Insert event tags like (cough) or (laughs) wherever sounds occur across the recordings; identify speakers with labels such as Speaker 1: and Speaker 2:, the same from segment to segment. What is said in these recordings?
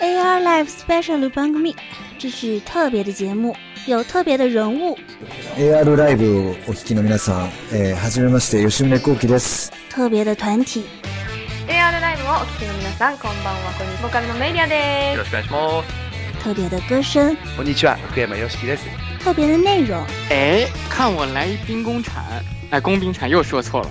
Speaker 1: AR Live Special b a n g Me，这是特别的节目，有特别的人物。
Speaker 2: AR ライブをお聞きの皆さん、えー、はじめまして吉宗幸喜です。
Speaker 1: 特别的团体，
Speaker 3: AR ライブをお聞きの皆さんこんばんはこんにちはボーカルのメイリアで
Speaker 4: よろしくお願いします。
Speaker 1: 特别的歌声，
Speaker 5: こんにちは、福山雅樹です。
Speaker 1: 特别的内容。
Speaker 6: 哎，看我来一兵工铲！哎，工兵铲又说错了。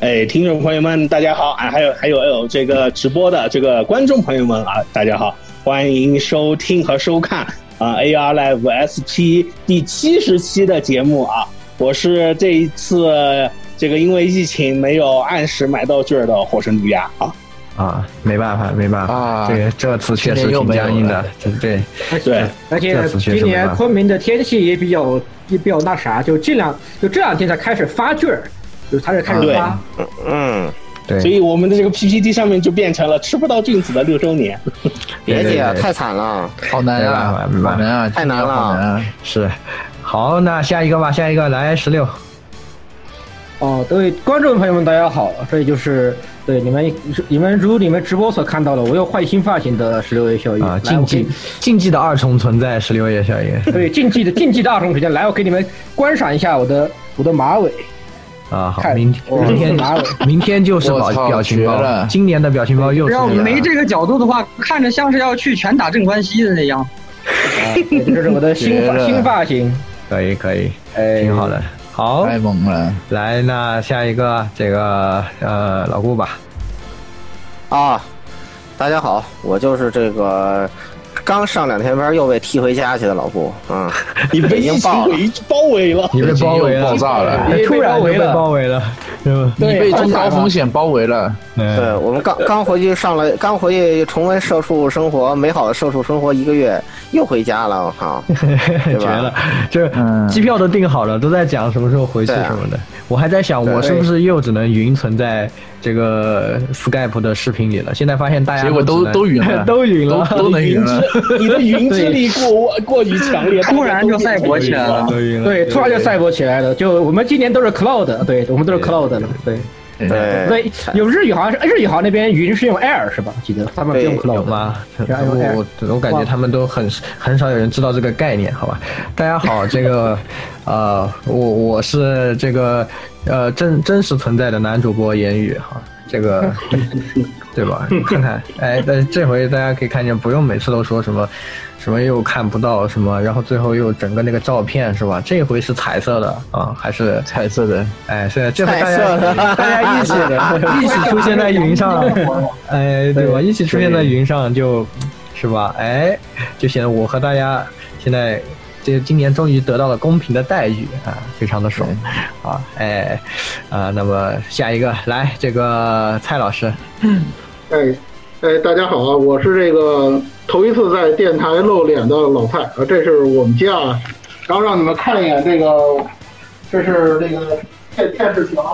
Speaker 7: 哎，听众朋友们，大家好啊！还有还有还有这个直播的这个观众朋友们啊，大家好，欢迎收听和收看啊 AR Live SP 第七十期的节目啊！我是这一次这个因为疫情没有按时买到券的火神毒鸦啊！
Speaker 8: 啊，没办法，没办法，
Speaker 5: 啊
Speaker 8: 这个这次确实挺僵硬的，这对，
Speaker 7: 对，
Speaker 9: 而且
Speaker 8: 这次确实
Speaker 9: 今
Speaker 8: 没
Speaker 9: 年
Speaker 8: 办法
Speaker 9: 昆明的天气也比较也比较那啥，就这两就这两天才开始发句儿，就是才是开始
Speaker 7: 对
Speaker 9: 发。
Speaker 5: 嗯，
Speaker 8: 对，
Speaker 7: 所以我们的这个 PPT 上面就变成了吃不到菌子的六周年。
Speaker 5: 别
Speaker 8: 对
Speaker 5: 介啊，
Speaker 8: 对
Speaker 5: 太惨了。
Speaker 10: 好难
Speaker 8: 没办
Speaker 10: 啊
Speaker 8: 法，，没
Speaker 10: 好
Speaker 8: 办
Speaker 10: 难啊，
Speaker 8: 法，
Speaker 5: 太难了
Speaker 8: 好难啊，是。好，那下一个吧，下一个来十六，啊
Speaker 9: 哦，各位观众朋友们，大家好，这里就是对你们你们如你们直播所看到的，我又换新发型的十六位小雨
Speaker 8: 啊，
Speaker 9: 来我
Speaker 8: 竞技
Speaker 9: 给
Speaker 8: 竞技的二重存在，十六夜宵夜
Speaker 9: 对竞技的竞技大众时间，来我给你们观赏一下我的我的马尾，
Speaker 8: 啊，好，
Speaker 9: 看哦
Speaker 8: 明
Speaker 9: 我
Speaker 8: 明天
Speaker 9: 拿了
Speaker 8: 明天就是
Speaker 10: 我操
Speaker 8: 表表情
Speaker 10: 绝
Speaker 8: 包，
Speaker 10: 了
Speaker 8: 今年的表情包又出
Speaker 6: 要
Speaker 8: 来了
Speaker 6: 没这个角度的话，看着像是要去拳打镇关西的那样。
Speaker 9: 啊，对这是我的新
Speaker 10: 绝
Speaker 9: 发
Speaker 10: 了
Speaker 9: 新发型，
Speaker 8: 可以可以，
Speaker 9: 哎，
Speaker 8: 挺好的。好，
Speaker 10: 太猛了。
Speaker 8: 来，那下一个这个呃老顾吧，
Speaker 5: 啊，大家好，我就是这个刚上两天班又被踢回家去的老顾啊，
Speaker 7: 你被
Speaker 5: 已
Speaker 7: 疫
Speaker 5: 经
Speaker 7: 情
Speaker 5: 爆了，
Speaker 7: 围包围了，
Speaker 8: 你被包围了，
Speaker 10: 爆炸了
Speaker 8: 哎突然就
Speaker 9: 被包围
Speaker 8: 被
Speaker 9: 了
Speaker 8: 包围了，对吧？嗯
Speaker 10: 你被中
Speaker 9: 太惨
Speaker 10: 高风险包围了，
Speaker 8: 哎
Speaker 5: 对我们刚刚回去上了，刚回去重温社畜生活，美好的社畜生活一个月，又回家了，我靠！
Speaker 8: 对， (laughs) 绝了！就是
Speaker 10: 嗯
Speaker 8: 机票都订好了，都在讲什么时候回去
Speaker 5: 对啊
Speaker 8: 什么的。我还在想，我是不是又只能云存在这个 Skype 的视频里了？现在发现大家
Speaker 10: 结果
Speaker 8: 都
Speaker 10: 都
Speaker 8: 只能
Speaker 10: 都晕了，
Speaker 8: (laughs) 都云
Speaker 10: 都
Speaker 8: 了，
Speaker 10: 都能
Speaker 7: 云
Speaker 10: 赢了。
Speaker 7: 之你的云之力过过于强烈，
Speaker 6: 突然就赛博起来了
Speaker 8: 都晕了。
Speaker 9: 对，突然就赛博起来了。就我们今年都是 cloud，对我们都是
Speaker 8: 对
Speaker 9: cloud 了，对
Speaker 5: 对，
Speaker 9: 对。
Speaker 8: 哎
Speaker 9: 有日语好像是哎日语好像那边云是用 air 是吧？记得他们不用
Speaker 5: 对
Speaker 8: 有
Speaker 9: cloud
Speaker 8: 吗？
Speaker 9: 然后
Speaker 8: 我我我感觉他们都很很少有人知道这个概念，好吧？大家好，
Speaker 9: (laughs)
Speaker 8: 这个呃，我我是这个呃真真实存在的男 (laughs) 主播言语哈，这个对吧？看看，哎，但这回大家可以看见，不用每次都说什么什么又看不到什么，然后最后又整个那个照片是吧？这回是彩色的啊，还是
Speaker 10: 彩色的，
Speaker 8: 哎，是这回大
Speaker 5: 彩色
Speaker 8: 家大家一起一起出现在云上，哎，对吧？一起出现在云上就，是吧？哎，就显得我和大家现在这今年终于得到了公平的待遇啊，非常的爽 (laughs) 啊！哎，啊、那么下一个来这个蔡老师，
Speaker 11: 哎，哎，大家好啊！我是这个头一次在电台露脸的老蔡啊，这是我们家，啊，然后让你们看一眼这个，这是这个电电视墙，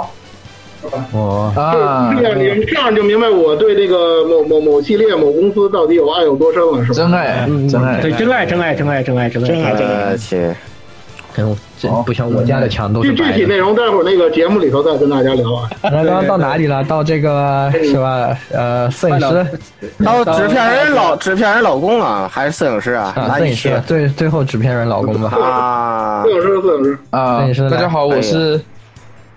Speaker 11: 是吧？
Speaker 8: 我
Speaker 10: 啊
Speaker 11: 这，样你这样就明白我对这个某某某系列、某公司到底有爱有多深了，是吧？
Speaker 10: 真爱，
Speaker 8: 嗯
Speaker 10: 真爱，
Speaker 9: 对，真爱，真爱，真爱，真爱，真爱。
Speaker 7: 真爱真爱
Speaker 5: 我。去，
Speaker 8: 跟这不像我家的墙都
Speaker 11: 具
Speaker 8: 是
Speaker 11: 具
Speaker 8: 白
Speaker 11: 体
Speaker 8: 的。
Speaker 11: 内容待会儿那个节目里头再跟大家聊啊。
Speaker 10: (laughs)
Speaker 8: 那刚刚到哪里了？到这个是吧？呃，摄影师
Speaker 5: 到纸片人老纸片人老公了，还是摄影师啊？
Speaker 8: 啊，
Speaker 5: 那
Speaker 8: 摄
Speaker 5: 你
Speaker 8: 影
Speaker 5: 去
Speaker 8: 师最最后纸片人老公吧。 (laughs)
Speaker 5: 啊
Speaker 11: 摄！影师，摄影师，
Speaker 10: 啊
Speaker 8: 摄影师来！
Speaker 10: 大家好，
Speaker 5: 哎
Speaker 10: 我
Speaker 5: 呀
Speaker 10: 是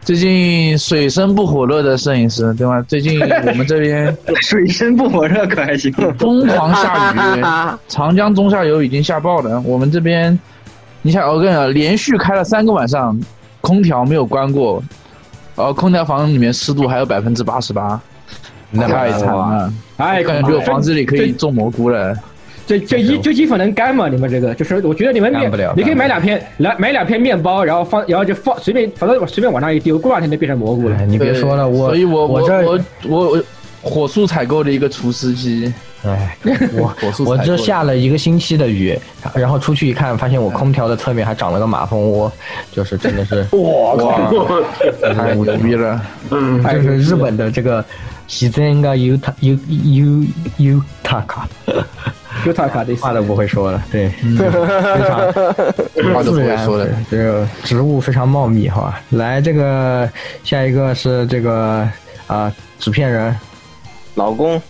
Speaker 10: 最近水深不火热的摄影师，对吗？最近我们这边
Speaker 6: 水深不火热可还
Speaker 7: (laughs)
Speaker 6: 行？
Speaker 8: (laughs)
Speaker 5: (laughs)
Speaker 10: 疯狂下雨，长江中下游已经下暴了。我们这边，你想，我跟你讲，连续开了三个晚上，空调没有关过，呃，空调房里面湿度还有百分之八十八，
Speaker 7: 那
Speaker 10: 太惨了，哎，感觉我哎房子里可以种蘑菇了。
Speaker 7: 这这一就基本能干嘛？你们这个就是，我觉得你们面
Speaker 10: 干不了
Speaker 7: 你可以买两片，来买两片面包，然后放，然后就放随便，反正随便往那一丢，过两天就变成蘑菇了。
Speaker 8: 哎你别说了，我
Speaker 10: 所以我
Speaker 8: 我
Speaker 10: 我
Speaker 8: 这
Speaker 10: 我我我火速采购了一个除湿机，
Speaker 8: 哎，
Speaker 10: 我火速
Speaker 8: 我
Speaker 10: 采购
Speaker 8: 这
Speaker 10: 的哎
Speaker 8: 下了一个星期的雨，然后出去一看，发现我空调的侧面还长了个马蜂窝，就是真
Speaker 10: (laughs)
Speaker 8: 的是
Speaker 10: 哦
Speaker 12: 哇
Speaker 8: 哇，
Speaker 10: 太牛逼了！
Speaker 13: 嗯，
Speaker 10: 哎
Speaker 8: 就是日本的这个自然が豊ゆゆゆ豊か，
Speaker 7: 豊か的
Speaker 8: 话都不会说了，
Speaker 10: (laughs)
Speaker 8: 对，
Speaker 10: 话都不会说了
Speaker 8: 自然，这个植物非常茂密，好吧。来，这个下一个是这个啊，纸片人，
Speaker 5: 老公，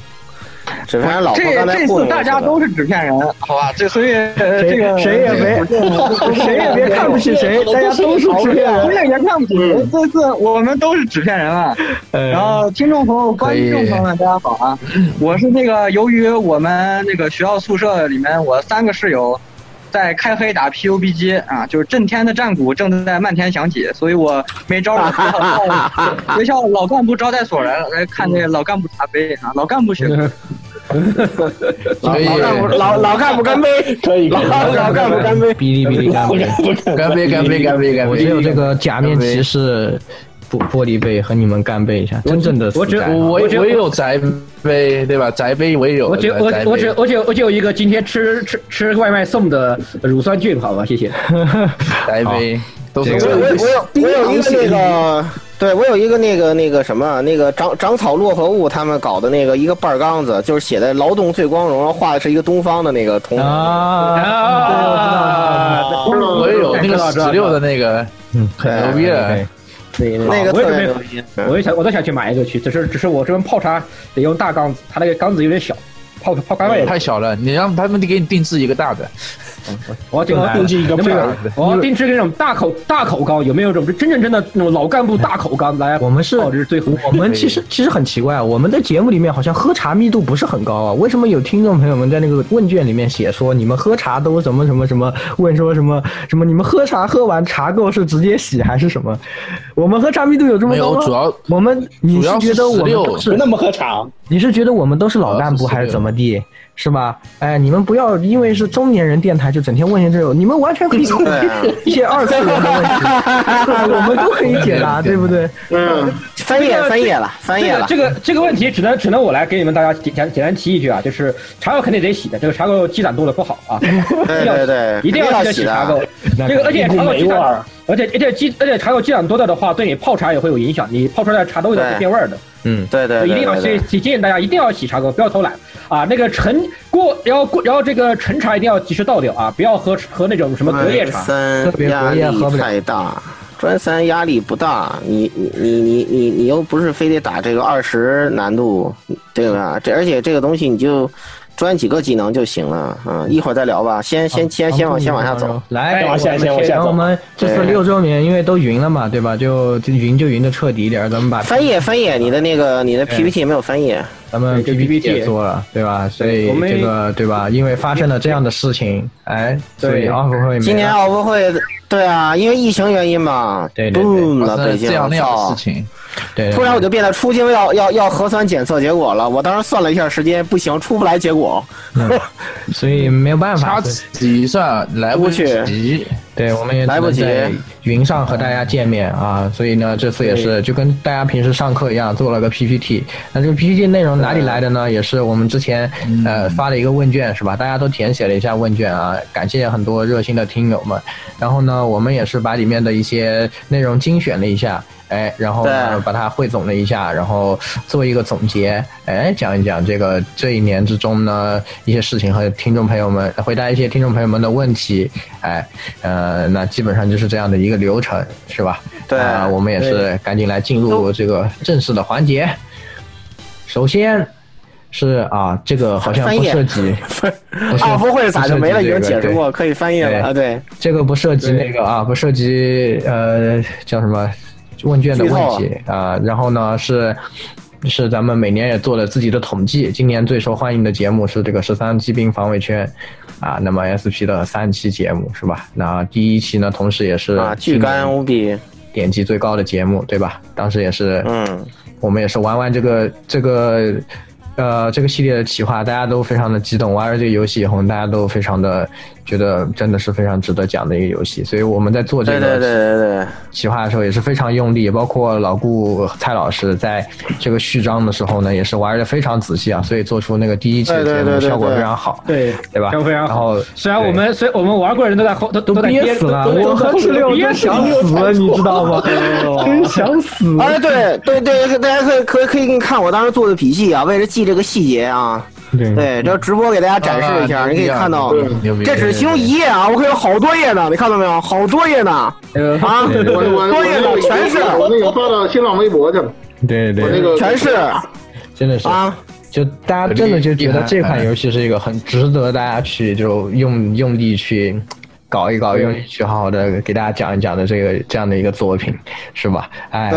Speaker 5: 纸片人老婆
Speaker 14: 这
Speaker 5: 刚才
Speaker 14: 这
Speaker 5: 糊
Speaker 14: 次
Speaker 5: 弄我
Speaker 14: 大家
Speaker 5: 去了
Speaker 14: 都是纸片人，好吧？这所以呃
Speaker 5: 谁
Speaker 14: 这个
Speaker 5: 谁也没
Speaker 14: (laughs)
Speaker 7: 谁也别看不起谁大家都是纸片人
Speaker 14: 谁也别看不起谁。这次我们都是纸片人了。然后听众朋友、观众朋友们，大家好啊！我是那个由于我们那个学校宿舍里面，我三个室友在开黑打 PUBG 啊，就是震天的战鼓正在漫天响起，所以我没招 (laughs) 我学校学校老干部招待所来了，来看这老干部茶杯啊，老干部学。
Speaker 5: 老
Speaker 14: 可以
Speaker 5: 老干部老老干部干杯，
Speaker 12: 可以
Speaker 5: 老老干部干杯，
Speaker 8: 哔哩哔哩干杯，
Speaker 10: 干杯干杯干杯干杯
Speaker 8: 我只有这个假面骑士玻玻璃杯和你们干杯一下，真正的
Speaker 10: 我只
Speaker 8: 死宅
Speaker 10: 我我也有宅杯，对吧？宅杯我也有，
Speaker 7: 我只我
Speaker 10: 宅杯
Speaker 7: 我只我只有我只有一个今天吃吃吃外卖送的乳酸菌，好吧，谢
Speaker 8: (laughs)
Speaker 7: 谢。
Speaker 10: 宅杯都是
Speaker 5: 我有我有我有一个那个，对我有一个那个那个什么那个长长草落合物他们搞的那个一个半缸子，就是写的“劳动最光荣”，然后画的是一个东方的那个
Speaker 8: 啊
Speaker 5: 铜
Speaker 7: (laughs) 啊哎
Speaker 10: 我也有那个十六的那个，嗯，很牛逼的。
Speaker 7: 对
Speaker 5: 那个
Speaker 7: 我
Speaker 5: 特别
Speaker 7: 也准
Speaker 5: 牛逼
Speaker 7: 备，我也想，我都想去买一个去，只是只是我这边泡茶得用大缸子，它那个缸子有点小，泡泡干了也
Speaker 10: 太小了，你让他们给你定制一个大的。
Speaker 7: 我这个能不能我要定制那种大口大口缸，有没有这种真正真的那种老干部大口缸来？
Speaker 8: 我们是
Speaker 7: 这是最合适的
Speaker 8: 我们其实其实很奇怪，我们的节目里面好像喝茶密度不是很高啊，为什么有听众朋友们在那个问卷里面写说你们喝茶都什么什么什么？问说什么什么？你们喝茶喝完茶垢是直接洗还是什么？我们喝茶密度有这么
Speaker 10: 没有
Speaker 8: 高吗？
Speaker 10: 主要
Speaker 8: 我们你
Speaker 10: 主要是
Speaker 8: 觉得我们
Speaker 10: 16
Speaker 8: 都是
Speaker 12: 不那么喝茶？
Speaker 8: 你是觉得我们都是老干部还是怎么地？是吧？哎，你们不要因为是中年人电台就整天问一些这种，你们完全可以问
Speaker 5: 啊
Speaker 8: 一些二次元的问题，我们都可以解答，对不对？
Speaker 5: 嗯，翻页翻页了，翻页了。
Speaker 7: 这个这个问题只能只能我来给你们大家简简简单提一句啊，就是茶垢肯定得洗的，这个茶垢积攒多了不好啊。
Speaker 5: 对对对，
Speaker 7: 一定要记得洗
Speaker 5: 啊
Speaker 7: 茶垢。这个而且茶垢积攒，而且而且积而且茶垢积攒多了的话，对你泡茶也会有影响，你泡出来的茶的味道会变味儿的。
Speaker 8: 嗯，
Speaker 5: 对对，
Speaker 7: 所以一定要
Speaker 5: 对
Speaker 7: 去提建议大家一定要洗茶垢，不要偷懒啊。那个陈过，然后过，然后这个陈茶一定要及时倒掉啊，不要喝喝那种什么隔夜茶。
Speaker 5: 嗯三压力太大，专三压力不大，你你你你你你又不是非得打这个二十难度，对吧？这而且这个东西你就专几个技能就行了，嗯，一会儿再聊吧，
Speaker 8: 啊
Speaker 5: 先先先先往先往下走，
Speaker 7: 哎
Speaker 8: 来，
Speaker 12: 往下先往下走
Speaker 8: 然后我们这次
Speaker 5: 对
Speaker 8: 六周年，因为都云了嘛，对吧？就就云就云的彻底一点，咱们把
Speaker 5: 翻页翻页，你的那个
Speaker 8: 哎
Speaker 5: 你的 PPT 没有翻页，
Speaker 8: 咱们 PPT 也做了，对吧？所以
Speaker 5: 我们
Speaker 8: 这个对吧？因为发生了这样的事情，哎，所以奥运会没
Speaker 5: 今年
Speaker 8: 了
Speaker 5: 奥运会，对啊，因为疫情原因嘛，
Speaker 8: 对对
Speaker 5: ，boom
Speaker 8: 对，
Speaker 5: 了北京，
Speaker 8: 这样那样
Speaker 5: 操
Speaker 8: 的事情，对，
Speaker 5: 突然我就变得出京要要要核酸检测结果了，我当时算了一下时间，不行，出不来结果。 (laughs)
Speaker 8: 所以没有办法，
Speaker 10: 挤算来
Speaker 5: 不及，
Speaker 8: 对，我们也只能
Speaker 5: 来不及
Speaker 8: 在云上和大家见面啊，所以呢，这次也是就跟大家平时上课一样，做了个 PPT。那这个 PPT 内容哪里来的呢？也是我们之前
Speaker 5: 嗯
Speaker 8: 呃发了一个问卷是吧？大家都填写了一下问卷啊，感谢很多热心的听友们。然后呢，我们也是把里面的一些内容精选了一下。哎，然后呢，
Speaker 5: 对
Speaker 8: 把它汇总了一下，然后做一个总结，哎，讲一讲这个这一年之中呢一些事情和听众朋友们回答一些听众朋友们的问题，哎，呃，那基本上就是这样的一个流程，是吧？
Speaker 5: 对
Speaker 8: 啊、我们也是
Speaker 5: 对
Speaker 8: 赶紧来进入这个正式的环节。首先是啊，这个好像
Speaker 5: 翻
Speaker 8: 不
Speaker 5: 页
Speaker 8: 涉及，不是
Speaker 5: 奥运会咋就没了？
Speaker 8: 不
Speaker 5: 已
Speaker 8: 涉及
Speaker 5: 经
Speaker 8: 这
Speaker 5: 解
Speaker 8: 个
Speaker 5: 释过，可以翻页了啊。对，
Speaker 8: 这个不涉及那个啊，不涉及呃叫什么问卷的问题
Speaker 5: 剧
Speaker 8: 啊、然后呢是是咱们每年也做了自己的统计，今年最受欢迎的节目是这个十三级病防卫圈。啊，那么 SP 的三期节目是吧？那第一期呢，同时也是
Speaker 5: 啊巨干无比
Speaker 8: 点击最高的节目，对吧？当时也是，
Speaker 5: 嗯，
Speaker 8: 我们也是玩完这个这个呃这个系列的企划，大家都非常的激动。玩了这个游戏以后，大家都非常的觉得真的是非常值得讲的一个游戏。所以我们在做这
Speaker 5: 对对对
Speaker 8: 个
Speaker 5: 对对，
Speaker 8: 企划的时候也是非常用力，包括老顾蔡老师在这个序章的时候呢，也是玩的非常仔细啊，所以做出那个第一期的节
Speaker 15: 对对
Speaker 8: 目
Speaker 15: 对对
Speaker 8: 效果
Speaker 15: 对
Speaker 8: 非常好，
Speaker 15: 对
Speaker 8: 对吧？
Speaker 15: 效果非常好
Speaker 8: 然后
Speaker 15: 虽然我们虽然我们玩过的人都在后都都在
Speaker 8: 憋
Speaker 15: 憋
Speaker 8: 死了我
Speaker 15: 都
Speaker 8: 喝
Speaker 15: 都
Speaker 8: 吃六
Speaker 15: 憋
Speaker 8: 都
Speaker 15: 死
Speaker 8: 想
Speaker 15: 了
Speaker 8: 死了你知道吗
Speaker 15: 真想死！
Speaker 5: 哎，对对对，大家可以可以可以给你看我当时做的笔记啊，为了记这个细节啊。
Speaker 8: 对
Speaker 5: 对，这直播给大家展示一下，
Speaker 8: 啊
Speaker 5: 你可以看到
Speaker 8: 牛逼啊牛逼，
Speaker 5: 这只其中一页啊，我可有好多页呢，你看到没有？好多页呢，啊，
Speaker 16: 我我我
Speaker 5: 多页呢，全是
Speaker 16: 我那个发到新浪微博去了，
Speaker 8: 对对，
Speaker 16: 我那个
Speaker 5: 全是
Speaker 8: 真的是
Speaker 5: 啊，
Speaker 8: 就大家真的就觉得这款游戏是一个很值得大家去就用用力去搞一搞，用力去好好的给大家讲一讲的这个这样的一个作品，是吧？哎，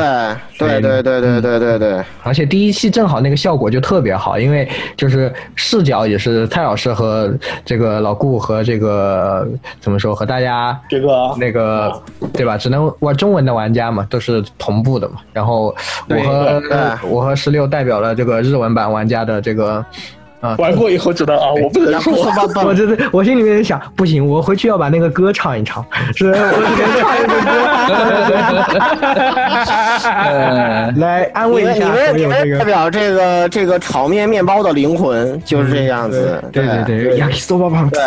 Speaker 5: 对对对对对对对对，
Speaker 8: 而且第一期正好那个效果就特别好，因为就是视角也是蔡老师和这个老顾和这个怎么说和大家
Speaker 7: 这个
Speaker 8: 那个对吧？只能玩中文的玩家嘛，都是同步的嘛。然后我
Speaker 7: 对
Speaker 8: 和
Speaker 7: 对
Speaker 8: 我和十六代表了这个日文版玩家的这个。啊，
Speaker 7: 玩过以后知道啊，我不能说，
Speaker 8: 我真的，我心里面想，不行，我回去要把那个歌唱一唱， (laughs) 是我得唱一个歌，来安
Speaker 5: 你
Speaker 8: 慰
Speaker 5: 们
Speaker 8: 一
Speaker 5: 你
Speaker 8: 下
Speaker 5: 们
Speaker 8: 所
Speaker 5: 你
Speaker 8: 有这
Speaker 5: 们代
Speaker 8: 个。
Speaker 5: 表这个这个炒面面包的灵魂就是这样子，
Speaker 8: 对对
Speaker 5: 对
Speaker 8: 对，亚克索巴棒，
Speaker 5: 对，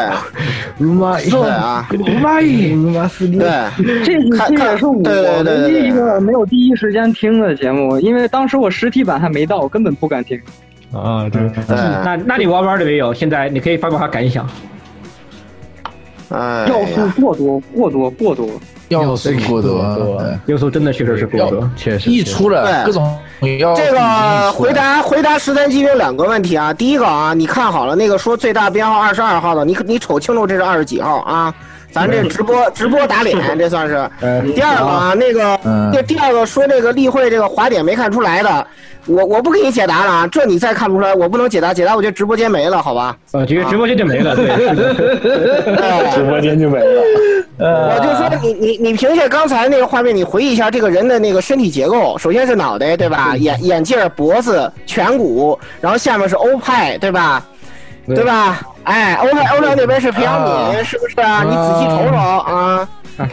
Speaker 8: うまい，
Speaker 5: 是啊，
Speaker 8: うまい，うますぎる
Speaker 5: 对，
Speaker 6: 这
Speaker 5: 看
Speaker 6: 这也是我
Speaker 5: 看对对对
Speaker 6: 唯
Speaker 5: 对
Speaker 6: 一一个没有第一时间听的节目，因为当时我实体版还没到，我根本不敢听。
Speaker 8: 啊，对，
Speaker 15: 那那你玩完了没有？现在你可以发表下感
Speaker 6: 啊
Speaker 15: 想。
Speaker 5: 哎
Speaker 6: 要素过多，过多，过多。
Speaker 10: 要素过多，
Speaker 15: 要素真的确实是过多，
Speaker 8: 确
Speaker 10: 溢出了各种要
Speaker 5: 这个回答回答十三机兵两个问题啊，第一个啊，你看好了那个说最大编号二十二号的，你你瞅清楚这是二十几号啊？咱这直播直播打脸，这算是。第二个啊，那个
Speaker 8: 嗯
Speaker 5: 这第二个说那个例会这个滑点没看出来的，我我不给你解答了啊，这你再看不出来，我不能解答，解答我就直播间没了，好吧？
Speaker 8: 啊
Speaker 15: 呃，这个直播间就没了，对，
Speaker 7: 直播间就没了。
Speaker 5: 我就说你你你凭借刚才那个画面，你回忆一下这个人的那个身体结构，首先是脑袋对吧？眼眼镜儿、脖子、颧骨，然后下面是欧派对吧？对吧？哎，欧派欧派那边是培养皿，是不是啊？你仔细瞅瞅 (laughs) 啊！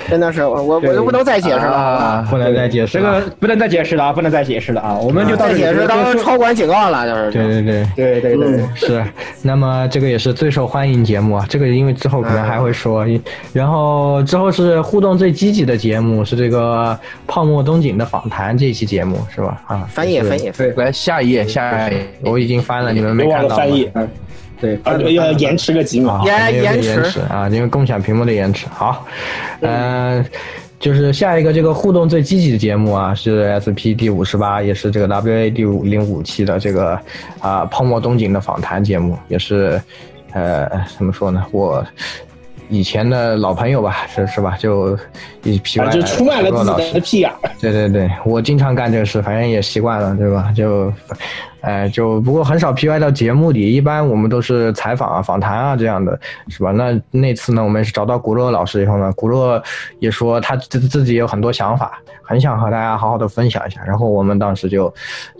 Speaker 5: 真的是我我我就不能再解释了啊！
Speaker 15: 不能再解释，这个不能再解释了啊，不能再解释了啊，我们就到
Speaker 5: 再
Speaker 15: 这里
Speaker 5: 解释当成超管警告了，就是。
Speaker 8: 对对
Speaker 15: 对
Speaker 8: 对
Speaker 15: 对对，
Speaker 8: 嗯是，那么这个也是最受欢迎节目啊，这个因为之后可能还会说，
Speaker 5: 嗯
Speaker 8: 然后之后是互动最积极的节目是这个泡沫东景的访谈这一期节目是吧？啊，
Speaker 5: 翻页翻页翻
Speaker 8: 页，来下一页下一页，我已经翻了，你们没
Speaker 7: 别忘
Speaker 8: 看
Speaker 7: 了
Speaker 8: 到吗
Speaker 7: 翻译，
Speaker 15: 对，
Speaker 7: 啊，要延迟个几秒，
Speaker 8: 啊因为这个延迟啊，因为共享屏幕的延迟。好，嗯。就是下一个这个互动最积极的节目啊，是 SP 第五十八，也是这个 WA 第五零五期的这个啊、泡沫东景的访谈节目，也是呃怎么说呢，我以前的老朋友吧，是是吧？就一批
Speaker 7: 啊，就出卖了自己的屁眼儿。
Speaker 8: 对对对，我经常干这个事，反正也习惯了，对吧？就，呃，就不过很少 P Y 到节目里，一般我们都是采访啊、访谈啊这样的，是吧？那那次呢，我们是找到古洛老师以后呢，古洛也说他自自己有很多想法，很想和大家好好的分享一下。然后我们当时就，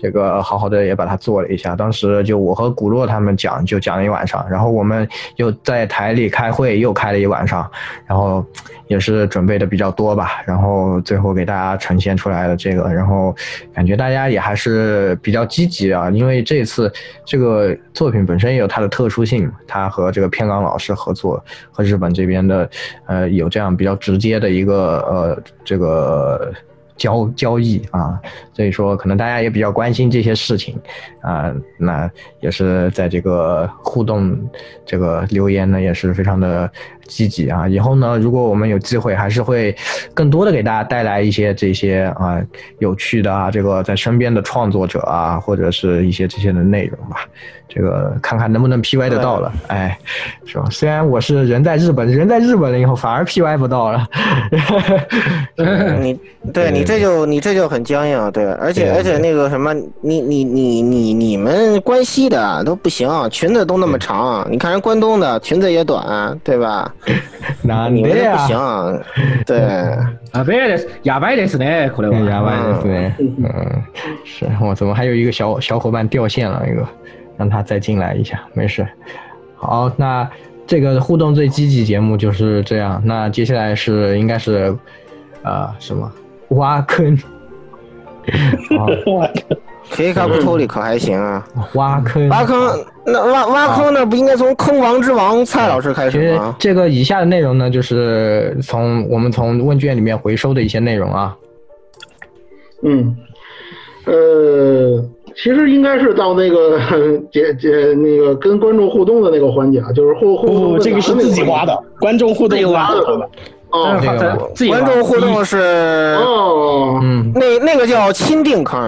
Speaker 8: 这个好好的也把它做了一下。当时就我和古洛他们讲，就讲了一晚上，然后我们又在台里开会，又开了一晚上，然后也是准备的比较多吧，然后最后给大家呈现出来了这个，然后感觉大家也还是比较积极啊，因为这次这个作品本身也有它的特殊性，它和这个片冈老师合作，和日本这边的呃有这样比较直接的一个呃这个。交交易啊，所以说可能大家也比较关心这些事情啊、那也是在这个互动这个留言呢，也是非常的积极啊。以后呢，如果我们有机会，还是会更多的给大家带来一些这些啊有趣的啊，这个在身边的创作者啊，或者是一些这些的内容吧。这个看看能不能 P Y 得到了，哎，是吧？虽然我是
Speaker 10: (laughs)
Speaker 8: 人
Speaker 5: 嗯
Speaker 8: 在日本，人在日本了以后反而 P Y 不到了，
Speaker 5: 你对你这就你这就很僵硬，对，而且而且那个什么，你你你你你们关西的啊都不行，裙子都那么长，啊你看人关东的裙子也短，啊对吧？
Speaker 10: 那你
Speaker 5: 你们
Speaker 10: 们
Speaker 5: 这
Speaker 10: 呀
Speaker 5: 不行，啊对，
Speaker 10: (laughs) やべえです、やばいですね、これは。やばいですね。嗯，是我怎么还有一个小小伙伴掉线了？一个，让他再进来一下，没事。好，那这个互动最积极节目就是这样。那接下来是应该是，呃，什么挖
Speaker 5: (laughs)
Speaker 10: 坑？哦好
Speaker 7: (laughs)
Speaker 5: 黑卡不抽里可还行啊？
Speaker 10: 挖坑，
Speaker 5: 挖坑，那挖挖坑那不应该从坑王之王蔡老师开
Speaker 10: 啊其
Speaker 5: 始
Speaker 10: 实
Speaker 5: 吗？
Speaker 10: 这个以下的内容呢，就是从我们从问卷里面回收的一些内容啊。
Speaker 8: 嗯，呃，其实应该是到那个解解那个跟观众互动的那个环节啊，就是互互
Speaker 17: 不
Speaker 8: 动
Speaker 17: 不，这个是自己挖的，观众互动
Speaker 7: 啊
Speaker 17: 挖的，对吧？
Speaker 8: 哦
Speaker 10: 这个吧
Speaker 5: 观众互动是
Speaker 8: 哦，
Speaker 10: 嗯，
Speaker 5: 那那个叫钦定坑，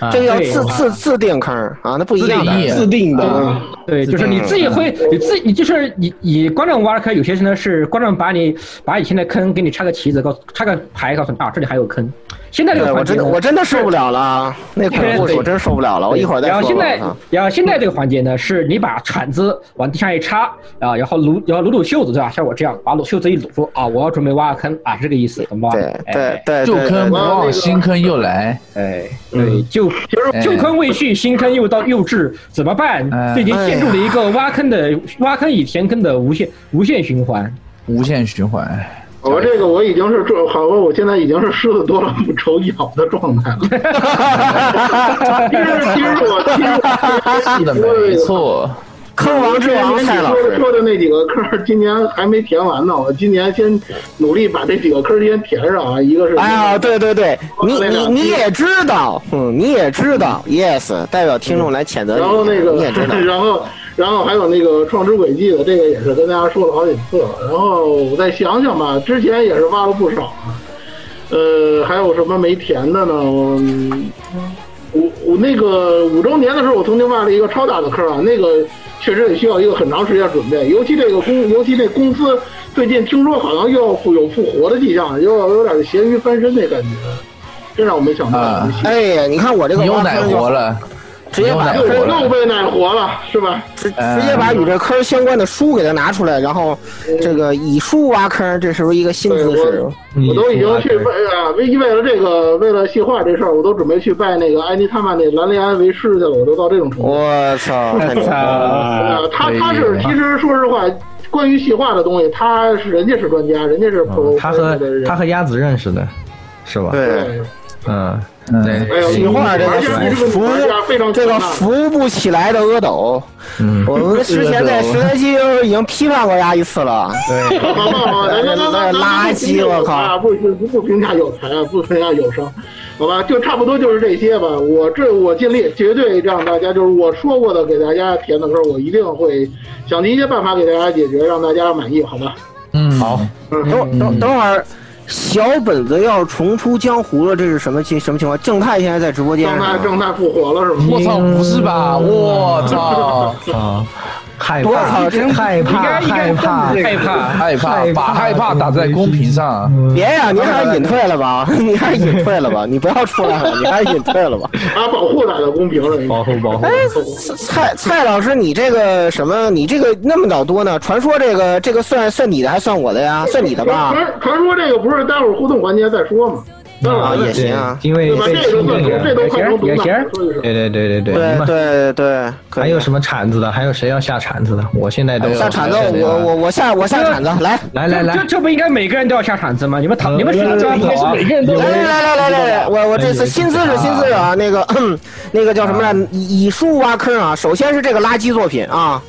Speaker 10: 啊
Speaker 5: 这个叫
Speaker 10: 对
Speaker 5: 自自自定坑啊，那不一样的，
Speaker 17: 自定的，啊
Speaker 7: 对，就是你自己会，你自己就是你你观众挖坑，有些呢是观众把你把以前的坑给你插个旗子，告诉插个牌，告诉你啊这里还有坑。现在这
Speaker 5: 对
Speaker 7: 个
Speaker 5: 哎我
Speaker 7: 环节
Speaker 5: 真
Speaker 7: 呢
Speaker 5: 的我真的受不了了，那鬼故事我真受不了了，我一会儿再
Speaker 7: 然后
Speaker 5: 说
Speaker 7: 现
Speaker 5: 吧。
Speaker 7: 在
Speaker 5: 啊，
Speaker 7: 然后现在这个环节呢，是你把铲子往地下一插啊，然后撸，然后撸撸袖子，对吧？像我这样，把撸袖子一撸，说啊，我要准备挖个坑啊，是这个意思，懂吧？哎对
Speaker 5: 对对哎
Speaker 18: 旧坑不忘，哦新坑又来。
Speaker 7: 哎，对，旧旧坑未续，新坑又到又至，怎么办？
Speaker 18: 哎
Speaker 7: 这已经陷入了一个挖坑的挖坑以填坑的无限无限循环。
Speaker 18: 无限循环。哎
Speaker 8: 我这个我已经是这，好吧，我现在已经是狮子多了不愁咬的状态了。其实其实我其实
Speaker 18: 是的，
Speaker 8: (laughs)
Speaker 18: 没错。
Speaker 5: 坑王之王蔡老
Speaker 8: 说
Speaker 5: 师
Speaker 8: 的说的那几个坑儿，今年还没填完呢。我今年先努力把这几个坑儿先填上啊。一个是
Speaker 5: 哎呀，对对对，你
Speaker 8: 那
Speaker 5: 你
Speaker 8: 个
Speaker 5: 你也知道，嗯，你也知道，yes，代表听众来谴
Speaker 7: 嗯
Speaker 5: 责你，
Speaker 8: 然后那
Speaker 5: 你
Speaker 8: 个
Speaker 5: 也知道，，
Speaker 8: (laughs) 然后然后哦还有那个创之轨迹的，这个也是跟大家说了好啊几次了。然后我再想想吧，之前也是挖了不少啊。呃，还有什么没填的呢？嗯五五那个五周年的时候，我曾经挖了一个超大的坑啊，那个确实也需要一个很长时间准备，尤其这个公，尤其这公司最近听说好像又要复有复活的迹象，又要有点咸鱼翻身那感觉，这让我没想到。
Speaker 5: 哎呀，你看我这个
Speaker 8: 牛
Speaker 5: 挖
Speaker 8: 奶
Speaker 5: 坑就
Speaker 8: 活
Speaker 18: 了，
Speaker 5: 直接把
Speaker 8: 对啊又被奶活了，是吧？
Speaker 5: 直直接把与这坑相关的书给它拿出来，然后这个以书挖坑，这是不是一个新姿势？
Speaker 8: 我都已经去拜啊，为为了这个，为了细化这事儿，我都准备去拜那个埃尼他曼那兰利安为师去了，我都到这种程度。
Speaker 5: 我操！太牛
Speaker 8: 啊
Speaker 5: 了，
Speaker 8: 他他是其实说实话，关于细化的东西，他是人家是专家，人家是 pro，
Speaker 10: 哦他和他和鸭子认识的，是吧？
Speaker 5: 对，
Speaker 8: 哎
Speaker 10: 嗯，对。
Speaker 5: 哎呦你画这个服这个
Speaker 8: 啊
Speaker 5: 扶不起来的阿斗，
Speaker 10: 嗯
Speaker 5: 我们之前在十来期已经批判过他一次了，
Speaker 10: 对
Speaker 8: 好好好，咱咱咱咱
Speaker 5: 垃圾，我靠！！
Speaker 8: 不评不评价有才，不评价有商，好吧，就差不多就是这些吧。我这我尽力，绝对让大家就是我说过的，给大家填的时候，我一定会想尽一些办法给大家解决，让大家满意，好吧？
Speaker 10: 嗯，好，
Speaker 5: 等
Speaker 10: 嗯
Speaker 5: 等等会儿，小本子要重出江湖了，这是什么情什么情况？正太现在在直播间
Speaker 8: 正
Speaker 5: 是
Speaker 8: 太
Speaker 5: 吗？
Speaker 8: 正太复活了是吗？
Speaker 18: 我操，不是吧？我操！
Speaker 10: 啊，害
Speaker 5: 多少
Speaker 10: 怕，
Speaker 5: 人
Speaker 10: 害怕，害怕，
Speaker 18: 害怕，害怕，把害怕打在公屏上。
Speaker 5: 别呀、你还是隐退了吧， (laughs) 你还是隐退了吧，你不要出来了，你还是隐退了吧。
Speaker 8: 啊，保护打到公屏了，保
Speaker 10: 护保
Speaker 8: 护。
Speaker 5: 蔡蔡老师，你这个什么？你这个那么老多呢？传说这个这个算算你的还算我的呀？算你的吧。
Speaker 8: 传传说这个不是待会儿互动环节再说吗？
Speaker 5: 啊，也行啊，
Speaker 10: 因为
Speaker 8: 对吧？
Speaker 10: 被
Speaker 8: 这个
Speaker 10: 清
Speaker 8: 算
Speaker 10: 理
Speaker 8: 这都快成
Speaker 10: 也
Speaker 8: 毒
Speaker 10: 行
Speaker 8: 奶了，所以
Speaker 10: 对
Speaker 8: 说
Speaker 10: 对对对对
Speaker 5: 对对对，
Speaker 10: 嗯
Speaker 5: 啊
Speaker 10: 还有什么铲子的？还有谁要下铲子的？我现在都
Speaker 5: 下铲子，我我我下我下铲子，来
Speaker 10: 来来来
Speaker 7: 这这不应该每个人都要下铲子吗？你们躺，你们
Speaker 10: 呃
Speaker 7: 躺着
Speaker 10: 应该是
Speaker 7: 跑啊！
Speaker 10: 每个人都
Speaker 5: 来来来来来来，我我这次新姿势新姿势啊，那个那个叫什么来？以以树挖坑啊，首先是这个垃圾作品啊。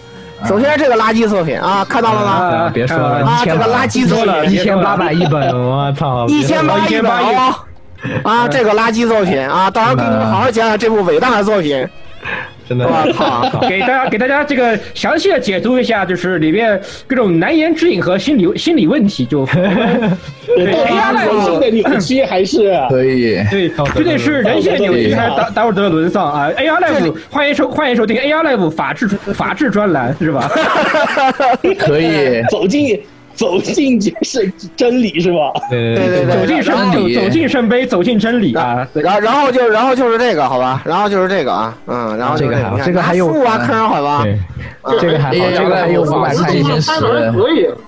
Speaker 5: 首先是这个垃圾作品啊，看到了吗？
Speaker 10: 别说了，
Speaker 5: 啊，这个垃圾作品，
Speaker 10: 一千八百一本，我操，
Speaker 5: 一千八一本哦啊，这个垃圾作品啊，到时候给你们好好讲讲这部伟大的作品。
Speaker 10: 真的，
Speaker 5: 我靠！
Speaker 7: 给大家给大家这个详细的解读一下，就是里面各种难言之隐和心理心理问 (laughs) 题就。
Speaker 17: 对，到底是人性的扭曲还是？
Speaker 18: 可以，
Speaker 7: 对，绝对是人性的扭曲，还是达达尔德的沦丧啊！AR Live 欢迎收欢迎收听 AR Live 法治法治专栏是吧？
Speaker 18: 可以
Speaker 17: 走进走进是真理是吧？
Speaker 10: 对
Speaker 17: 对
Speaker 7: 走进圣走走进圣杯，走进真理啊！
Speaker 5: 然后然后就然后就是这个好吧，然后就是这个啊，嗯，然后就
Speaker 10: 这个还好
Speaker 5: 你看
Speaker 10: 这个还有
Speaker 5: 拿富挖坑好吧
Speaker 10: 对？这个还好这个还有五百块钱十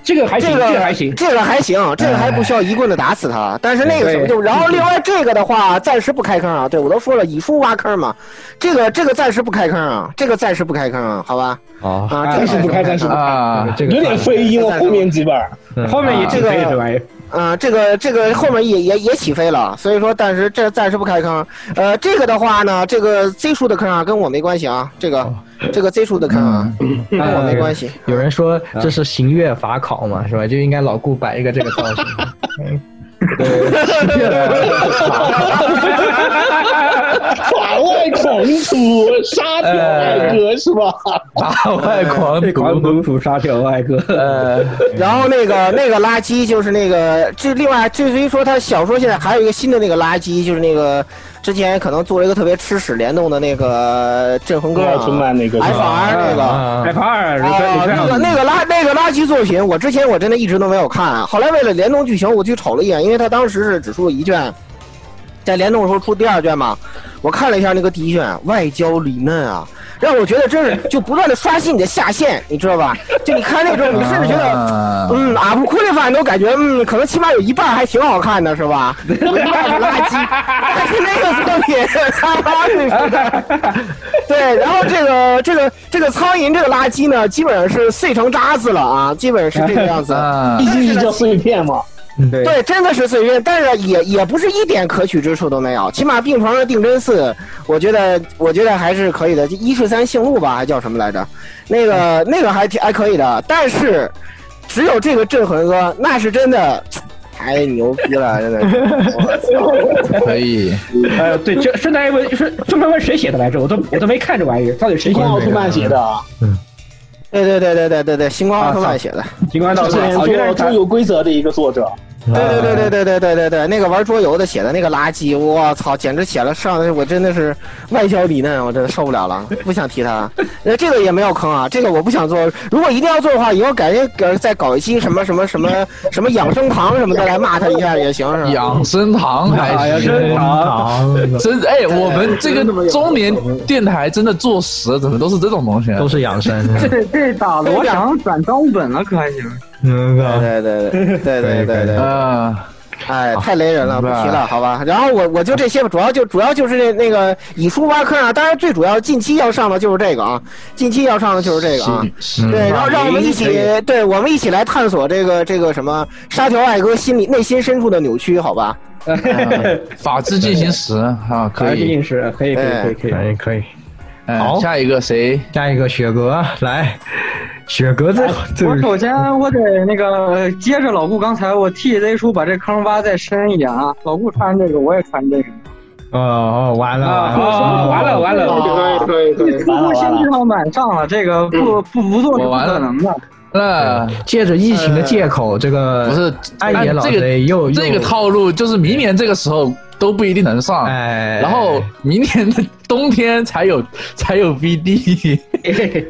Speaker 7: 这个还行
Speaker 5: 这
Speaker 7: 这
Speaker 5: 个
Speaker 7: 个还行
Speaker 5: 这个还
Speaker 17: 哎
Speaker 5: 行，这个还不需要一棍子打死他。但是那个什么，
Speaker 7: 对
Speaker 5: 就然后另外这个的话，暂时不开坑啊。对我都说了，以树挖坑嘛，这个这个暂时不开坑啊，这个暂时不开坑啊，好吧？
Speaker 10: 啊
Speaker 5: 啊，
Speaker 17: 暂时不开，暂时不开，有点费音哦，后面几本儿
Speaker 7: 后面也
Speaker 5: 啊
Speaker 7: 起飞了这玩意儿。
Speaker 5: 啊，这个这个后面也也也起飞了，所以说，但是这暂时不开坑。呃，这个的话呢，这个 Z 数的坑啊，跟我没关系啊，这个
Speaker 17: 哦
Speaker 5: 这个 Z 数的坑啊，
Speaker 17: 嗯
Speaker 5: 跟我没关系。。
Speaker 10: 有人说这是刑月法考嘛，是吧？就应该老顾摆一个这个造型。
Speaker 17: 法外狂徒杀掉爱哥是吧？
Speaker 10: 法外 (laughs) 狂
Speaker 7: 徒，狂徒杀掉爱
Speaker 10: (laughs)
Speaker 7: 哥。
Speaker 10: 呃
Speaker 5: 然后那个那个垃圾就是那个，这另外至于说他小说现在还有一个新的那个垃圾，就是那个之前可能做了一个特别吃屎联动的那个镇魂歌啊
Speaker 17: 摩尔，春曼那个是
Speaker 5: F
Speaker 17: 吧
Speaker 5: R 那个
Speaker 17: 啊
Speaker 7: F 二，
Speaker 5: 啊，那个那个垃那个垃圾作品，我之前我真的一直都没有看。后来为了联动剧情，我去瞅了一眼，因为它当时是只出了一卷，在联动的时候出第二卷嘛，我看了一下那个第一卷，外焦里嫩啊，让我觉得真是就不断的刷新你的下限，你知道吧？就你看那种，你甚至觉
Speaker 10: 啊
Speaker 5: 得，嗯，阿布库利范都感觉，嗯，可能起码有一半还挺好看的，是吧？有一半是垃圾，但是那个作品，哈哈，你说的。 (laughs) 对，然后这个这个这个苍蝇这个垃圾呢，基本上是碎成渣子了啊，基本上是这个样子。
Speaker 10: 啊
Speaker 17: 毕竟叫碎片嘛。
Speaker 10: 对
Speaker 5: 对，真的是碎片，但是也也不是一点可取之处都没有。起码病床上定真寺，我觉得我觉得还是可以的。就一十三姓路吧，还叫什么来着？那个那个还挺还可以的，但是只有这个镇魂歌，那是真的太牛逼了，真的是。
Speaker 10: 可以。
Speaker 7: (laughs) 呃，对，这圣诞文是圣诞文谁写的来着？我都我都没看这玩意儿，到底谁写的？
Speaker 17: 光奥特曼写的啊。
Speaker 7: (laughs)
Speaker 5: 对对对对对对对，星光奥特曼写的。
Speaker 7: 金光
Speaker 17: 之前
Speaker 7: 哦原来
Speaker 17: 做
Speaker 7: 是他
Speaker 17: 桌游规则的一个作者，
Speaker 5: 对对对对对对对对对，那个玩桌游的写的那个垃圾，我操，简直写了上来我真的是外焦里嫩，我真的受不了了，不想提他。那这个也没有坑啊，这个我不想做。如果一定要做的话，以后改天呃再搞一期什么什么什么什么养生堂什么的来骂他一下也行，是吧？
Speaker 10: 养生堂
Speaker 8: 哎
Speaker 7: 哎
Speaker 5: 啊
Speaker 10: 还
Speaker 5: 养
Speaker 10: 行
Speaker 5: 生堂，
Speaker 10: 真哎，我们这
Speaker 5: 真的没
Speaker 10: 个
Speaker 5: 有
Speaker 10: 中年电台真的坐实了，怎么都是这种东西？啊都是养生
Speaker 19: 这这打罗翔转账本了，可还行？
Speaker 10: 嗯，
Speaker 5: 对对对对对对对
Speaker 10: 啊！
Speaker 5: 哎，太雷人了，不
Speaker 10: 明白
Speaker 5: 提了，好吧。然后我我就这些吧，主要就主要就是那那个以书挖坑啊，当然最主要近期要上的就是这个啊，近期要上的就是这个啊
Speaker 10: 是是。
Speaker 5: 对，然后
Speaker 10: 嗯
Speaker 5: 让我们一起
Speaker 10: 可以，
Speaker 5: 对我们一起来探索这个这个什么沙条爱哥心里内心深处的扭曲，好吧？
Speaker 10: 啊法制进行时啊，可
Speaker 7: 法制
Speaker 10: 以
Speaker 7: 进行时可以可以可以可以
Speaker 10: 可以可以。
Speaker 19: 好
Speaker 10: 嗯，下一个谁？下一个雪哥来，雪哥
Speaker 19: 哎我首先我得那个接着老顾刚才我 T Z 叔把这坑挖再深一点啊，老顾穿这个我也穿这个。
Speaker 10: 哦哦，完了
Speaker 19: 啊
Speaker 10: 完了完了
Speaker 19: 完了！
Speaker 8: 对对
Speaker 19: 客户心智上满上了，这个不不不做是不可能的。
Speaker 10: 那借着
Speaker 19: 疫情的借
Speaker 10: 口，这个不是
Speaker 19: 安野老
Speaker 10: 这
Speaker 19: 贼
Speaker 10: 个
Speaker 19: 又
Speaker 10: 这
Speaker 19: 又
Speaker 10: 个套路，就是明年这个时候都不一定能上，
Speaker 7: 哎
Speaker 10: 然后明年的冬天才有 (laughs) 才有
Speaker 7: (laughs)
Speaker 10: BD，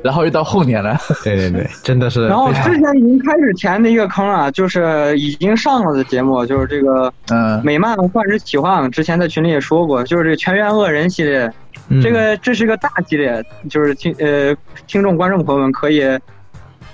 Speaker 10: 然后又到后年了。
Speaker 6: 对对对，真的是
Speaker 19: 呃然后之前已经开始填的一个坑啊，就是已经上了的节目，就是这个
Speaker 10: 嗯
Speaker 19: 美漫《幻之奇幻》，之前在群里也说过，就是这个全员恶人系列，
Speaker 10: 嗯
Speaker 19: 这个这是个大系列，就是听呃听众观众朋友们可以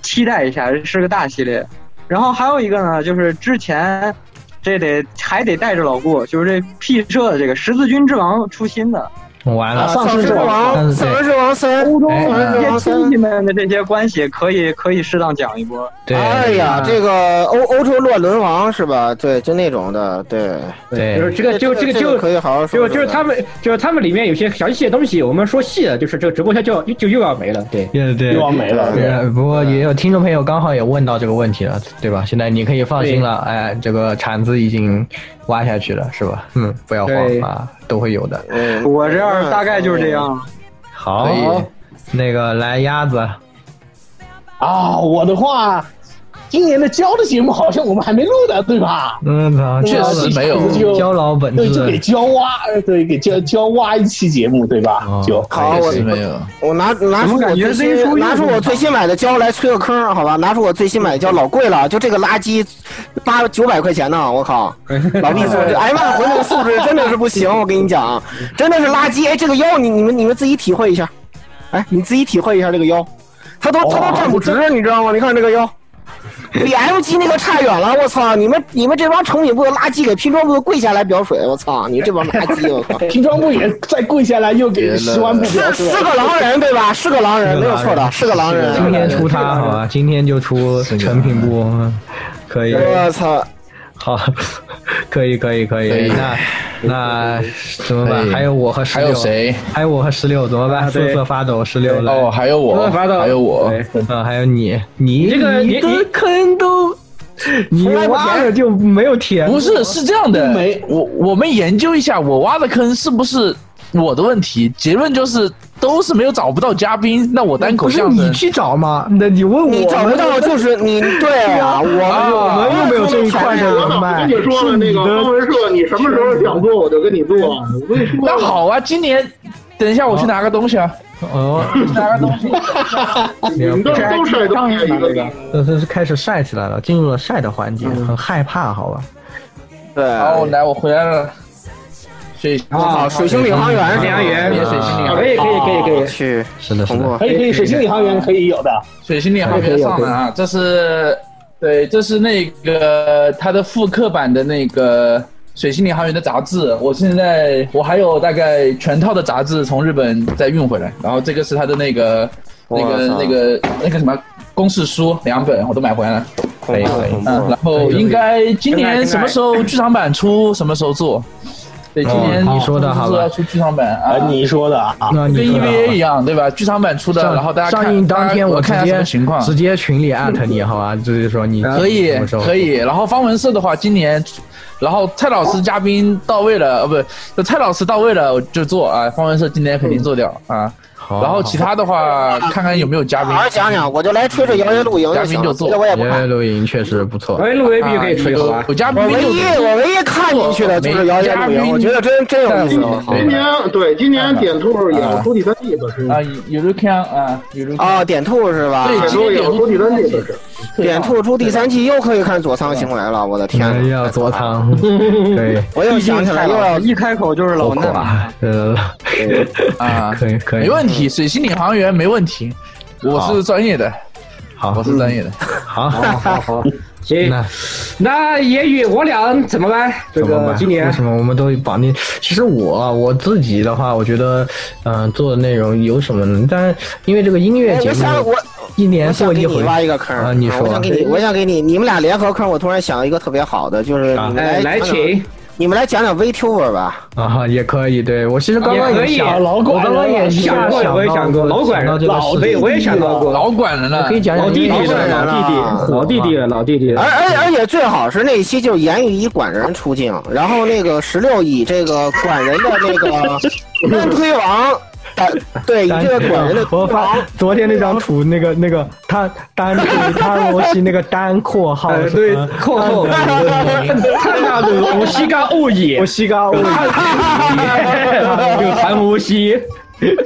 Speaker 19: 期待一下，是个大系列。然后还有一个呢，就是之前这得还得带着老顾，就是这 P 社的这个十字军之王出新的。
Speaker 10: 完
Speaker 19: 啊，
Speaker 5: 丧尸之王，丧尸之王三，
Speaker 19: 欧洲
Speaker 5: 丧尸
Speaker 19: 这
Speaker 5: 之王
Speaker 19: 些
Speaker 8: 啊
Speaker 5: 三
Speaker 19: 亲。戚们的这些关系，可以可以适当讲一波。
Speaker 5: 哎呀，这个欧欧洲乱伦王是吧？对，就那种的，对
Speaker 10: 对
Speaker 7: 就是这个就这个就
Speaker 5: 可以好好说说
Speaker 7: 就
Speaker 5: 的。
Speaker 7: 就是他们就是他们里面有些详细的东西，我们说细了，就是这个直播间就就又要没了，对，
Speaker 10: 对对，
Speaker 7: 又要没了对
Speaker 10: 对呃不过也有听众朋友刚好也问到这个问题了，对吧？现在你可以放心了，哎，这个铲子已经挖下去了，是吧？ (laughs) 嗯，不要
Speaker 19: 对
Speaker 10: 慌啊，都会有的。
Speaker 5: 嗯
Speaker 19: 我这样大概就是这样。
Speaker 10: 好
Speaker 19: 可以
Speaker 10: 那个来鸭子，
Speaker 17: 啊，我的话，
Speaker 20: 今年的教的节目好像我们还没录呢，对吧？
Speaker 8: 嗯，操
Speaker 20: 对
Speaker 8: 确
Speaker 20: 吧
Speaker 8: 实
Speaker 20: 这
Speaker 8: 没有
Speaker 20: 下子就
Speaker 8: 教老
Speaker 7: (laughs)
Speaker 8: 本
Speaker 20: 对，就给
Speaker 8: 质。
Speaker 20: 教挖，对，给教教挖一期节目，对吧？
Speaker 8: 哦
Speaker 20: 就
Speaker 5: 好，我我拿拿出我最新拿出我最新买的胶来吹个坑，好吧？拿出我最新买的胶，老贵了，就这个垃圾，八九百块钱呢，我 (laughs) 靠！老毕素质，哎呀妈，回头素质真的是不行，我跟你讲，啊真的是垃圾。哎，这个腰，你你们你们自己体会一下，哎，你自己体会一下这个腰，他都他都站不直，哦你知道吗？你看这 (laughs) 个腰。比 M G 那个差远了，我操！你们你们这帮成品部的垃圾给拼装部的跪下来表水，我操！你这帮垃圾，我靠！
Speaker 20: 拼装部也再跪下来又给十万步
Speaker 5: 是是个狼人对吧？是个狼人，没有错的，是个狼人。
Speaker 8: 今天出他好吧，啊今天就出成品部，可以。
Speaker 5: 哎我操！
Speaker 8: 好，可以可以可以。那那怎么办？
Speaker 10: 可以
Speaker 8: 还有我和十
Speaker 10: 还
Speaker 8: 六，
Speaker 10: 有谁？
Speaker 8: 还有我和十六怎么
Speaker 7: 啊
Speaker 8: 办？瑟
Speaker 10: 对
Speaker 8: 瑟发抖，十六来。
Speaker 10: 哦，还有我，还有我，
Speaker 8: 啊，还有你，你
Speaker 10: 这个
Speaker 8: 你
Speaker 10: 你
Speaker 8: 的坑都，你挖了就没有填。
Speaker 10: 不是，是这样的，我我们研究一下，我挖的坑是不是我的问题？结论就是都是没有找不到嘉宾，那我单口
Speaker 8: 不是
Speaker 10: 相
Speaker 8: 你
Speaker 10: 声。
Speaker 8: 去找吗？那你问我们，
Speaker 10: 你找不到就是你对啊
Speaker 8: (laughs) 啊，
Speaker 10: 我
Speaker 8: 我们又没有这一块的人脉。
Speaker 21: 我跟你说了，那个
Speaker 8: 是你的
Speaker 21: 方文社，你什么时候想做我就跟你做。我跟你说，
Speaker 10: 那好啊，今年等一下我去拿个东西啊。
Speaker 8: 哦，
Speaker 10: 拿个东西。
Speaker 21: 你们都都晒东西一个个。
Speaker 8: 这这是开始晒起来了，进入了晒的环节，很害怕，好吧？
Speaker 5: 对。
Speaker 10: 哦，来，我回来了。水
Speaker 5: 啊水星领航员是吧领航员
Speaker 10: 也水星领航
Speaker 5: 可以
Speaker 10: 员，
Speaker 5: 可以可以可以
Speaker 10: 去，
Speaker 8: 是的，哎
Speaker 5: 是的
Speaker 20: 可以可以，水星领航员可以有的，
Speaker 10: 水星领航员上了啊，这是对，这是那个它的复刻版的那个水星领航员的杂志。我现在我还有大概全套的杂志从日本再运回来，然后这个是它的那个那个
Speaker 20: 哇塞
Speaker 10: 那个那个什么公式书两本我都买回来了。
Speaker 8: 可以可以
Speaker 10: 嗯，然后应该今年什么时候剧场版出，什么时候做？对，今年
Speaker 8: 哦你说的好
Speaker 10: 是
Speaker 8: 吧
Speaker 10: 要出剧场版啊
Speaker 20: 啊，，你说的啊，
Speaker 8: 那
Speaker 10: 跟
Speaker 8: 你说的好
Speaker 10: EVA 一样，对吧？剧场版出的，
Speaker 8: 上
Speaker 10: 然后大家看
Speaker 8: 上映当
Speaker 10: 大家
Speaker 8: 天，我直
Speaker 10: 看一下什
Speaker 8: 接
Speaker 10: 么情况，
Speaker 8: 直接群里艾特你，好吧？就是说你
Speaker 10: 可以
Speaker 8: 什么时候
Speaker 10: 可以。然后方文社的话，今年，然后蔡老师嘉宾到位了，呃，不，就蔡老师到位了我就做啊，方文社今年肯定做掉
Speaker 8: 嗯
Speaker 10: 啊。然后其他的话，看看有没有嘉宾。
Speaker 7: 啊
Speaker 5: 好好讲讲，我就来吹吹摇曳露营
Speaker 10: 嘉
Speaker 5: 就行
Speaker 10: 宾
Speaker 5: 了，
Speaker 10: 就
Speaker 5: 别
Speaker 10: 做
Speaker 5: 的我也不看。
Speaker 8: 露营确实不错。
Speaker 7: 哎，录 A B 可以吹好吧？
Speaker 10: 啊有嘉
Speaker 5: 我唯一我唯一看进去的就是摇曳露营，我觉得真真有意思。啊
Speaker 21: 今
Speaker 8: 哎
Speaker 21: 年对今年点兔也要出第三季，不是？
Speaker 10: 啊，有有看啊，有有
Speaker 5: 啊，点兔是吧？
Speaker 21: 点
Speaker 10: 啊
Speaker 21: 兔也要出第三季，不是？
Speaker 5: 点兔出第三季又可以看佐仓行来了，我的天！啊
Speaker 8: 哎呀，
Speaker 5: (laughs)
Speaker 8: 佐仓，对，
Speaker 5: 我又想起来又要
Speaker 22: 一开口就是老嫩。
Speaker 8: 呃，
Speaker 10: 啊，
Speaker 8: 可以可以，嗯
Speaker 10: 没问题，水星领航员没问题，我是专业的，
Speaker 8: 好，嗯
Speaker 10: 我是专业的，
Speaker 8: 好，
Speaker 5: (laughs)
Speaker 7: 好好好，行
Speaker 8: 那，
Speaker 7: 那言语我俩怎么办？这
Speaker 8: 怎么
Speaker 7: 个
Speaker 8: 办？
Speaker 7: 今
Speaker 8: 为
Speaker 7: 年
Speaker 8: 什么我们都绑定？其实我啊我自己的话，我觉得，嗯、做的内容有什么呢？当然，因为这个音乐节
Speaker 5: 我
Speaker 8: 目
Speaker 5: 想我
Speaker 8: 一年
Speaker 5: 我想
Speaker 8: 做
Speaker 5: 给
Speaker 8: 一
Speaker 5: 你
Speaker 8: 回
Speaker 5: 挖一个坑
Speaker 8: 啊，你说
Speaker 5: 我想给你，我想给你，你们俩联合坑，我突然想了一个特别好的，就是你们来
Speaker 8: 哎来
Speaker 5: 讲讲
Speaker 8: 请
Speaker 5: 你们来讲讲 VTuber 吧。
Speaker 8: 啊，也可以。对我其实刚刚
Speaker 7: 也可以啊
Speaker 8: 想，
Speaker 7: 老管
Speaker 8: 我刚刚
Speaker 7: 人
Speaker 8: 也
Speaker 7: 了
Speaker 8: 想
Speaker 7: 想
Speaker 8: 到
Speaker 7: 过
Speaker 8: 到
Speaker 7: 我也想过老管人
Speaker 8: 想到这个
Speaker 7: 老
Speaker 8: 事
Speaker 7: 对
Speaker 8: 情
Speaker 7: 我也想到过
Speaker 10: 老管人了，
Speaker 8: 我可以讲
Speaker 7: 老弟弟
Speaker 8: 老管
Speaker 7: 了，
Speaker 8: 人
Speaker 7: 老弟
Speaker 8: 啊
Speaker 5: 了
Speaker 7: 弟，老弟弟了，老弟弟了
Speaker 5: 而。而而且最好是那一期就是严语以管人出镜，然后那个十六以这个管人的那个
Speaker 7: (laughs)
Speaker 5: 单推王，单对以这个管
Speaker 8: (laughs)
Speaker 5: 人的推
Speaker 8: 我发
Speaker 5: 王，
Speaker 8: 昨天那张图，那个那个他单他罗西那个单括号
Speaker 7: 呃，
Speaker 8: 什么
Speaker 7: 对，括号，他妈的，我
Speaker 8: (laughs)
Speaker 7: 西嘎物也，
Speaker 8: 我西嘎物也，
Speaker 7: 就韩无锡，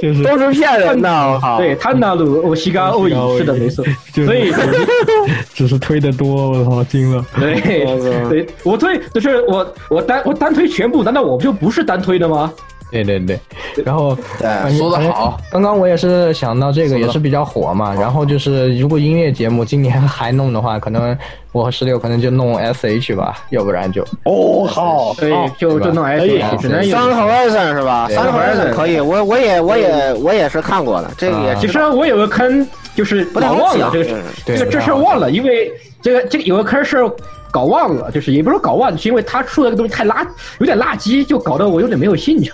Speaker 8: 就是
Speaker 5: (laughs) 都是骗人的，我靠！
Speaker 7: 对，他那鲁我西嘎物也，是的，没错，
Speaker 8: 就是
Speaker 7: 所以。
Speaker 8: (laughs) 只是推的多，我操，惊了。
Speaker 7: 对，对，我推就是我我单我单推全部，难道我就不是单推的吗？
Speaker 8: 对对对，然后反正
Speaker 10: 说得好。
Speaker 8: 刚刚我也是想到这个，
Speaker 10: 说得
Speaker 8: 也是比较火嘛。然后就是，如果音乐节目今年还弄的话，可能我和十六可能就弄 S H 吧，要不然就
Speaker 20: 哦，好，
Speaker 7: 对，就就弄
Speaker 8: 哎
Speaker 7: S 只能有。
Speaker 5: 三 horizon 是吧？
Speaker 7: 对
Speaker 5: 三 horizon
Speaker 7: Horizon 啊
Speaker 5: 可以，我我也我也我也是看过的，这个也
Speaker 7: 其
Speaker 5: 知
Speaker 7: 实
Speaker 5: 道
Speaker 7: 我有个坑，就是
Speaker 5: 太
Speaker 7: 老忘
Speaker 5: 好
Speaker 7: 了
Speaker 5: 讲
Speaker 7: 这个
Speaker 5: 嗯
Speaker 7: 这个
Speaker 8: 对
Speaker 7: 这事儿忘了，因为这个这个有个坑是搞忘了，就是也不是说搞忘，就是因为他出的这个东西太垃，有点垃圾，就搞得我有点没有兴趣。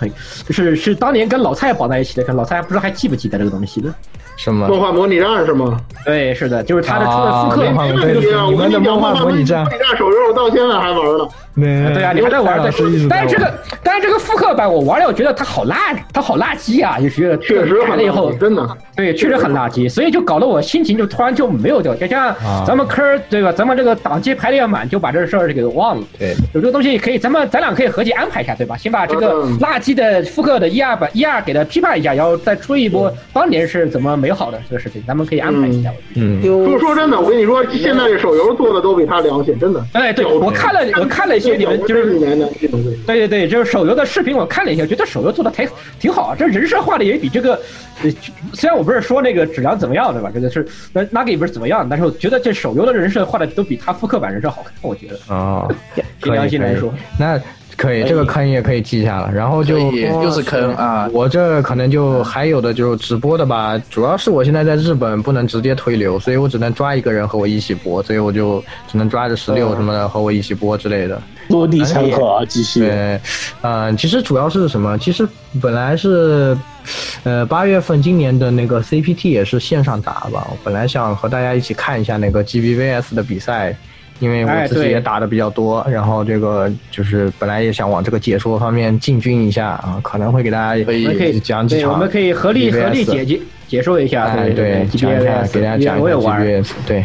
Speaker 7: 就是是当年跟老蔡绑在一起的，老蔡不知道还记不记得这个东西的。
Speaker 10: 什么
Speaker 8: 梦幻模拟战是吗？
Speaker 7: 对，是的，就是他的出的复刻。
Speaker 10: 啊
Speaker 8: 没问题啊！我
Speaker 10: 你们
Speaker 8: 跟
Speaker 10: 的
Speaker 8: 你讲，
Speaker 10: 梦幻模拟战
Speaker 8: 战模拟战手游我到现在还玩呢。
Speaker 10: 对
Speaker 7: 对啊，你还在玩
Speaker 10: 老
Speaker 7: 的
Speaker 10: 师一直，在
Speaker 7: 但是这
Speaker 10: 玩
Speaker 7: 个，但是这个复刻版我玩了，我觉得它好垃，它好垃圾啊！就是
Speaker 8: 确实很垃圾
Speaker 7: 买了以后，
Speaker 8: 真的，
Speaker 7: 对，确实很垃圾，所以就搞得我心情就突然就没有掉，就像
Speaker 10: 啊
Speaker 7: 咱们坑儿对吧？咱们这个档期排的也满，就把这事儿给忘了。
Speaker 10: 对，
Speaker 7: 有这个东西可以，咱们咱俩可以合计安排一下，对吧？先把这个
Speaker 8: 嗯
Speaker 7: 垃圾的复刻的 E 一二版一二给它批判一下，然后再出一波当年是怎么美好的这个事情，咱们可以安排一下。我觉得
Speaker 10: 嗯，
Speaker 8: 说说真的，我跟你说，现在这手游做的都比它良心，真的。
Speaker 7: 哎，对我看了，我看了一些你们就是
Speaker 8: 这几年的这种东西
Speaker 7: 对对对，就是手游的视频，我看了一下，觉得手游做的挺挺好啊。这人设画的也比这个，呃，虽然我不是说那个质量怎么样，对吧？这个是呃那那个也不是怎么样，但是我觉得这手游的人设画的都比他复刻版人设好看，我觉得。
Speaker 10: 哦，
Speaker 7: 凭
Speaker 10: 可
Speaker 7: 良
Speaker 10: 以
Speaker 7: 心
Speaker 10: 可
Speaker 7: 来
Speaker 10: 以
Speaker 7: 说，
Speaker 10: 那可以，这个坑也可以记下了。然后就哦
Speaker 18: 可以又是坑啊！
Speaker 10: 我这可能就还有的就直播的吧，主要是我现在在日本不能直接推流，所以我只能抓一个人和我一起播，所以我就只能抓着十
Speaker 18: 哦
Speaker 10: 六什么的和我一起播之类的。
Speaker 17: 落地枪和继续。
Speaker 10: 对，嗯、其实主要是什么？其实本来是，呃，八月份今年的那个 CPT 也是线上打吧。我本来想和大家一起看一下那个 GBVS 的比赛，因为
Speaker 7: 哎
Speaker 10: 我自己
Speaker 7: 对
Speaker 10: 也打的比较多，然后这个就是本来也想往这个解说方面进军一下啊，可能会给大家
Speaker 7: 我们可以
Speaker 10: 讲几
Speaker 7: 对，
Speaker 10: 场 GBVS。
Speaker 7: 我们可以合力合力解决解说一下，
Speaker 10: 哎，(laughs)
Speaker 7: 对
Speaker 10: 对，讲一下，给大家讲
Speaker 7: 我也
Speaker 10: 一下
Speaker 7: 玩
Speaker 10: GBS，对。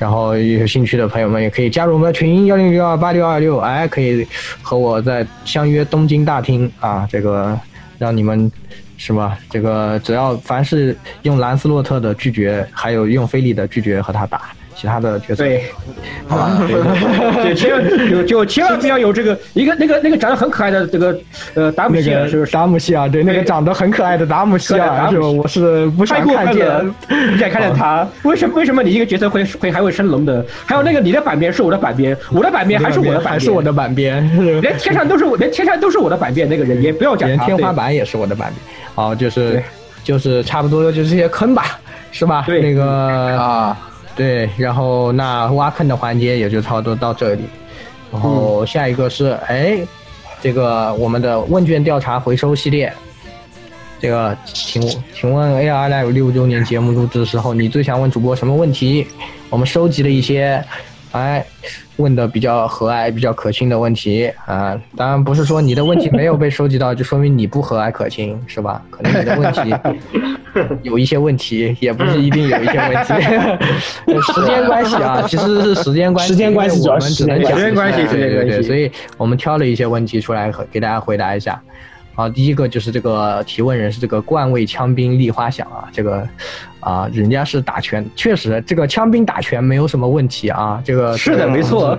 Speaker 10: 然后有兴趣的朋友们也可以加入我们的群幺零六二八六二六，哎，可以和我在相约东京大厅啊，这个让你们什么这个只要凡是用兰斯洛特的拒绝，还有用菲利的拒绝和他打，其他的角色
Speaker 7: 对，
Speaker 10: 好吧，对
Speaker 7: 对， (laughs) 千万有就千万不要有这个一个那个那个长得很可爱的这个呃达姆
Speaker 10: 那
Speaker 7: 西尔
Speaker 10: 个
Speaker 7: 是不是？
Speaker 10: 达姆西亚，对，那个长得很可爱的达姆西
Speaker 7: 可爱的
Speaker 10: 亚，
Speaker 7: 达姆
Speaker 10: 是吧我是不
Speaker 7: 太
Speaker 10: 想
Speaker 7: 过
Speaker 10: 看
Speaker 7: 分
Speaker 10: 见
Speaker 7: 了，
Speaker 10: (laughs)
Speaker 7: 不想看见他。为什么？为什么你一个角色会会还会升龙的？还有那个你的版面是我的版面，我的版面还是我的版面，
Speaker 10: 还是我的版边，
Speaker 7: 连啊天上都是我，连天上都是我的版面。那个人也不要讲
Speaker 10: 连
Speaker 7: 他
Speaker 10: 天花。板也是我的版面。好，就是就是差不多就是这些坑吧，是吧？对，那个
Speaker 18: 啊，
Speaker 10: 对，然后那挖坑的环节也就差不多到这里，然后
Speaker 7: 嗯
Speaker 10: 下一个是哎，这个我们的问卷调查回收系列。这个，请请问 AR Live 六周年节目录制的时候，你最想问主播什么问题？我们收集了一些，哎，问的比较和蔼、比较可亲的问题啊。当然不是说你的问题没有被收集到，就说明你不和蔼可亲，是吧？可能你的问题
Speaker 7: (laughs)
Speaker 10: 有一些问题，也不是一定有一些问题。呃时间关系啊，其实是时间关系，
Speaker 17: 时间关系
Speaker 10: 因为我
Speaker 17: 主要
Speaker 10: 们
Speaker 17: 是
Speaker 10: 只能讲
Speaker 7: 时间关系时间关系
Speaker 10: 对对
Speaker 7: 时间关
Speaker 10: 对，
Speaker 7: 系
Speaker 10: 所以我们挑了一些问题出来和给大家回答一下。好，啊第一个就是这个提问人是这个冠位枪兵立花响啊，这个啊、人家是打拳，确实这个枪兵打拳没有什么问题啊，这个
Speaker 7: 是的
Speaker 10: 这个
Speaker 7: 没错哎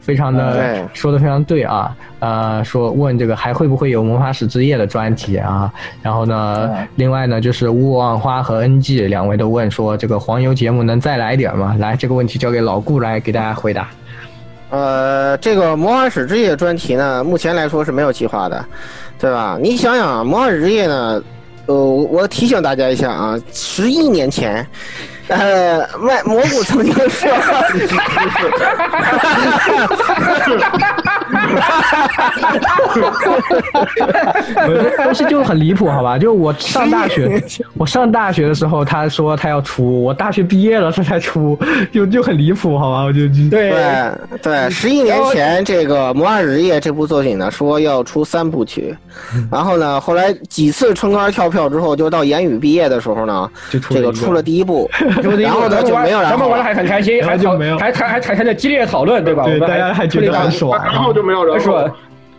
Speaker 10: 非常的
Speaker 17: 对
Speaker 10: 说的非常对啊，呃，说问这个还会不会有魔法使之夜的专题啊？然后呢，
Speaker 7: 哎
Speaker 10: 另外呢就是勿忘花和 NG 两位都问说这个黄油节目能再来一点吗？来，这个问题交给老顾来给大家回答。
Speaker 5: 呃，这个《魔法使之夜》专题呢，目前来说是没有计划的，对吧？你想想，《魔法使之夜》呢，呃，我我提醒大家一下啊，十一年前，呃，麦蘑菇曾经说，
Speaker 10: 我 (laughs) 这东西就很离谱，好吧？就我上
Speaker 17: (laughs)
Speaker 10: 大学，我上大学的时候，他说他要出，我大学毕业了他才出，就就很离谱，好吧？我就就
Speaker 5: 对 (laughs) 对，十一年前这个《魔法使之夜》这部作品呢，说要出三部曲，然后呢，后来几次撑杆跳票之后，就到言语毕业的时候呢，
Speaker 10: 就出
Speaker 5: 这
Speaker 10: 了一
Speaker 5: 个
Speaker 10: 个
Speaker 5: 出了第一部，然后呢
Speaker 7: 咱们
Speaker 5: 就
Speaker 7: 玩
Speaker 5: 没有然
Speaker 7: 咱们
Speaker 5: 后了
Speaker 7: 玩的还很开心，还就没有，还还还产生了激烈的讨论，对吧？
Speaker 10: 对
Speaker 7: 我们
Speaker 10: 大家还觉得很爽
Speaker 7: 然
Speaker 8: 后就没有
Speaker 7: 人说，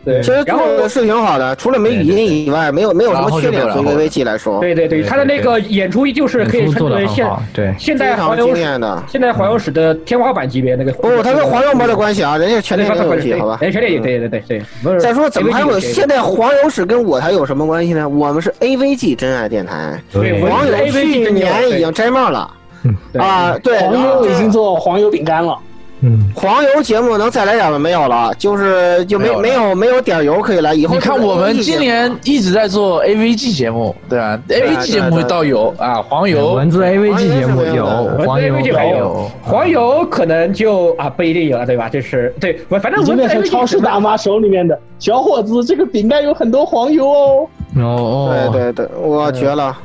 Speaker 7: 对，
Speaker 5: 其实做
Speaker 7: 然后
Speaker 5: 的是挺好的，除了没语音以外，没有没有什么缺点。作为 v 记来说，
Speaker 7: 对对对，他的那个演出就是可以称之为现
Speaker 10: 对
Speaker 7: 现代黄
Speaker 5: 非常
Speaker 7: 油
Speaker 5: 惊艳的
Speaker 7: 现代黄油史的天花板级别那个。哦
Speaker 5: 不，他跟黄油没得关系啊，人家全电影问
Speaker 8: (laughs)
Speaker 5: 题，好吧？
Speaker 7: 哎，全电影，对对对对。不是
Speaker 5: 再说怎么还有
Speaker 7: AVG
Speaker 5: 现在黄油史跟我台有什么关系呢？我们是 AVG 真爱电台，
Speaker 7: 对
Speaker 5: 黄
Speaker 7: 我
Speaker 5: 油
Speaker 7: 们是
Speaker 10: 嗯
Speaker 7: AVG
Speaker 5: 去年已经摘帽了。啊，对，
Speaker 17: 黄油已经做黄油饼干了。
Speaker 5: 嗯，黄油节目能再来点吗？没有了，就是就没
Speaker 18: 没有了
Speaker 5: 没有没有点油可以来。以后
Speaker 18: 你看
Speaker 5: 就是
Speaker 18: 我们
Speaker 5: AVG
Speaker 18: 今年一直在做 AVG 节目，对吧
Speaker 5: 啊对啊
Speaker 18: ？AVG 节目
Speaker 5: 对啊
Speaker 18: 会倒有啊，黄
Speaker 17: 哎
Speaker 18: 油
Speaker 10: 文字 AVG 节目有，
Speaker 7: 文
Speaker 10: 黄
Speaker 7: 字
Speaker 10: 油
Speaker 7: AVG 还有，黄油可能就啊不一定有了，对吧？这是对，我反正
Speaker 17: 已经
Speaker 7: 文字
Speaker 17: 变成
Speaker 7: AVG
Speaker 17: 超市大妈手里面的小伙子，这个饼干有很多黄油哦。
Speaker 10: 哦哦，
Speaker 5: 对对对，我绝了。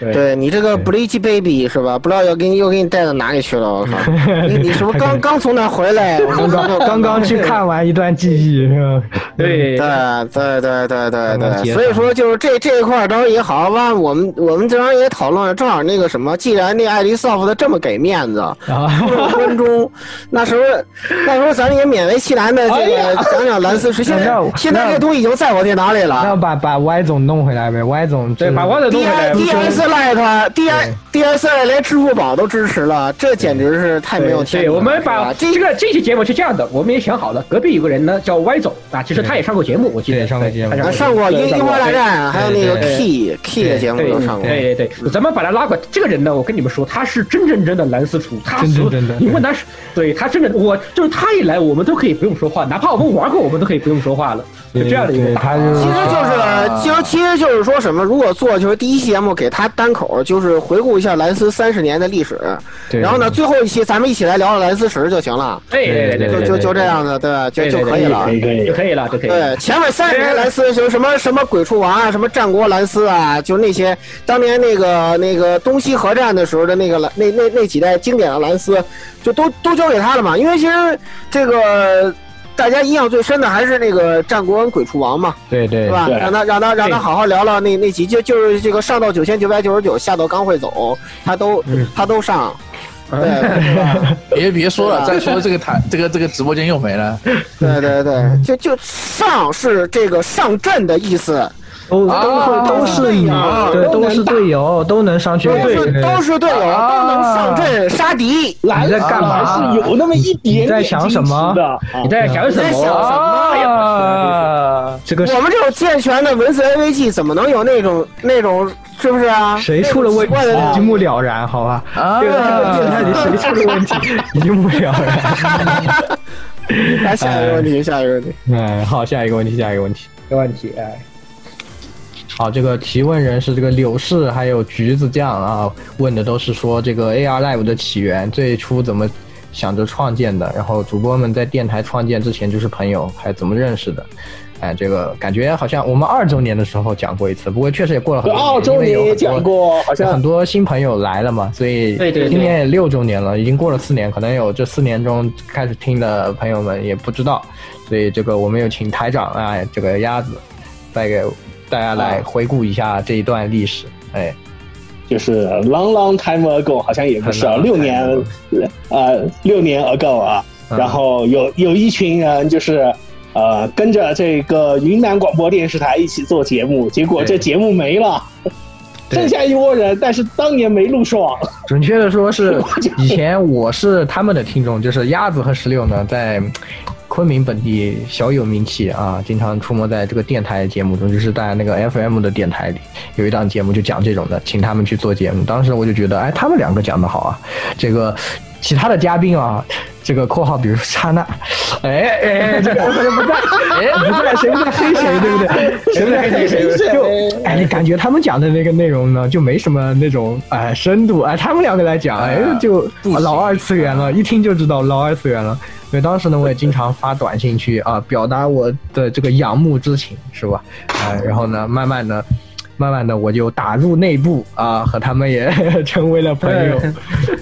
Speaker 7: 对
Speaker 5: 你这个 Bleach Baby 是吧？不知道要给你又给你带到哪里去了，
Speaker 10: (laughs)
Speaker 5: 我靠！你你是不是刚刚从那儿回来？我
Speaker 10: 刚刚刚刚去看完一段记忆，是吧？
Speaker 7: 对
Speaker 5: 对对对对
Speaker 10: 刚接
Speaker 5: 对，
Speaker 10: 上
Speaker 5: 所以说就是这这一块儿当时也好好吧，我们我们这边也讨论了，正好那个什么，既然那艾丽萨夫的这么给面子，
Speaker 10: (laughs)
Speaker 5: 六分钟，那时候那时候咱也勉为其难的
Speaker 10: 哎
Speaker 5: 这个讲讲蓝思石，现在现在这东西已经在我电脑里了。
Speaker 10: 那把把 Y 总弄回来呗，Y 总对，
Speaker 17: 嗯
Speaker 7: 把 Y 总
Speaker 5: D I D S Lite D I D S Lite 连支付宝都支持了，这简直是太没有天理
Speaker 7: 对，
Speaker 5: 了。
Speaker 7: 我们把
Speaker 5: 是吧
Speaker 7: 这个这期节目是这样的，我们也想好了。隔壁有个人呢叫 Y 总啊，其实他也上过节目，我记得上过节
Speaker 5: 目啊上过樱樱花大战还有那个 Key Key 的节目都上过
Speaker 7: 对对对，咱们把他拉过来。这个人呢，我跟你们说，他是真正真的蓝丝厨，他
Speaker 10: 真真
Speaker 7: 所有
Speaker 10: 真的
Speaker 7: 你问他是，对他真的，我就是他一来，我们都可以不用说话，哪怕我们玩过，我们都可以不用说话了。就这样的一个大佬，
Speaker 5: 其实就是，其实其实就是说什么？如果做就是第一期节目给他单口，就是回顾一下蓝斯三十年的历史，
Speaker 10: 对
Speaker 5: 然后呢，最后一期咱们一起来聊聊蓝斯石就行了。
Speaker 7: 对对对对
Speaker 5: 就就就这样的，对吧，就
Speaker 7: 对
Speaker 5: 就
Speaker 7: 对对
Speaker 5: 可以了。
Speaker 7: 就可以了，就可以了。
Speaker 5: 对，前面三十年蓝斯就是什么什么鬼畜王啊，什么战国蓝斯啊，就那些当年那个那个东西合战的时候的那个蓝那那那几代经典的蓝斯，就都都交给他了嘛。因为其实这个大家印象最深的还是那个战国跟鬼畜王嘛，
Speaker 10: 对对
Speaker 5: 是吧？让他让他让他好好聊聊那那集，就就是这个上到九千九百九十九，下到刚会走，他都
Speaker 10: 嗯
Speaker 5: 他都上。
Speaker 10: (laughs)
Speaker 5: 对对吧
Speaker 18: 别别说了，
Speaker 5: 对啊
Speaker 18: 再说这个台这个这个直播间又没了。
Speaker 5: 对对对，就就上是这个上阵的意思。
Speaker 10: 都都会啊都是
Speaker 5: 一
Speaker 10: 你
Speaker 5: 样，，
Speaker 10: 对，都是队友，都能上去，
Speaker 5: 都是都是队友，都能上阵杀敌。
Speaker 10: 你在干嘛？你在想什么？
Speaker 7: 你在想什么？
Speaker 5: 你在想什么
Speaker 7: 哎呀
Speaker 10: 这个
Speaker 5: 我们这种健全的文字 AVG 怎么能有那种那种是不是啊？
Speaker 10: 谁出了问题一目了然，好吧？
Speaker 5: 啊
Speaker 10: 这个电台里谁出了问题一目了然。
Speaker 5: 来下一个问题，下一个问题。
Speaker 10: (laughs) 嗯，好，下一个问题，下一个问题。
Speaker 7: 没问题，哎。
Speaker 10: 好，这个提问人是这个柳氏还有橘子酱啊，问的都是说这个 AR Live 的起源，最初怎么想着创建的，然后主播们在电台创建之前就是朋友，还怎么认识的？哎，这个感觉好像我们二周年的时候讲过一次，不过确实也过了很多年，
Speaker 17: 二周年也讲过好像
Speaker 10: 有很多新朋友来了嘛，所以
Speaker 17: 对对对
Speaker 10: 今年也六周年了，已经过了四年，可能有这四年中开始听的朋友们也不知道，所以这个我们有请台长啊，哎这个鸭子，带给大家
Speaker 17: 啊
Speaker 10: 来回顾一下这一段历史。哎，
Speaker 17: 就是呃 long long time ago，好像也不是啊，
Speaker 10: 很 long
Speaker 17: 六年，呃，六年 ago 啊。
Speaker 10: 嗯
Speaker 17: 然后有有一群人就是，呃，跟着这个云南广播电视台一起做节目，结果这
Speaker 10: 对
Speaker 17: 节目没了， (laughs) 剩下一窝人，但是当年没录爽。
Speaker 10: 准确的说是以前我是他们的听众，就是鸭子和石榴呢，在昆明本地小有名气啊，经常出没在这个电台节目中，就是在那个 FM 的电台里有一档节目就讲这种的，请他们去做节目。当时我就觉得，哎，他们两个讲的好啊，这个。其他的嘉宾啊，这个括号，比如说刹那，哎哎，这个我可能不在，哎不在，谁在黑谁，对不对？谁在黑谁？就哎，感觉他们讲的那个内容呢，就没什么那种哎深度，哎，他们两个来讲，哎就老二次元了，一听就知道老二次元了。所以当时呢，我也经常发短信去啊，表达我的这个仰慕之情，是吧？哎，然后呢，慢慢的。慢慢的，我就打入内部啊，和他们也 (laughs) 成为了朋友，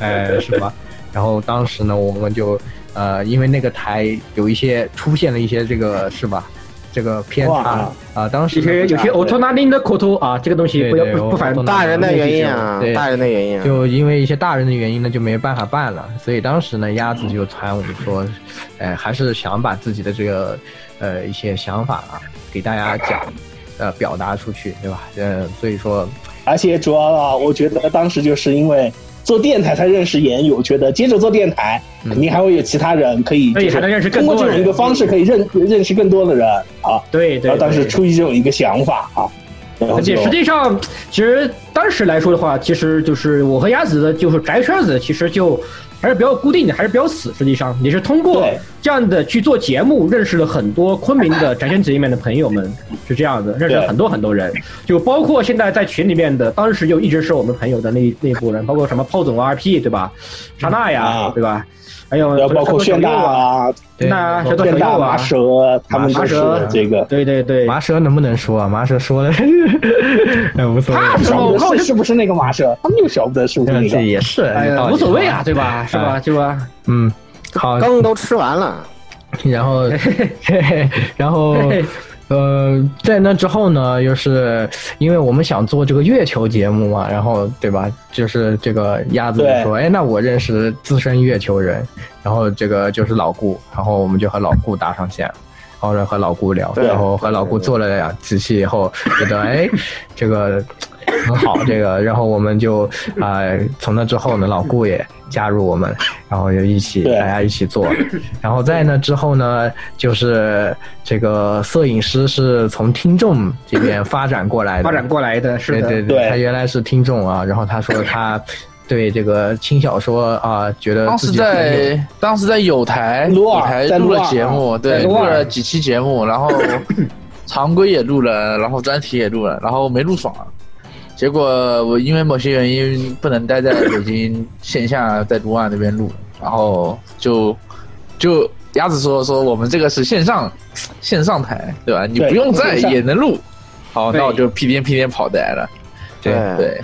Speaker 10: 哎，是吧？然后当时呢，我们就呃，因为那个台有一些出现了一些这个是吧，这个偏
Speaker 7: 哇
Speaker 10: 差啊，当时
Speaker 7: 有
Speaker 10: 呢
Speaker 7: 些有些欧
Speaker 10: 对
Speaker 7: 托纳林的口头啊，这个东西不要
Speaker 10: 对
Speaker 7: 不
Speaker 10: 对
Speaker 7: 不反
Speaker 10: 我
Speaker 5: 大人的原因啊
Speaker 10: 对
Speaker 5: 大人的原因啊
Speaker 10: 就因为一些大人的原因呢，就没办法办了。所以当时呢，鸭子就传我们说，呃，还是想把自己的这个呃一些想法啊，给大家讲，呃，表达出去，对吧？呃，所以说，
Speaker 17: 而且主要啊，我觉得当时就是因为做电台才认识言语，我觉得接着做电台，肯定还会有其他人可以，
Speaker 7: 所以
Speaker 17: 就是
Speaker 7: 嗯还能认识更
Speaker 17: 通过
Speaker 7: 多
Speaker 17: 这种
Speaker 7: 人
Speaker 17: 一个方式可以认认识更多的人啊。
Speaker 7: 对对
Speaker 17: 然后当时
Speaker 7: 对
Speaker 17: 出于这种一个想法啊，然后
Speaker 7: 而且
Speaker 17: 就
Speaker 7: 实际上，其实当时来说的话，其实就是我和鸭子的，就是宅圈子，其实就
Speaker 23: 还是比较固定的，还是比较死。实际上也是通过这样的去做节目，认识了很多昆明的宅圈子里面的朋友们，是这样的，认识了很多很多人，就包括现在在群里面的，当时就一直是我们朋友的那那波人，包括什么炮总 RP 对吧，刹那呀对吧，还
Speaker 24: 呃
Speaker 23: 有
Speaker 7: 嗯啊包括炫大啊，
Speaker 23: 那
Speaker 7: 炫大
Speaker 23: 啊，
Speaker 7: 麻蛇他们都是这个，
Speaker 23: 对对对，
Speaker 10: 麻蛇能不能说啊？麻蛇说了， (laughs) 哎无所谓，
Speaker 7: 我靠，是不是那个麻蛇？他们又晓不得是不是那个，
Speaker 10: 也是，
Speaker 23: 哎呀，无所谓啊，对吧？是吧？是吧？
Speaker 10: 哎嗯，好，
Speaker 5: 刚都吃完了，
Speaker 23: (laughs)
Speaker 10: 然后，然后。呃，在那之后呢，又是因为我们想做这个月球节目嘛，然后对吧？就是这个鸭子说，哎，那我认识资深月球人，然后这个就是老顾，然后我们就和老顾搭上线，然后和老顾聊，然后和老顾做了两几期以后，觉得哎，这个很好，这个，然后我们就啊、呃，从那之后呢，老顾也加入我们，然后就一起大家一
Speaker 23: (laughs)
Speaker 10: 起做，然后在那之后呢，就是这个摄影师是从听众这边发展过来的，
Speaker 23: 发展过来的，是
Speaker 10: 的，对对对，他原来是听众啊，然后他说他对这个轻小说啊、呃，觉得
Speaker 24: 当时在当时在有台有台录了节目，对，
Speaker 7: 录
Speaker 24: 了几期节目，
Speaker 23: (laughs)
Speaker 24: 然后常规也录了，然后专题也录了，然后没录爽。结果我因为某些原因不能待在北
Speaker 23: (laughs)
Speaker 24: 京线下，在卢瓦那边录，然后就就鸭子说说我们这个是线上线上台，对吧？你不用在也能录。好，那我就屁颠屁颠跑来了。对对，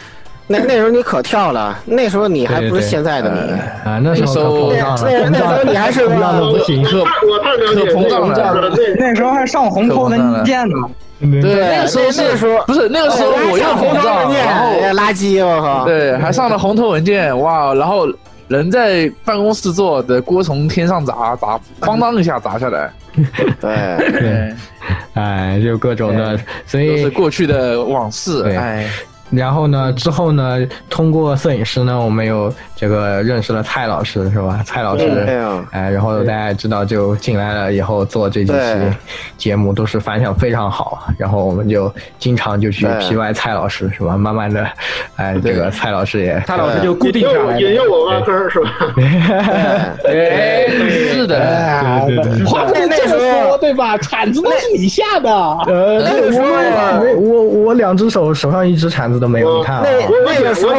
Speaker 5: 那那时候你可跳了，那时候你还不是现在的
Speaker 10: 你啊，那
Speaker 24: 时候
Speaker 5: 那那时候你还是
Speaker 10: 膨胀的不行，
Speaker 24: 可可膨胀了，
Speaker 6: 那时候还上红头文件呢。
Speaker 24: 对，那个时候
Speaker 5: 那个时候
Speaker 24: 不是那个时候，我又
Speaker 5: 红
Speaker 24: 头
Speaker 5: 文件，哎垃圾，我靠！
Speaker 24: 对，还上了红头文件，哇！然后人在办公室坐的锅从天上砸砸，哐当一下砸下来。(laughs)
Speaker 5: 对
Speaker 24: 对，
Speaker 10: 哎，就各种的，所以
Speaker 24: 是过去的往事。哎，
Speaker 10: 然后呢，之后呢，通过摄影师呢，我们有这个认识了蔡老师，是吧？蔡老师，哎，然后大家知道就进来了以后做这几期节目都是反响非常好，然后我们就经常就去 P Y 蔡老师，是吧？慢慢的，哎，这个蔡老师也，
Speaker 23: 蔡老师就固定下来，
Speaker 8: 引诱我挖坑是吧？
Speaker 24: 哎，是的，
Speaker 10: 对对对，
Speaker 7: 话不能这么说，对吧？铲子都是你下的，
Speaker 24: (laughs)
Speaker 10: 呃，
Speaker 7: 哎
Speaker 10: 我我我两只手手上一只铲子。都没有看啊
Speaker 5: 那那个时候，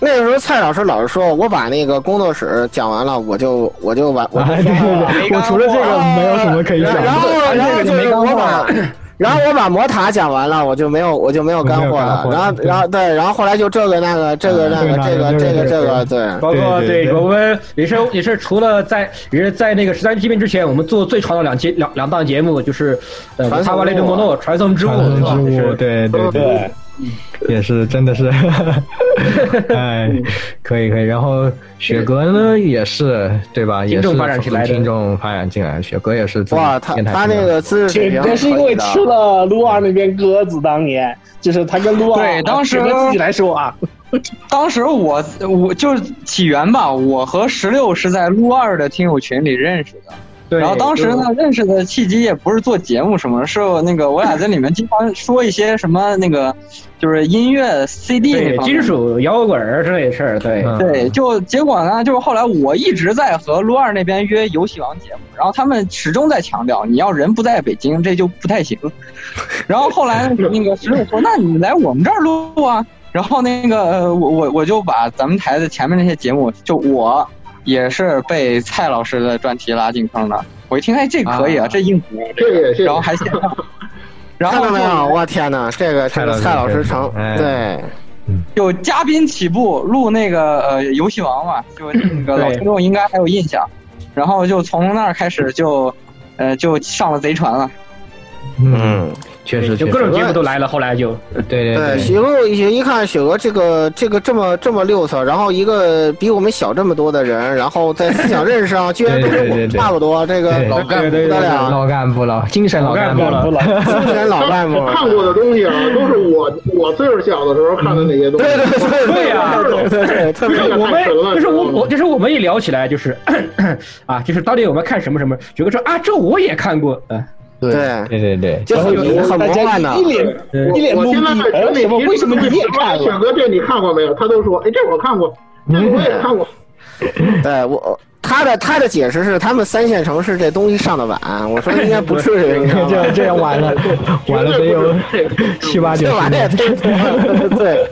Speaker 5: 那个时候蔡老师老是说，我把那个工作室讲完了，我就我就完，我
Speaker 10: 我除了这个没有什么可以讲。
Speaker 5: 然后然后就是我把，然后我把魔塔讲完了，我就没有我就没有干货了。然后然后对，然后后来就这个那个这个那个这个这个这个对，
Speaker 23: 包括对我们也是也是除了在也是在那个十三期面之前，我们做最长的两期两两档节目就是呃《帕瓦雷德
Speaker 2: 啊
Speaker 23: 摩诺》《传送之物》
Speaker 10: 之物，对对对。也是，真的是 (laughs) 哎，可以可以。然后雪哥呢，也是对吧？也
Speaker 23: 听
Speaker 10: 是
Speaker 23: 众发展起来的，
Speaker 10: 听众发展进来。雪哥也是
Speaker 5: 哇，他他那个姿势，
Speaker 7: 雪哥是因为吃了撸二那边鸽子，当年就是他跟撸二
Speaker 6: 对，当时
Speaker 7: 自己来说啊。
Speaker 6: 当时我我就是起源吧，我和石榴是在撸二的听友群里认识的。然后当时呢，认识的契机也不是做节目什么，是那个我俩在里面经常说一些什么那个，就是音乐 CD 那方
Speaker 23: 金属摇滚之类的事儿。对、
Speaker 6: 嗯、
Speaker 10: (laughs)
Speaker 6: 对，就结果呢，就是后来我一直在和撸二那边约游戏王节目，然后他们始终在强调，你要人不在北京这就不太行。然后后来那个石榴说：“那你来我们这儿录啊。”然后那个我我我就把咱们台的前面那些节目，就我。也是被蔡老师的专题拉进坑的。我一听，哎，这可以啊，这硬核，这个，然后还线上，然后
Speaker 5: 看到没有？我天哪，这个这个蔡老师哎成对，
Speaker 6: 有嘉宾起步录那个呃游戏王嘛，就那
Speaker 7: (clears throat)
Speaker 6: 个老听众应该还有印象。然后就从那儿开始就，呃，就上了贼船了。
Speaker 10: 嗯，确实，
Speaker 23: 就各种节目都来了，后来就
Speaker 10: 对对
Speaker 5: 对，雪哥一看雪哥这个这个这么这么溜索，然后一个比我们小这么多的人，然后在思想认识上居然跟我们差不多，这个
Speaker 24: 老干部
Speaker 5: 得了，
Speaker 10: 老干部了，精神老干部了，
Speaker 5: 精神老干部。
Speaker 8: 看过的东西啊，都是我我岁数小的时候看的那些东西。
Speaker 5: 对对
Speaker 23: 对
Speaker 5: 呀，对对，特别
Speaker 23: 我们就是我我就是我们一聊起来就是啊，就是到底我们看什么什么，雪哥说啊，这我也看过，嗯。
Speaker 5: 对
Speaker 10: 对对对，
Speaker 5: 就很很
Speaker 7: 大
Speaker 5: 魔幻
Speaker 7: 的，一脸一脸懵逼。哎，为什么为什么你也看了？
Speaker 8: 选哥这你看过没有？他都说，哎，这我看过，这我也看过。
Speaker 5: 对我他的他的解释是，他们三线城市这东西上的晚，我说应该不至于，你知道吗
Speaker 10: 这这样晚了，晚了得有七八九
Speaker 5: 这玩意儿
Speaker 10: 十
Speaker 5: 也
Speaker 10: 年。
Speaker 5: 太对，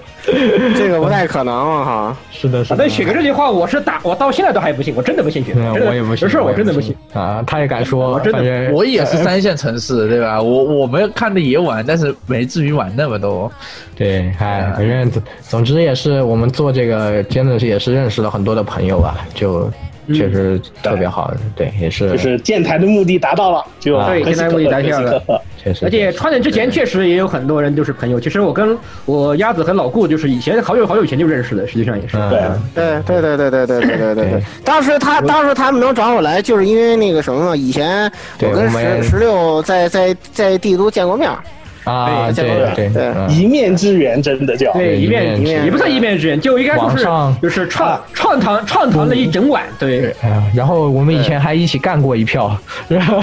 Speaker 5: 这个不太可能啊哈。
Speaker 10: 是的，是
Speaker 8: 啊，
Speaker 10: 的
Speaker 8: 对，。雪哥这句话我是打，我到现在都还不信，我真的不信雪哥，
Speaker 10: 嗯
Speaker 8: 真的
Speaker 10: 我也不信
Speaker 8: 有事儿
Speaker 10: 我
Speaker 8: 我
Speaker 10: 也
Speaker 8: 真的
Speaker 10: 不
Speaker 8: 不
Speaker 10: 信
Speaker 8: 信
Speaker 10: 啊，他也敢说，
Speaker 8: 真的
Speaker 10: 反
Speaker 2: (laughs)
Speaker 10: 正
Speaker 2: 我也是三线城市，对吧？我我们看的也晚，但是没至于晚那么多。
Speaker 10: 对，哎，反正总总之也是我们做这个，真的是也是认识了很多的朋友啊，就确实特别好，对，也是
Speaker 7: 就是建台的目的达到了，就
Speaker 10: 啊对
Speaker 7: 很可喜
Speaker 8: 建台目的
Speaker 7: 可
Speaker 8: 达到
Speaker 7: 喜
Speaker 8: 了
Speaker 7: 可贺
Speaker 10: 确实
Speaker 8: 而且创建之前确实也有很多人就是朋友，其实我跟我鸭子和老顾就是以前好久好久以前就认识的，实际上也是。
Speaker 10: 嗯
Speaker 5: 对
Speaker 10: 啊
Speaker 5: 对对对对对对对对对对。当时他当时他们能找我来，就是因为那个什么嘛，以前我
Speaker 10: 对
Speaker 5: 跟
Speaker 10: 我们
Speaker 5: 十十六在在在帝都见过面儿。
Speaker 10: 啊，
Speaker 5: 对
Speaker 10: 对对
Speaker 5: 对
Speaker 10: 嗯
Speaker 7: (laughs) 一面之缘，真的叫
Speaker 8: 对，一面之缘也不算一面之缘，就应该说
Speaker 10: 网
Speaker 8: 是
Speaker 10: 上
Speaker 8: 就是串串堂串堂了一整晚，对。
Speaker 10: 啊，然后我们以前还一起干过一票， (laughs) 然后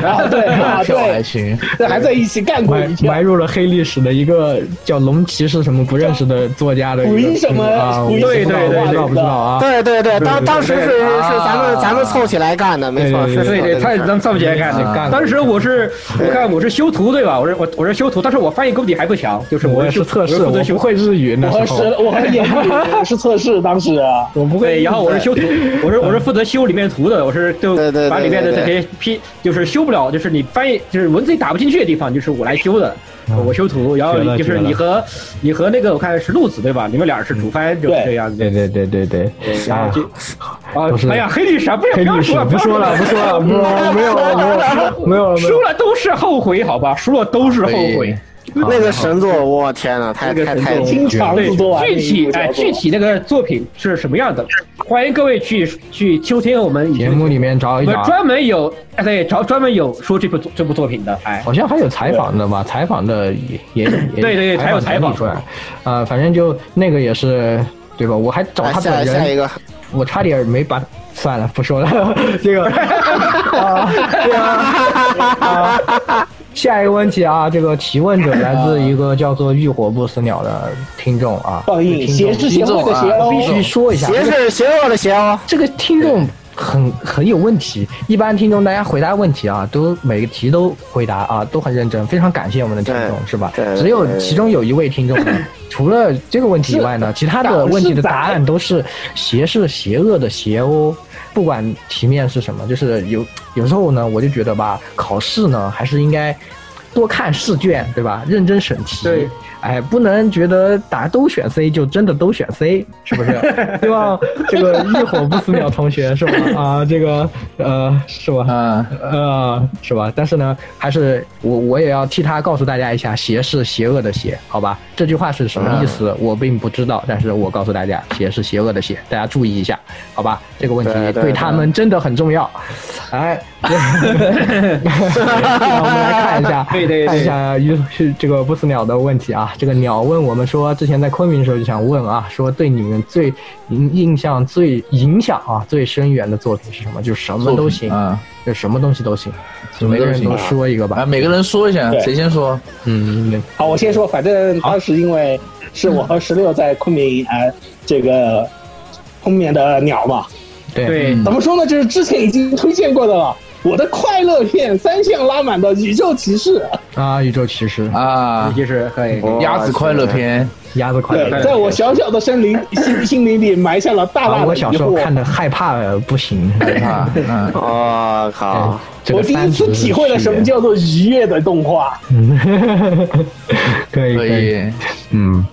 Speaker 7: 然后对啊
Speaker 10: 票
Speaker 7: 对
Speaker 10: 还行，
Speaker 7: 对， (laughs) 还在一起干过
Speaker 10: 埋
Speaker 7: 一票。
Speaker 10: 埋入了黑历史的一个叫龙骑士什么不认识的作家的一个
Speaker 7: 鬼什么
Speaker 10: 啊，我
Speaker 7: 鬼
Speaker 10: 不知道
Speaker 7: 什
Speaker 10: 我
Speaker 7: 么
Speaker 10: 不知道不知道啊，
Speaker 5: 对对对，当当时是是是咱们
Speaker 10: 啊
Speaker 5: 咱们凑起来干的，啊没错，是
Speaker 8: 对对，他也咱们上不起来干的。当时我是，我看我是修图对吧？我是我我是修图，但是我翻译功底还不强，就是
Speaker 10: 我也
Speaker 8: 是
Speaker 10: 是测试，
Speaker 8: 我
Speaker 10: 我
Speaker 8: 是
Speaker 10: 不会日语那
Speaker 7: (laughs) 我
Speaker 10: 时
Speaker 7: 是
Speaker 10: 候，
Speaker 7: 我和演我是测试当时
Speaker 10: (laughs)
Speaker 7: 啊，
Speaker 10: 我不
Speaker 8: 对，然后我是修
Speaker 10: (laughs)
Speaker 8: 图，我是我是负责修里面图的，我是就
Speaker 5: 对
Speaker 8: 把里面的
Speaker 5: 对
Speaker 8: 这
Speaker 5: 对
Speaker 8: 些批，就是修不了，就是你翻译就是文字打不进去的地方，就是我来修的，我修图，然后
Speaker 10: 啊学了
Speaker 8: 就
Speaker 10: 学
Speaker 8: 是
Speaker 10: 了
Speaker 8: 你和你和那个我看是路子对吧？你们俩是主翻就是这样子。
Speaker 10: 嗯对对对对对，
Speaker 8: 然后就啊
Speaker 10: 都是，
Speaker 8: 哎呀，黑历史啊，不要不
Speaker 10: 黑
Speaker 8: 要
Speaker 10: 历史
Speaker 8: 说了，
Speaker 10: 不说了不说了，不说了，没有了没有了没有了没有
Speaker 8: 输了都是后悔，好吧，输了都是后悔。
Speaker 5: 那个神作，我天呐，太
Speaker 8: 那个
Speaker 5: 太
Speaker 8: 程
Speaker 5: 太
Speaker 8: 度对具体哎，具体那个作品是什么样的？欢迎各位去去收听我们以
Speaker 10: 节
Speaker 8: 前
Speaker 10: 目里面找
Speaker 8: 我
Speaker 10: 一
Speaker 8: 们
Speaker 10: 找，啊
Speaker 8: 专门有哎对，找专门有说这部作这部作品的哎，
Speaker 10: 好像还有采访的吧？采访的也也
Speaker 8: (coughs)
Speaker 10: 也
Speaker 8: 对对对还有采访
Speaker 10: 整理出来，啊，反正就那个也是对吧？我还找他
Speaker 5: 下
Speaker 10: 本
Speaker 8: 啊
Speaker 5: 下一
Speaker 10: 人，
Speaker 5: 个，
Speaker 10: 我差点没把。算了，不说了。 (laughs) 这
Speaker 8: (laughs)
Speaker 10: 个啊，对啊，啊下一个问题啊，这个提问者来自一个叫做“浴火不死鸟”的听众啊，
Speaker 7: 报应
Speaker 10: 听
Speaker 7: 邪
Speaker 10: 众
Speaker 7: 是邪恶的邪哦
Speaker 10: 必须说一下，
Speaker 5: 邪是邪恶的邪哦。
Speaker 10: 这个听众很很有问题。一般听众大家回答问题啊，都每个题都回答啊，都很认真，非常感谢我们的听众，是吧？
Speaker 5: 对
Speaker 10: 只有其中有一位听众呢，除了这个问题以外呢，其他的问题的答案都是邪是邪恶的邪哦。不管题面是什么，就是有有时候呢，我就觉得吧，考试呢还是应该多看试卷，对吧？认真审题。
Speaker 8: 对。
Speaker 10: 哎，不能觉得大家都选 C 就真的都选 C，是不是？对吧？这个一火不死鸟同学是吧？啊，这个呃是吧？
Speaker 2: 啊
Speaker 10: (laughs) 呃是吧？但是呢，还是我我也要替他告诉大家一下，邪是邪恶的邪，好吧？这句话是什么意思？我并不知道，但是我告诉大家，邪是邪恶的邪，大家注意一下，好吧？这个问题
Speaker 5: 对对
Speaker 10: 对他们真的很重要。哎， (laughs) 让我们来看一下，
Speaker 8: 对对对
Speaker 10: 看一下于是这个不死鸟的问题啊。这个鸟问我们说，之前在昆明的时候就想问啊，说对你们最印印象最影响啊最深远的作品是什么？就是什么都行，
Speaker 2: 啊，
Speaker 10: 就什么东西都行，
Speaker 2: 什么
Speaker 10: 每
Speaker 2: 都行
Speaker 10: 个人都说一个吧
Speaker 2: 啊，。每个人说一下，
Speaker 7: 对
Speaker 2: 谁先说？
Speaker 10: 嗯，
Speaker 7: 好，我先说，反正当时因为是我和十六在昆明啊、呃这个昆明的鸟嘛，
Speaker 10: 对嗯
Speaker 8: 对
Speaker 7: 怎么说呢？就是之前已经推荐过的了，我的快乐片三项拉满的《宇宙骑士》。
Speaker 10: 啊，宇宙骑士，
Speaker 2: 啊，
Speaker 8: 其实可以。
Speaker 2: 鸭子快乐篇，
Speaker 10: 鸭子快
Speaker 7: 对，
Speaker 10: 乐。
Speaker 7: 在我小小的森林心心灵里埋下了大
Speaker 10: 哎啊，
Speaker 7: 大
Speaker 10: 我
Speaker 7: 的疑
Speaker 10: 小时候看
Speaker 7: 惑。
Speaker 10: 的害怕呃不行，害怕。 (laughs) 嗯，
Speaker 5: 我靠！
Speaker 10: 这个
Speaker 7: 我第一次
Speaker 10: 30
Speaker 7: 体会了什么叫做愉悦的动画。
Speaker 10: 嗯，可以
Speaker 2: 可
Speaker 10: 可以，
Speaker 2: 以，
Speaker 10: 嗯。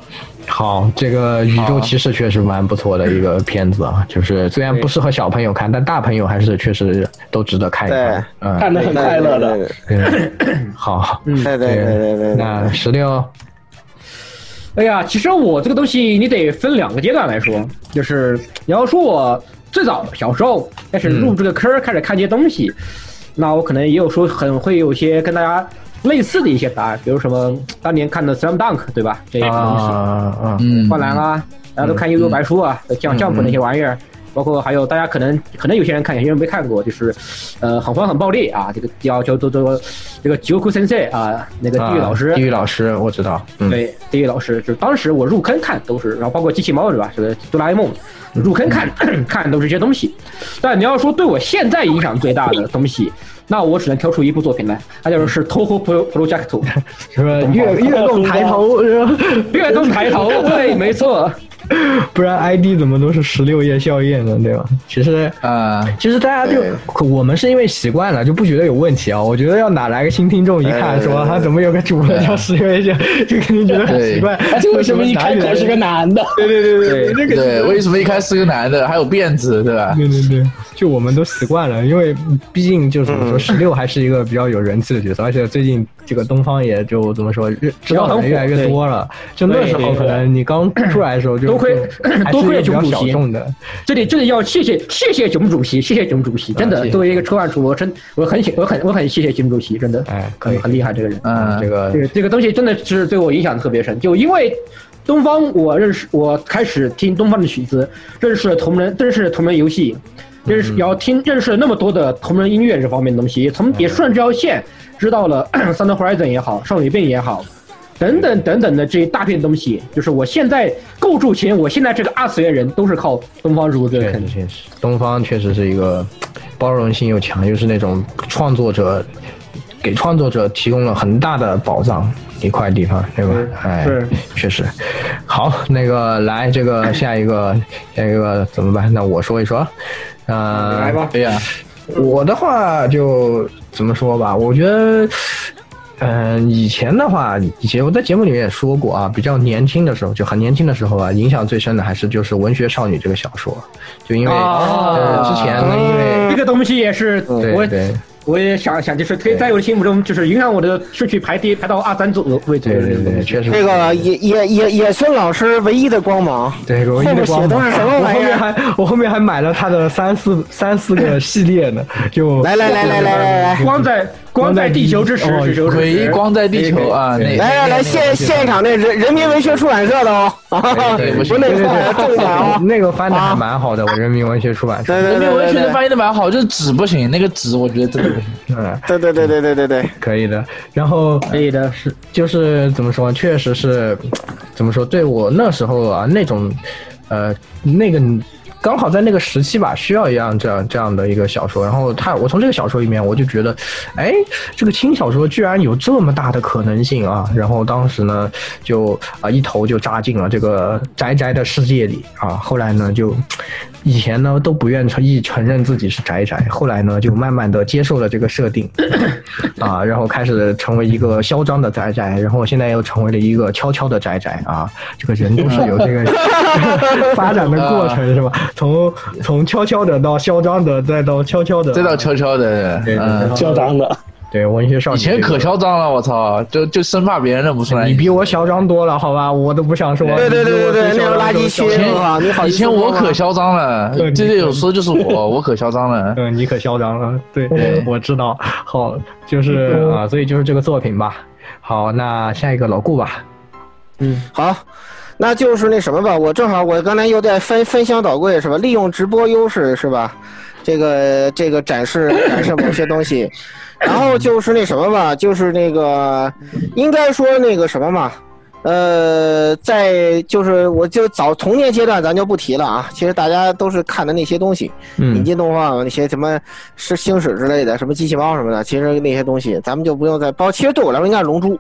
Speaker 10: 好，这个《宇宙骑士》确实蛮不错的一个片子啊，就是虽然不适合小朋友看，但大朋友还是确实都值得看一看。嗯，
Speaker 7: 看得嗯很快乐的
Speaker 10: 对，好，
Speaker 5: 对对对对对。
Speaker 10: 那十六，
Speaker 8: 哎呀，其实我这个东西你得分两个阶段来说，就是你要说我最早小时候
Speaker 10: 嗯
Speaker 8: 开始入这个坑儿，开始看这些东西，那我可能也有说很会有一些跟大家类似的一些答案，比如什么当年看的《Slam Dunk》，对吧？这些东西，
Speaker 10: 啊啊，嗯
Speaker 2: 嗯，
Speaker 8: 灌篮啊，大家都看悠悠白书啊，像 Jump 那些玩意儿。包括还有大家可能可能有些人看，有些人没看过，就是，呃，很欢很暴力啊，这个要求都都这个九库先生啊，那个地狱老师，
Speaker 10: 地狱老师，我知道，嗯，
Speaker 8: 对，地狱老师就是当时我入坑看都是，然后包括机器猫是吧？这个哆啦 A 梦，
Speaker 7: 入坑看
Speaker 6: 嗯
Speaker 7: (clears throat) 看都是些东西。但你要说对我现在影响最大的东西，那我只能挑出一部作品来，那就是《头 o Project》，
Speaker 18: (laughs)
Speaker 10: 是吧？月月动抬头，
Speaker 7: 跃动
Speaker 10: (laughs)
Speaker 7: 抬头，对，没错。
Speaker 10: 不然 ID 怎么都是十六夜笑宴呢，对吧？其实啊、其实大家就可我们是因为习惯了，就不觉得有问题啊。我觉得要哪来个新听众一看说
Speaker 18: 哎
Speaker 10: 啊他怎么有个主播叫十六夜笑，就肯定觉得很奇怪。
Speaker 7: 啊
Speaker 18: 哎为
Speaker 10: (laughs)
Speaker 18: 什么一开口是个男的？
Speaker 10: 对对对对，这
Speaker 18: 对，
Speaker 10: 个
Speaker 18: 为什么一开始是个男的，还有辫子，对吧？
Speaker 10: 对对对，就我们都习惯了，因为毕竟就是怎么
Speaker 18: 嗯
Speaker 10: 说，十六还是一个比较有人气的角色，而且最近这个东方也就怎么说，越知道的人越来越多了。就那时候可能你刚出来的时候就
Speaker 7: 多亏
Speaker 10: 还是
Speaker 7: 多
Speaker 10: 一
Speaker 7: 亏
Speaker 10: 个比
Speaker 7: 囧
Speaker 10: 较
Speaker 7: 主
Speaker 10: 小
Speaker 7: 席
Speaker 10: 众的。
Speaker 7: 这里这里要谢谢谢谢囧主席，谢谢囧主席，真
Speaker 10: 啊
Speaker 7: 的
Speaker 10: 谢谢
Speaker 7: 作为一个科幻主播，真我很喜我很我很谢谢囧主席，真的，哎，很很厉害这个人，
Speaker 10: 嗯，这个
Speaker 7: 这个这个东西真的是对我影响特别深，就因为东方，我认识我开始听东方的曲子，认识了同人，认识了同人游戏，认
Speaker 10: 嗯
Speaker 7: 识也要听认识了那么多的同人音乐这方面的东西，也从也顺着这条线知道了 (coughs) Thunder Horizon 也好，少女病也好。等等等等的这一大片东西，就是我现在构筑前，我现在这个二次元人都是靠东方如歌
Speaker 10: 确实确实，东方确实是一个包容性又强，又是那种创作者给创作者提供了很大的宝藏一块地方，对吧？哎，
Speaker 7: 是
Speaker 10: 确实。好，那个来这个下一个下一个怎么办？那我说一说，呃，
Speaker 7: 来吧
Speaker 18: 对呀、
Speaker 10: 我的话就怎么说吧，我觉得。嗯，以前的话，以前我在节目里面也说过啊，比较年轻的时候，就很年轻的时候啊，影响最深的还是就是《文学少女》这个小说，就因为、呃之前呢，因为
Speaker 7: 这个东西也是
Speaker 10: 对
Speaker 7: 我
Speaker 10: 对
Speaker 7: 我也想想，就是推在我心目中就是影响我的顺序排第一排到二三左右位置。对对
Speaker 10: 对，确
Speaker 5: 这个野野野野村老师唯一的光芒，
Speaker 10: 对，
Speaker 5: 后
Speaker 10: 唯一
Speaker 5: 面
Speaker 10: 的
Speaker 5: 写
Speaker 10: 光
Speaker 5: 都
Speaker 10: 芒
Speaker 5: 是什么
Speaker 10: 我
Speaker 5: 玩
Speaker 10: 后
Speaker 5: 意
Speaker 10: 面
Speaker 5: 儿？
Speaker 10: 还我后面还买了他的三四三四个系列呢，就
Speaker 5: 来来来来来来来
Speaker 7: 光在光在地球之时
Speaker 10: 哦
Speaker 7: 地球之时
Speaker 10: 可以
Speaker 5: 来来来，现现场那人人民文学出版社的哦，
Speaker 18: 哎
Speaker 5: (laughs) 啊
Speaker 10: 对，
Speaker 5: 不
Speaker 10: 对
Speaker 5: 是那个版正版
Speaker 18: 啊
Speaker 5: 哦，
Speaker 10: (laughs) 那个翻的还蛮好的，我人民文学出版社。
Speaker 18: 那边文学的
Speaker 10: 翻，
Speaker 18: 翻译的蛮好，就是纸不行，那个纸我觉得真的不行。
Speaker 10: (laughs) 嗯，
Speaker 5: 对对对对对对对，
Speaker 10: 可以的。然后可
Speaker 7: 以的，
Speaker 10: 是就是怎么说，确实是怎么说，对我那时候啊那种，呃，那个刚好在那个时期吧，需要一样这样这样的一个小说。然后他，我从这个小说里面我就觉得，哎，这个轻小说居然有这么大的可能性啊！然后当时呢，就啊、一头就扎进了这个宅宅的世界里啊。后来呢，就以前呢都不愿承意承认自己是宅宅，后来呢就慢慢的接受了这个设定。啊，然后开始成为一个嚣张的宅宅，然后现在又成为了一个悄悄的宅宅啊。这个人都是有 (laughs) 这个发展的过程，是吧？从从悄悄的到嚣张的，再到悄啊悄的，
Speaker 18: 这倒悄悄的，
Speaker 10: 对
Speaker 18: 嗯，
Speaker 10: 对对
Speaker 17: 的。
Speaker 10: 对，文学少女
Speaker 18: 以前可嚣张了，我操，就就生怕别人认不出来。
Speaker 10: 你比我嚣张多了，好吧？我都不想说。
Speaker 18: 对对对对对那个垃圾区
Speaker 10: 以前
Speaker 5: 啊
Speaker 18: 哇你好意思以前我可嚣张了
Speaker 10: 对
Speaker 18: 这
Speaker 10: 你
Speaker 18: 有时候就是我我可嚣张了。
Speaker 10: 嗯，你可嚣张了，对
Speaker 18: 对，
Speaker 10: 我知道。好，就是
Speaker 5: 嗯
Speaker 10: 啊，所以就是这个作品吧。好，那下一个老顾吧。
Speaker 5: 好，那就是那什么吧，我正好我刚才又在翻翻箱倒柜是吧？利用直播优势是吧？这个这个展示展示某些东西，然后就是那什么吧，就是那个应该说那个什么嘛。呃，在就是我就早童年阶段咱就不提了啊，其实大家都是看的那些东西，
Speaker 10: 嗯
Speaker 5: 引进动画那些什么是星矢之类的，什么机器猫什么的，其实那些东西咱们就不用再包。其实对我来说应该是龙珠，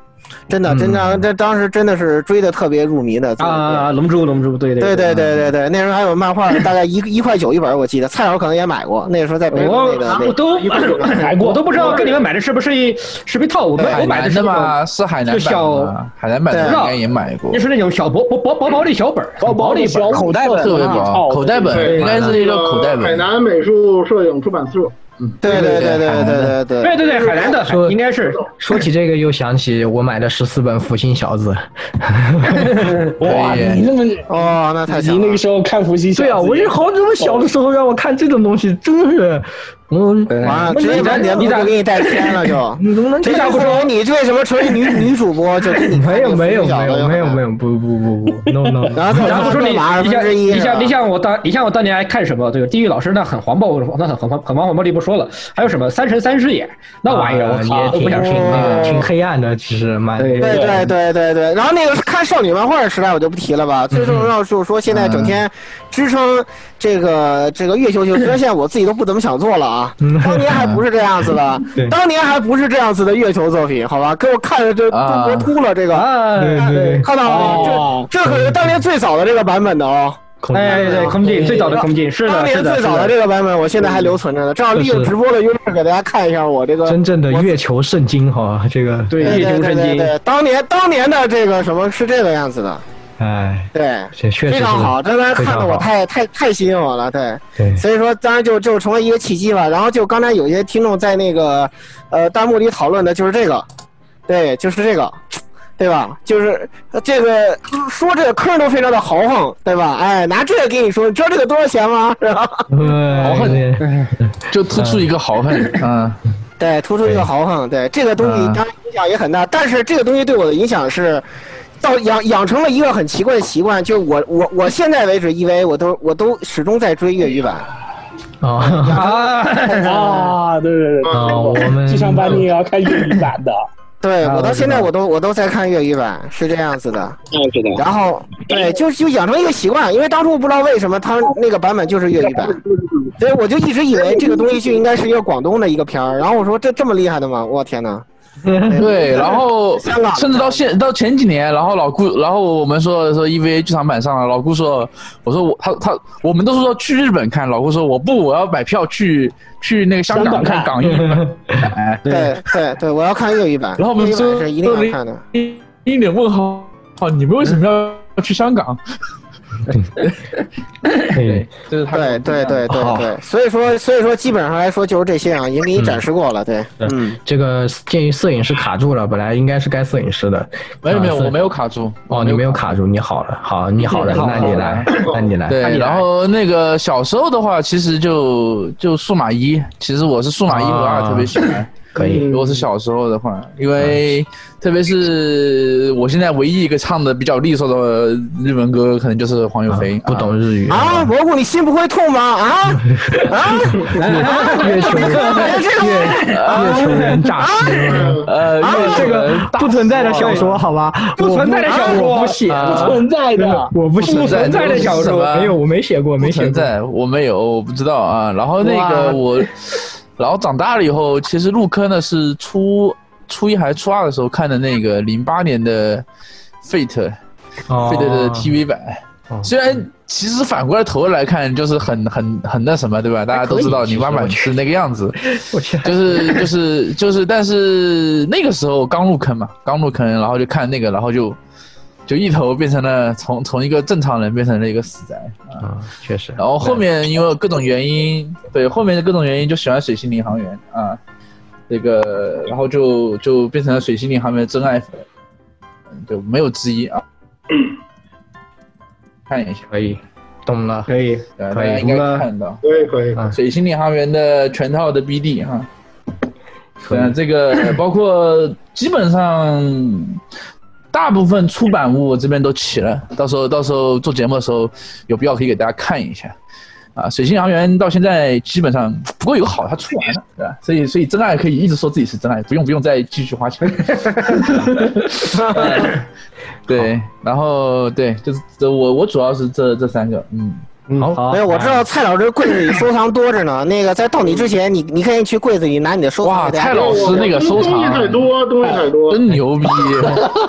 Speaker 5: 真
Speaker 10: 嗯
Speaker 5: 的真的，这当时真的是追的特别入迷的。
Speaker 7: 啊，龙珠龙珠，对
Speaker 5: 对
Speaker 7: 对
Speaker 5: 对对
Speaker 10: 嗯
Speaker 5: 对对，那时候还有漫画，大概一一块九一本，我记得。蔡老师可能也买过，那时候在北美
Speaker 10: 哦
Speaker 7: 我
Speaker 5: 那
Speaker 10: 啊
Speaker 5: 个那
Speaker 7: 我都我都不知道跟你们买的是不是一是不是一套，我们我
Speaker 18: 海
Speaker 7: 买
Speaker 18: 南
Speaker 7: 是
Speaker 18: 的
Speaker 7: 那种
Speaker 18: 嘛，是海南
Speaker 7: 就
Speaker 18: 版
Speaker 7: 小
Speaker 18: 的嘛，海南版的
Speaker 7: 对
Speaker 18: 应该也买过
Speaker 7: 就。是那种小薄薄薄薄薄的小本儿，薄薄的一本儿，
Speaker 18: 口
Speaker 6: 啊
Speaker 18: 袋本啊特别薄口袋本
Speaker 8: 对呃
Speaker 18: 应该是那种口袋本
Speaker 8: 海南美术摄影出版社。
Speaker 5: 对对对对对
Speaker 10: 哎
Speaker 7: 对对对，海南的
Speaker 10: 说
Speaker 7: 应该是
Speaker 10: 说起这个，又想起我买的十四本《福星小子》
Speaker 17: 哇，
Speaker 10: 可以
Speaker 17: 你那么
Speaker 5: 哦，那太
Speaker 17: 你那个时候看伏羲，
Speaker 10: 对啊，我就好久小的时候让我看这种东西，真是嗯，
Speaker 5: 完了，直接把你的路就给你带偏了就。
Speaker 10: (laughs) 你怎么能
Speaker 5: 这下不说你为什么成为女女主播？就给你
Speaker 10: 没有没有没有没有没有不不不不 no no，
Speaker 5: 然后
Speaker 25: 然后说你你像你像你像我当你像我当年还看什么对吧？地狱老师那很黄暴，那很黄很黄黄暴力不说了，还有什么三神三师也那玩意儿，我
Speaker 10: 啊呃也
Speaker 25: 靠都
Speaker 10: 挺
Speaker 25: 不想
Speaker 10: 挺
Speaker 25: 说。
Speaker 10: 那个挺黑暗的，其实蛮
Speaker 25: 对
Speaker 5: 对对对对对，然后那个看少女漫画的时代我就不提了吧，最重要就是说现在整天支撑这个这个月球球，虽然现在我自己都不怎么想做了啊，当年还不是这样子的
Speaker 10: 对，
Speaker 5: 当年还不是这样子的月球作品，好吧，给我看着这中国秃了这个，
Speaker 7: 啊
Speaker 25: 啊
Speaker 10: 对对对
Speaker 5: 看到了，这这可是当年最早的这个版本的哦。
Speaker 25: 哎对对，空镜最早的空镜是
Speaker 5: 当
Speaker 25: 的，
Speaker 5: 年
Speaker 25: 是的，
Speaker 5: 最
Speaker 25: 是
Speaker 5: 早的这个版本，我现在还留存着呢。正好利用直播的优势给大家看一下我这个
Speaker 10: 真正的月球圣经哈，这个
Speaker 25: 对
Speaker 5: 对对对对对，当年当年的这个什么是这个样子的，
Speaker 10: 哎，
Speaker 5: 对，
Speaker 10: 这确实
Speaker 5: 非常
Speaker 10: 是
Speaker 5: 好，这当然
Speaker 10: 非
Speaker 5: 看
Speaker 10: 常
Speaker 5: 的我
Speaker 10: 好嗯
Speaker 5: 太太太吸引我了，对，
Speaker 10: 对
Speaker 5: 所以说当然就就成为一个契机吧。然后就刚才有些听众在那个呃弹幕里讨论的就是这个，对，就是这个。对吧？就是呃这个说这个坑都非常的豪横，对吧？哎，拿这个跟你说，你知道这个多少钱吗？ (laughs) 是吧？
Speaker 10: 豪
Speaker 7: 横，就突出一个豪横嗯，
Speaker 5: 对，突出一个豪横。对这个东西，
Speaker 7: 嗯
Speaker 5: 当然影响也很大，但是这个东西对我的影响是，到养养成了一个很奇怪的习惯，就我我我现在为止，EVA 我都我都始终在追粤语版。
Speaker 10: 呃啊
Speaker 26: 啊，对对对，
Speaker 10: 啊我们
Speaker 26: 剧场版你也
Speaker 7: 嗯
Speaker 26: 要看粤语版的，
Speaker 5: 对
Speaker 26: 啊
Speaker 5: 我到
Speaker 26: 我知
Speaker 5: 现在
Speaker 26: 道
Speaker 5: 我都我都在看粤语版，是这样子的。
Speaker 26: 啊是的
Speaker 5: 然后对，就就养成一个习惯，因为当初我不知道为什么他那个版本就是粤语版，所以我就一直以为这个东西就应该是一个广东的一个片儿。然后我说这这么厉害的吗？我天哪！
Speaker 7: 对，然后
Speaker 5: 香港
Speaker 7: 甚至到现到前几年，然后老顾，然后我们说说 EVA 剧场版上了，老顾说，我说我他他我们都是说去日本看，老顾说我不，我要买票去去那个香港
Speaker 5: 香港
Speaker 7: 看
Speaker 5: 看
Speaker 7: 港译版，哎，
Speaker 5: 对对对，我要看粤语版，
Speaker 7: 然后我
Speaker 5: 粤
Speaker 7: 们
Speaker 5: 语版
Speaker 7: 说
Speaker 5: 是一定要看的。
Speaker 7: 一一脸问号，哦，你们为什么要去香
Speaker 10: (laughs) 啊
Speaker 7: 港？
Speaker 10: 对，
Speaker 7: 这是他
Speaker 5: 对对对对
Speaker 10: 好
Speaker 5: 对，所以说所以说基本上来说就是这些啊，已经给你展示过了，对，嗯，
Speaker 10: 这个鉴于摄影师卡住了，本来应该是该摄影师的，
Speaker 7: 没有没有，
Speaker 10: 啊摄
Speaker 7: 我没有卡住。
Speaker 10: 哦，你没有卡住，你好了，好，你好了，
Speaker 7: 嗯好
Speaker 10: 那你
Speaker 7: 好
Speaker 10: 来
Speaker 7: 好，
Speaker 10: 那你来，那
Speaker 7: 对，
Speaker 10: 你来
Speaker 7: 然后那个小时候的话，其实就就数码一，其实我是数码一和二
Speaker 10: 啊
Speaker 7: 特别喜欢。
Speaker 10: (laughs)
Speaker 7: 嗯
Speaker 10: 可以嗯
Speaker 7: 如果是小时候的话，因为特别是我现在唯一一个唱的比较利索的日文歌，可能就是黄友飞。不懂
Speaker 10: 日语
Speaker 5: 啊，蘑菇，你心不会痛吗？啊啊！
Speaker 10: 月球人，月月球人诈尸，
Speaker 7: 呃，
Speaker 10: 这个不存在的小说，好吧，
Speaker 25: 不存在的小说
Speaker 10: 我不我不写，
Speaker 7: 啊
Speaker 10: 我不写，
Speaker 7: 不存在的小说
Speaker 10: 没有，我没写过，没
Speaker 7: 不
Speaker 10: 写
Speaker 7: 存
Speaker 10: 过。
Speaker 7: 在，我没有，我不知道啊。然后那个
Speaker 10: 哇
Speaker 7: 我，然后长大了以后，其实入坑呢是初初一还是初二的时候看的那个零八年的 Fate，Fate、
Speaker 10: 哦
Speaker 7: 的 TV 版。虽然其实反过来头来看，就是很很很那什么，对吧？大家都知道
Speaker 10: 还可以
Speaker 7: 零八版
Speaker 10: 其
Speaker 7: 是那个样子，
Speaker 10: 我去，
Speaker 7: 就是就是就是，但是那个时候刚入坑嘛，刚入坑，然后就看那个，然后就就一头变成了从从一个正常人变成了一个死宅
Speaker 10: 啊，确实。
Speaker 7: 然后后面因为各种原因，对后面的各种原因就喜欢水星领航员啊，这个然后就就变成了水星领航员的真爱粉，就没有之一啊。看一下，
Speaker 10: 可以，懂了，
Speaker 25: 可以，
Speaker 7: 对，大
Speaker 10: 可
Speaker 7: 家
Speaker 10: 以，
Speaker 7: 应该看到
Speaker 8: 可以可以。
Speaker 7: 啊水星领航员的全套的 BD 哈、
Speaker 10: 可
Speaker 7: 对
Speaker 10: 以
Speaker 7: 啊，这个包括基本上大部分出版物我这边都齐了，到时候到时候做节目的时候有必要可以给大家看一下。啊，水星航员到现在基本上，不过有个好，它出完了，对吧？所以所以真爱可以一直说自己是真爱，不用不用再继续
Speaker 10: (laughs)
Speaker 7: 花钱。对，然后对，就是这我我主要是这这三个，嗯。
Speaker 10: 好
Speaker 5: 没有，我知道蔡老师柜子里收藏多着呢。那个在到你之前，你你可以去柜子里拿你的收藏。哇，
Speaker 7: 蔡老师那个收藏
Speaker 8: 东西太多，东西太多，
Speaker 7: 真牛逼！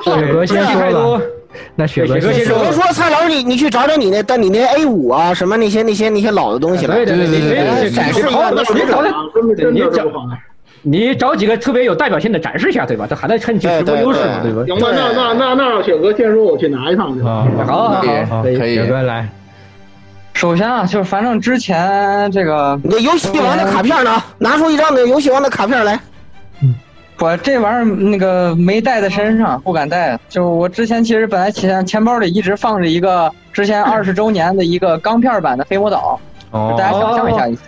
Speaker 10: 雪哥先说吧，那雪哥先
Speaker 5: 我说蔡老师，你你去找找你那，但你那 A 五啊，什么那些那些那些老的东西了。
Speaker 25: 对对对对对对对
Speaker 5: 展示一下你的收
Speaker 25: 你找
Speaker 5: 藏。
Speaker 25: 对你找你找几个特别有代表性的展示一下，对吧？这还能趁其直播优势嘛，对吧？
Speaker 8: 行吧，那那那那雪哥先说，我去拿一趟去。
Speaker 10: 啊，
Speaker 25: 好好
Speaker 10: 好
Speaker 25: 好，
Speaker 10: 好，雪哥来，
Speaker 6: 首先啊，就是反正之前这个
Speaker 5: 你的游戏王的卡片呢？拿出一张你的游戏王的卡片来。
Speaker 6: 我这玩意儿那个没带在身上，不敢带。就我之前其实本来钱钱包里一直放着一个之前二十周年的一个钢片版的飞魔岛，
Speaker 10: 哦
Speaker 6: 就大家想象一下。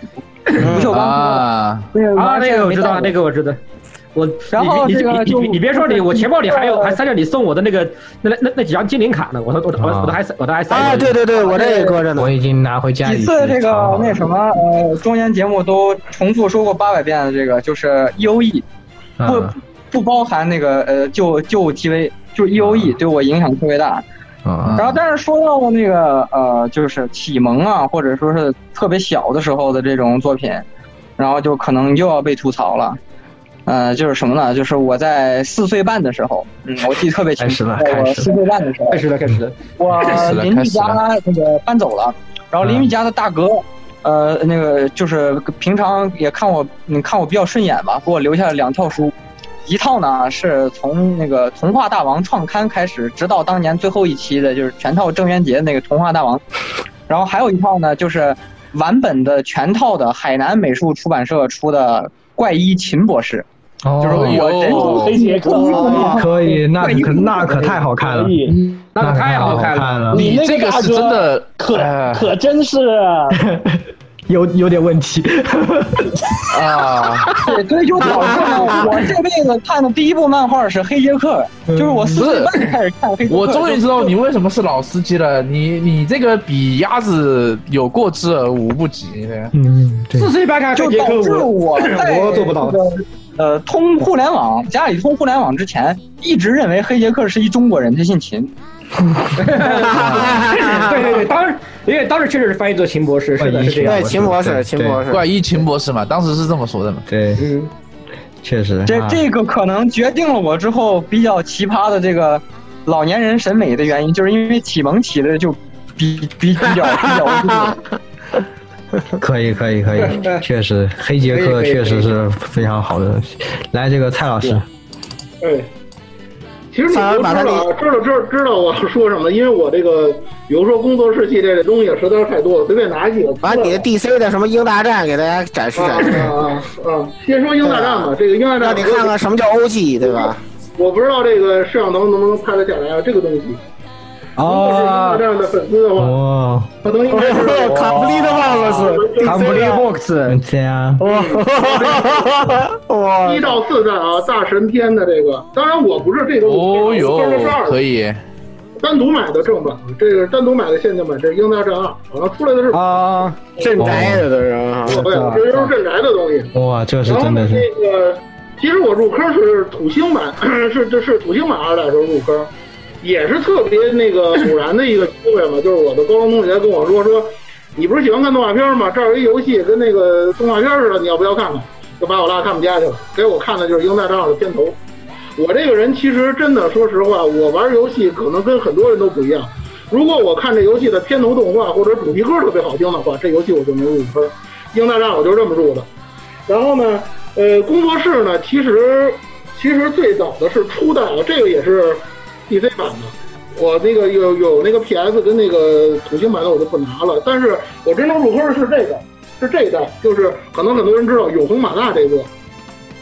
Speaker 6: 不锈钢
Speaker 18: 啊，
Speaker 7: 啊，那个我知道，那个我知道。我
Speaker 6: 然后
Speaker 7: 你
Speaker 6: 这个
Speaker 7: 你
Speaker 6: 就
Speaker 7: 你你别说你，我钱包里还有还塞着你送我的那个那那那几张精灵卡呢，我都我都我都还塞我都还塞着呢。
Speaker 5: 啊，对对对，我这也搁着呢。
Speaker 10: 我已经拿回家
Speaker 6: 几
Speaker 10: 里去
Speaker 6: 次这个那什么呃，中间节目都重复说过八百遍的这个就是 E O E，不
Speaker 10: 嗯
Speaker 6: 不包含那个呃旧旧 T V，就是 E O E 对我影响特别大。
Speaker 10: 啊
Speaker 18: 嗯
Speaker 6: 然后，但是说到那个呃，就是启蒙啊，或者说是特别小的时候的这种作品，然后就可能又要被吐槽了。呃，就是什么呢？就是我在四岁半的时候，嗯，我记得特别清
Speaker 10: 开始
Speaker 6: 楚，
Speaker 10: 了
Speaker 6: 在我
Speaker 10: 开始了
Speaker 6: 四岁半的时候，
Speaker 7: 开始了开始了，
Speaker 6: 我
Speaker 10: 开始了
Speaker 6: 邻
Speaker 10: 开
Speaker 6: 居
Speaker 10: 始
Speaker 6: 家
Speaker 10: 了嗯
Speaker 6: 那个搬走了，然后邻居家的大哥，呃，那个就是平常也看我，你看我比较顺眼吧，给我留下了两套书，一套呢是从那个《童话大王》创刊开始，直到当年最后一期的就是全套郑渊洁那个《童话大王》， (laughs) 然后还有一套呢就是完本的全套的海南美术出版社出的《怪医秦博士》。就是
Speaker 18: 啊
Speaker 6: 我
Speaker 10: 哎
Speaker 6: 人手
Speaker 17: 可
Speaker 6: 黑
Speaker 17: 以可以
Speaker 10: 哦可以，那可那可太好看了，那可太好看了。
Speaker 17: 你那个大哥可可真是
Speaker 10: 有有点问题
Speaker 18: 啊！
Speaker 6: 对，所以就导致呢，我这辈子看的第一部漫画是《黑杰克》，
Speaker 7: 嗯
Speaker 6: 就是我四岁半开始看《黑杰克》。
Speaker 18: 我终于知道
Speaker 6: 就
Speaker 18: 你为什么是老司机了，你你这个比鸭子有过之而无不及的。
Speaker 10: 嗯，对
Speaker 7: 四岁半看
Speaker 6: 就
Speaker 7: 杰
Speaker 6: 导
Speaker 7: 克
Speaker 6: 致我在
Speaker 7: 我做不到
Speaker 6: 这个。呃，通互联网，家里通互联网之前，一直认为黑杰克是一中国人，他姓秦。
Speaker 7: (laughs) 对对对，当时因为当时确实是翻译做秦博士，是的，是这
Speaker 5: (laughs)
Speaker 7: 样。
Speaker 5: 对秦博士对秦博士
Speaker 18: 怪医秦博士嘛，当时是这么说的嘛。
Speaker 10: 对，确实。
Speaker 6: 这
Speaker 10: 啊
Speaker 6: 这个可能决定了我之后比较奇葩的这个老年人审美的原因，就是因为启蒙起的就比比比较
Speaker 10: (laughs)
Speaker 6: 比较。
Speaker 10: 可以可以可以，确实黑杰克
Speaker 7: 可以可以
Speaker 10: 确实是非常好的东西。来，这个蔡老师，
Speaker 8: 哎，其实你都知道啊，知道知道知道我要说什么，因为我这个比如说工作室系列的东西实在是太多了，随便拿几个。
Speaker 5: 把你的 DC 的什么英大战给大家展示展示，
Speaker 8: 啊啊啊！先说英大战吧，这个英大战
Speaker 5: 让你看看什么叫 OG，对吧？
Speaker 8: 我不知道这个摄像头能不能拍得下来啊，这个东西。如果是英大战的粉丝的话，
Speaker 10: 哦
Speaker 8: 可能应该是
Speaker 5: 哦 Complete Box
Speaker 7: 卡布利 box，
Speaker 10: 对呀，
Speaker 18: 哦
Speaker 5: 哇
Speaker 8: 一到四代啊，大神篇的这个，当然我不是这个，
Speaker 18: 哦
Speaker 8: 我是
Speaker 18: 哟
Speaker 8: 二十二，
Speaker 18: 可以。
Speaker 8: 单独买的正版，这个单独买的限定版，这是英大战二，好像出来的是
Speaker 7: 啊，
Speaker 5: 镇宅的都是啊
Speaker 8: 对，这都是镇宅的东西。
Speaker 10: 哇，这是
Speaker 8: 然后
Speaker 10: 真
Speaker 8: 呢
Speaker 10: 的是
Speaker 8: 那个，其实我入坑是土星版， (clears throat) 是这是土星版二代时候入坑，也是特别
Speaker 10: (clears throat)
Speaker 8: 那个偶然的一个机会嘛，就是我的高中同学跟我说说，你不是喜欢看动画片吗？这儿有一游戏跟那个动画片似的，你要不要看看？就把我拉他们家去了，给我看的就是《英大战二》的片头。我这个人其实真的，说实话，我玩游戏可能跟很多人都不一样。如果我看这游戏的片头动画或者主题歌特别好听的话，这游戏我就能入坑。《英大战》我就这么入的。然后呢，呃，工作室呢，其实其实最早的是初代啊，这个也是 DC 版的。我那个有有那个 PS 跟那个土星版的我就不拿了，但是我真正入坑的是这个，是这一代，就是可能很多人知道永恒马大这一个，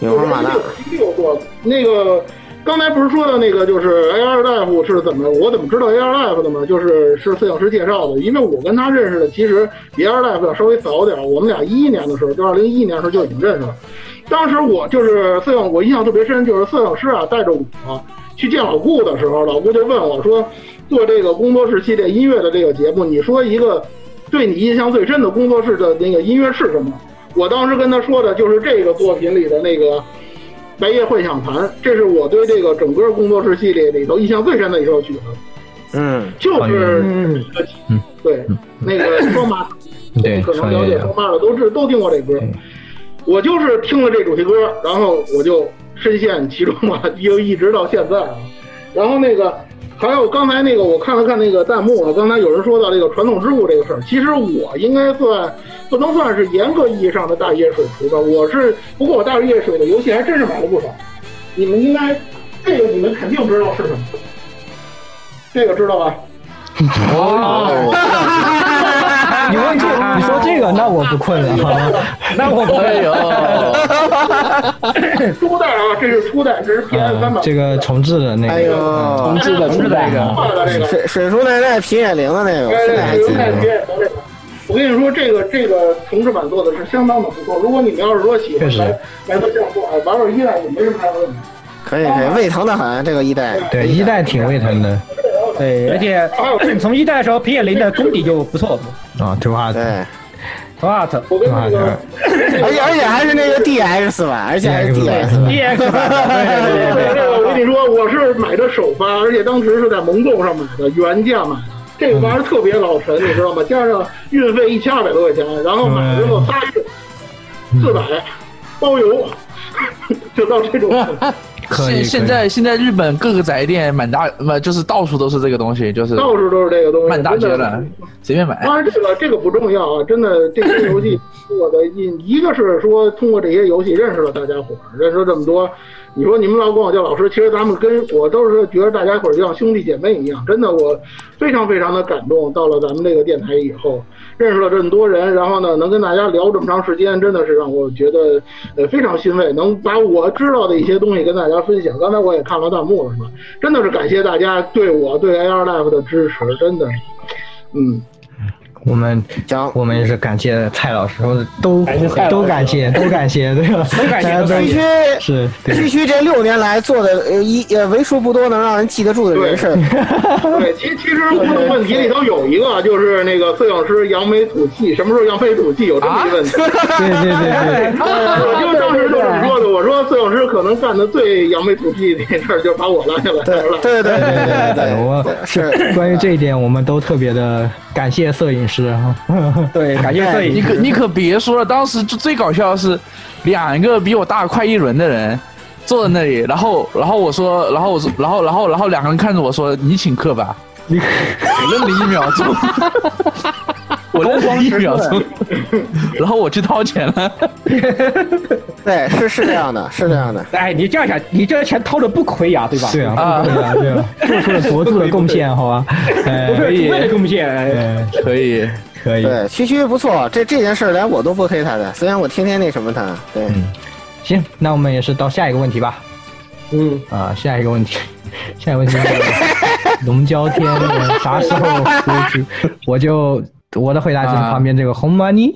Speaker 5: 永恒马大，
Speaker 8: 六座那个刚才不是说到那个就是 A 二大夫是怎么我怎么知道 A 二大夫的吗？就是是摄影师介绍的，因为我跟他认识的其实比 A 二大夫要稍微早点儿，我们俩一一年的时候，就二零一一年的时候就已经认识了。当时我就是摄影，我印象特别深，就是摄影师啊带着我去见老顾的时候，老顾就问我说，做这个工作室系列音乐的这个节目，你说一个对你印象最深的工作室的那个音乐是什么？我当时跟他说的就是这个作品里的那个《白夜幻想盘》，这是我对这个整个工作室系列里头印象最深的一首曲子，
Speaker 5: 嗯，
Speaker 8: 就是、对那个双马
Speaker 10: 对，
Speaker 8: 可能
Speaker 10: 创
Speaker 8: 了
Speaker 10: 业
Speaker 8: 解
Speaker 10: 者
Speaker 8: 双八的都知都听过这歌。我就是听了这主题歌，然后我就深陷其中嘛，就一直到现在啊。然后那个还有刚才那个，我看了看那个弹幕啊，刚才有人说到这个传统之物这个事儿，其实我应该算不能算是严格意义上的大热水厨吧，我是不过我大热水的游戏还真是买了不少，你们应该这个你们肯定知道是什么，这个知
Speaker 10: (laughs)
Speaker 8: 道吧？
Speaker 10: 你问这，你说这个，那我不困了哈。
Speaker 7: 那我
Speaker 18: 哎呦，
Speaker 8: 初代啊，这是初代，这是 PS 三版。
Speaker 10: 这个重置的那个，嗯
Speaker 5: 哎呦，重
Speaker 8: 置的重置的这个
Speaker 5: 啊水水叔奶奶皮眼灵的那个，我现在还记得。
Speaker 8: 我跟你说，这个这个重制版做的是相当的不错。如果你们要是说喜
Speaker 5: 确
Speaker 8: 欢
Speaker 5: 实
Speaker 8: 来来到这样做，哎，玩玩一代也没什么太大问题。
Speaker 5: 可以可以，胃疼的很，这个一代。
Speaker 10: 对，一代挺胃疼的
Speaker 7: (laughs) 对，而且 (clears throat) 从一代的时候，皮野林的功底就不错。
Speaker 10: 啊。图画
Speaker 5: 对，
Speaker 7: 图画特，
Speaker 8: 图
Speaker 10: 画特，
Speaker 5: 而且而且还是那个 DX 版，而且还是 DX 版。
Speaker 7: DX 版，
Speaker 8: 对对对，
Speaker 5: (laughs)
Speaker 8: 我跟你说，我是买的首发，而且当时是在萌购上买的，原价买的。这个玩意儿特别老沉，你知道吗？加上运费一千二百多块钱，然后买了之后仨月四百，包邮，就到这种。
Speaker 10: 可以
Speaker 18: 现现在现在日本各个宅店满大呃就是到处都是这个东西，就是
Speaker 8: 到处都是这个东西
Speaker 18: 满大街
Speaker 8: 真的
Speaker 18: 了，随便买。
Speaker 8: 当然，这个这个不重要啊，真的，这些游戏我的印，一个是说通过这些游戏认识了大家伙儿，认识了这么多。你说你们老管我叫老师，其实咱们跟我都是觉得大家伙儿就像兄弟姐妹一样，真的，我非常非常的感动。到了咱们这个电台以后，认识了这么多人，然后呢，能跟大家聊这么长时间，真的是让我觉得呃非常欣慰，能把我知道的一些东西跟大家分享。刚才我也看了弹幕了，是吧？真的是感谢大家对我对 AR Life 的支持，真的，嗯。
Speaker 10: 我们我们也是感谢蔡老师，我们都
Speaker 5: 感谢蔡老师
Speaker 10: 都感谢，都感谢，对吧？
Speaker 5: 都感谢
Speaker 10: 大家
Speaker 5: 必须
Speaker 10: 是
Speaker 5: 区
Speaker 10: 对。
Speaker 5: 区这六年来做的呃一呃为数不多能让人记得住的人事儿，
Speaker 8: 对，其其实互动问题里头有一个，啊就是那个摄影师扬眉吐气，什么时候扬眉吐气有这么一问题？
Speaker 10: 对对
Speaker 8: 对对，
Speaker 5: 啊
Speaker 8: 我就当时就是说的，我说摄影师可能干的最扬眉吐气的事儿，就把我拉下来了。
Speaker 5: (laughs) 对对对对
Speaker 10: 对，我
Speaker 5: 是
Speaker 10: 关于这一点，我们都特别的感谢摄影师
Speaker 6: (laughs)
Speaker 10: 哈。
Speaker 7: 对，感谢摄影
Speaker 18: 你
Speaker 7: 师
Speaker 18: 可你可别说了，当时就最搞笑的是，两个比我大快一轮的人坐在那里，然后然后我说，然后我说，然后然后然后两个人看着我说：“你请客吧。”你我愣了一秒钟，我愣了一秒 (laughs) 钟，然后我去掏钱了。
Speaker 5: 对，是是这样的，是这样的。
Speaker 7: 哎，你这样想，你这钱掏着不亏呀，对吧？
Speaker 10: 是啊，对啊，
Speaker 7: (laughs)
Speaker 10: 对啊，做出了卓著的贡献，好吧？哎
Speaker 7: 不是为了贡献，哎
Speaker 18: 可以，
Speaker 10: 可以。
Speaker 5: 对，区区不错，这这件事儿连我都不黑他的，虽然我天天那什么他，
Speaker 10: (laughs)
Speaker 5: 对，
Speaker 10: 行，那我们也是到下一个问题吧。
Speaker 7: 嗯
Speaker 10: 啊，下一个问题， (laughs) 下一个问题是龙交天的啥时候回
Speaker 7: (laughs)
Speaker 10: 去？我就我的回答
Speaker 7: 啊
Speaker 10: 就是旁边这个红
Speaker 7: (laughs)
Speaker 10: money。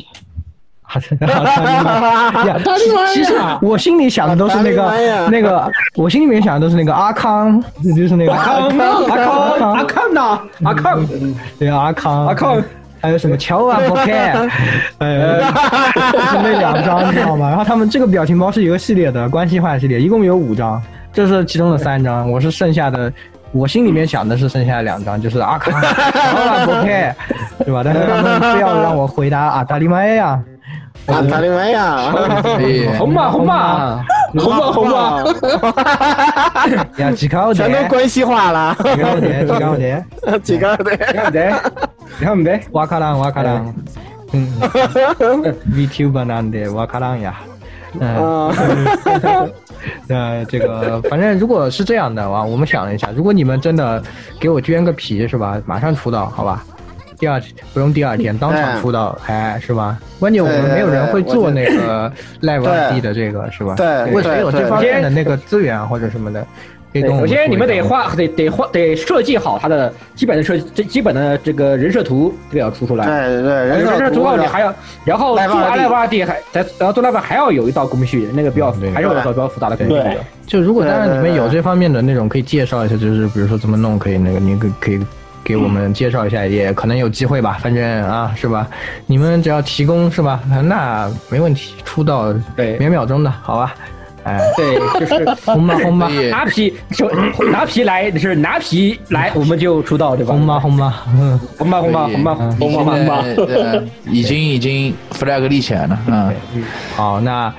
Speaker 10: 好像好像呀
Speaker 27: 打你玩意儿
Speaker 10: 其实我心里想的都是那
Speaker 7: 啊
Speaker 27: 打你玩意
Speaker 10: 个
Speaker 27: 儿
Speaker 10: 那个，我心里面想的都是那个阿康，就是那个
Speaker 7: 阿康阿康阿康呐，阿康，
Speaker 10: 嗯对啊阿康阿
Speaker 7: 康，啊
Speaker 10: 还有什么乔啊万伯克，
Speaker 7: (laughs)
Speaker 10: 呃，就是那两张你知道吗？然后他们这个表情包是一个系列的关系幻系列，一共有五张，这是其中的三张，我是剩下的。我心里面想的是剩下的两张，就是阿康、啊乔万伯克，对吧？但是他们非要让我回答啊，达利玛呀，
Speaker 5: 啊，塔利维亚，
Speaker 10: 红吧红吧
Speaker 5: 红吧红吧，
Speaker 10: 呀，几高点，
Speaker 5: 全都关系化了，
Speaker 10: 几高点，几高点，
Speaker 5: 几个对，
Speaker 10: 你看没？瓦卡朗，瓦卡朗，嗯，VTuber なんで瓦卡朗呀，嗯
Speaker 5: 啊，
Speaker 10: (laughs) 呃，这个反正如果是这样的话，我们想了一下，如果你们真的给我捐个皮是吧？马上出道，好吧？第二不用第二天，当场出道，哎，是吧？关键我们没有人会做那
Speaker 7: (laughs)
Speaker 10: 个 live
Speaker 7: 对
Speaker 10: ID 的这个是吧？
Speaker 7: 对
Speaker 10: 或者有这
Speaker 7: 对
Speaker 10: 方面
Speaker 7: 对
Speaker 10: 的那个资源或者什么的，可
Speaker 18: (laughs)
Speaker 10: 以
Speaker 7: 对
Speaker 10: 跟我
Speaker 7: 首
Speaker 10: 们
Speaker 7: 先
Speaker 10: 说
Speaker 7: 你
Speaker 10: 一
Speaker 7: 们
Speaker 10: 下
Speaker 7: 得
Speaker 10: 吗
Speaker 7: 画，得得画，得设计好它的基本的设，这基本的这个人设图这个要出出来。
Speaker 5: 对对
Speaker 7: 人
Speaker 5: 人设图
Speaker 7: 设图后你还要，然后
Speaker 5: 赖
Speaker 7: 做
Speaker 5: 巴尔
Speaker 7: 阿
Speaker 5: 蒂
Speaker 7: 赖巴蒂还，再然后做那边还要有一道工序，那个比较
Speaker 5: 嗯
Speaker 7: 还是比较比较复杂的工序。
Speaker 10: 对就如果当然你们有这方面的那种可以介绍一下，就是比如说怎么弄，可以那个你可可以给我们介绍一下，也可能有机会吧，反正啊是吧？你们只要提供是吧？那没问题，出道哎
Speaker 7: 对
Speaker 10: 秒秒钟的好吧？哎，
Speaker 7: 对，就是
Speaker 5: (laughs)
Speaker 10: 红吧红吧，
Speaker 7: 拿皮就拿皮来，是拿皮来，我们就出道对吧？红
Speaker 10: 吧红吧，
Speaker 7: 红吧红吧红吧
Speaker 18: 嗯
Speaker 7: 红吧红吧，
Speaker 18: 呃
Speaker 10: (laughs)
Speaker 18: 已经已经 flag 立起来了，嗯，
Speaker 10: 好，那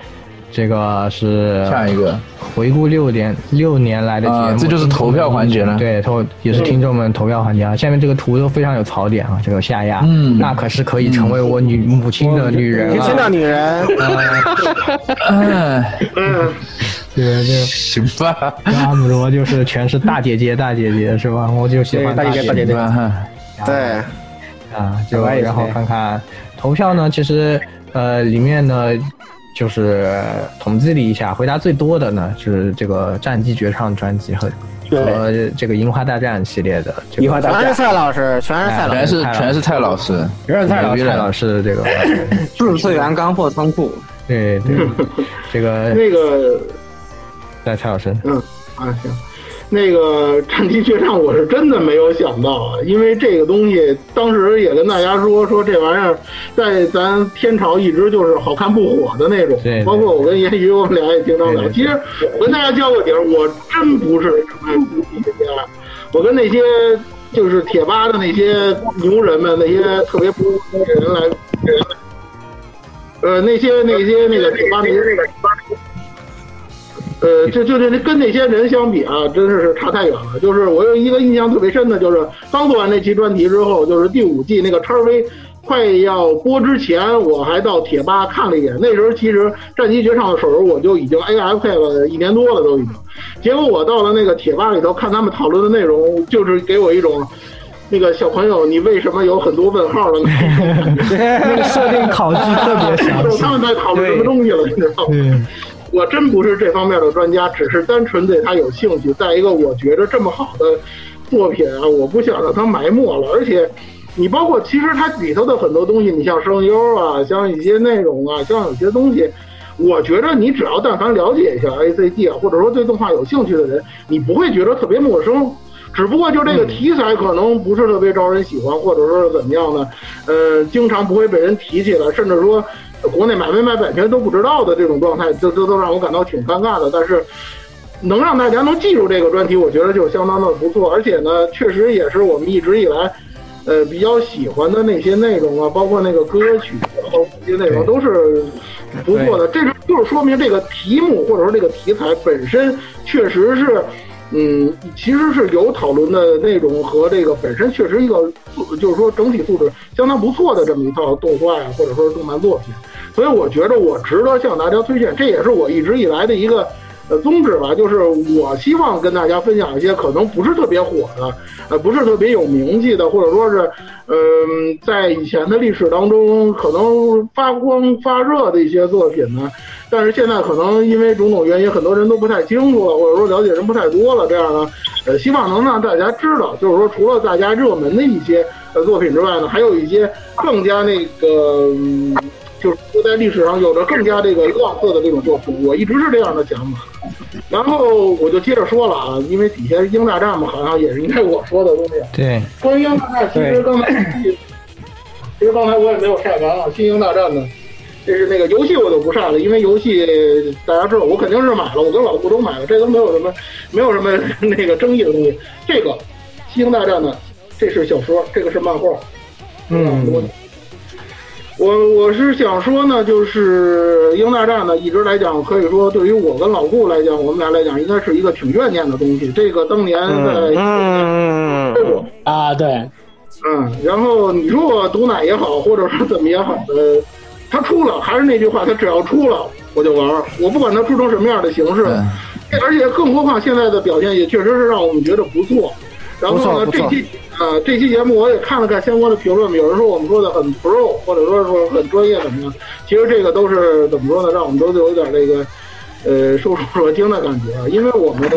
Speaker 10: 这个是
Speaker 18: 下一个
Speaker 10: 回顾六年六年来的节目，
Speaker 18: 啊这就是投票环节了
Speaker 10: 对，投也是听众们投票环节啊。下面这个图都非常有槽点啊，这个夏亚，
Speaker 18: 嗯
Speaker 10: 那可是可以成为我女母亲的
Speaker 18: (laughs)
Speaker 10: 女人
Speaker 5: 年轻的
Speaker 10: 啊。
Speaker 5: 女人，
Speaker 18: 嗯，
Speaker 10: 对对，
Speaker 18: 行
Speaker 10: (laughs)
Speaker 18: 吧。
Speaker 10: 阿姆罗就是全是大姐姐，大姐姐是吧？我就喜欢
Speaker 7: 对大
Speaker 10: 姐
Speaker 7: 姐姐大姐姐
Speaker 5: 对，
Speaker 10: 啊，就
Speaker 7: 我也是
Speaker 10: 然后看看投票呢，其实呃里面呢就是呃统计了一下，回答最多的呢是这个《战机绝唱》专辑和和这个《樱花大战》系列的。这个
Speaker 5: 全是蔡老师，全是蔡老
Speaker 18: 全
Speaker 5: 师，
Speaker 18: 是全是蔡老师，
Speaker 10: 全是蔡老师蔡老师这个
Speaker 6: 二次元干货仓库。
Speaker 10: 对对，这个
Speaker 8: 那个，
Speaker 10: 在蔡老师，
Speaker 8: 嗯啊行，那个《战地决战》我是真的没有想到啊，因为这个东西当时也跟大家说说这玩意儿在咱天朝一直就是好看不火的那种，
Speaker 10: 对
Speaker 8: 包括我跟言语我们俩也经常聊。其实我跟大家交个底儿，我真不是什么游戏家，我跟那些就是贴吧的那些牛人们，那些特别不务正业的人来人来呃，那些那些那个酒吧那些那个，呃，就就就跟那些人相比啊，真是是差太远了。就是我有一个印象特别深的，就是刚做完那期专题之后，就是第五季那个叉 V 快要播之前，我还到贴吧看了一眼。那时候其实《战机绝唱》的手游我就已经 AFK 了一年多了，都已经。结果我到了那个贴吧里头看他们讨论的内容，就是给我一种。那个小朋友，你为什么有很多问号的那种感觉？
Speaker 10: 那个设定
Speaker 5: (laughs)
Speaker 10: 考据特别详细
Speaker 8: 他们在讨论什么东西了，你知道吗？我真不是这方面的专家，只是单纯对他有兴趣。再一个，我觉着这么好的作品啊，我不想让它埋没了。而且，你包括其实它里头的很多东西，你像声优啊，像一些内容啊，像有些东西，我觉着你只要但凡了解一下 A C D 啊，或者说对动画有兴趣的人，你不会觉得特别陌生。只不过就这个题材可能不是特别招人喜欢，或者说是怎么样呢？呃，经常不会被人提起来，甚至说呃国内买没买版权都不知道的这种状态，这这都让我感到挺尴尬的。但是能让大家能记住这个专题，我觉得就相当的不错。而且呢，确实也是我们一直以来呃比较喜欢的那些内容啊，包括那个歌曲，啊包括那些内容都是不错的。这是就是说明这个题目或者说这个题材本身确实是。嗯，其实是有讨论的内容和这个本身确实一个素，就是说整体素质相当不错的这么一套动画呀，或者说是动漫作品，所以我觉得我值得向大家推荐，这也是我一直以来的一个呃宗旨吧，就是我希望跟大家分享一些可能不是特别火的，呃，不是特别有名气的，或者说是嗯、在以前的历史当中可能发光发热的一些作品呢。但是现在可能因为种种原因，很多人都不太清楚了，或者说了解人不太多了，这样呢，呃，希望能让大家知道，就是说除了大家热门的一些呃作品之外呢，还有一些更加那个，嗯、就是说在历史上有着更加这个亮色的这种作品，我一直是这样的想法。然后我就接着说了啊，因为底下英大战嘛，好像也是应该我说的东西。啊
Speaker 10: 对，
Speaker 8: 关于英大战，其实刚才其实刚才我也没有晒完啊，《新英大战》呢。这是那个游戏我就不晒了，因为游戏大家知道我肯定是买了，我跟老顾都买了，这都没有什么没有什么 (laughs) 那个争议的东西。这个《西星大战》呢，这是小说，这个是漫画。嗯，我我是想说呢，就是《英大战》呢，一直来讲，可以说对于我跟老顾来讲，我们俩来讲，应该是一个挺怨念的东西。这个当年在
Speaker 5: 嗯嗯啊，对，
Speaker 8: 嗯，然后你说我毒奶也好，或者是怎么也好，呃，它出了，还是那句话，它只要出了我就玩儿，我不管它出成什么样的形式，而且更何况现在的表现也确实是让我们觉得不错。然后呢，
Speaker 5: 不
Speaker 8: 这
Speaker 5: 错不错
Speaker 8: 期呃这期节目我也看了看相关的评论，有人说我们说的很 pro，或者说说很专业怎么样，其实这个都是怎么说呢，让我们都有点这个呃受宠若惊的感觉，啊，因为我们。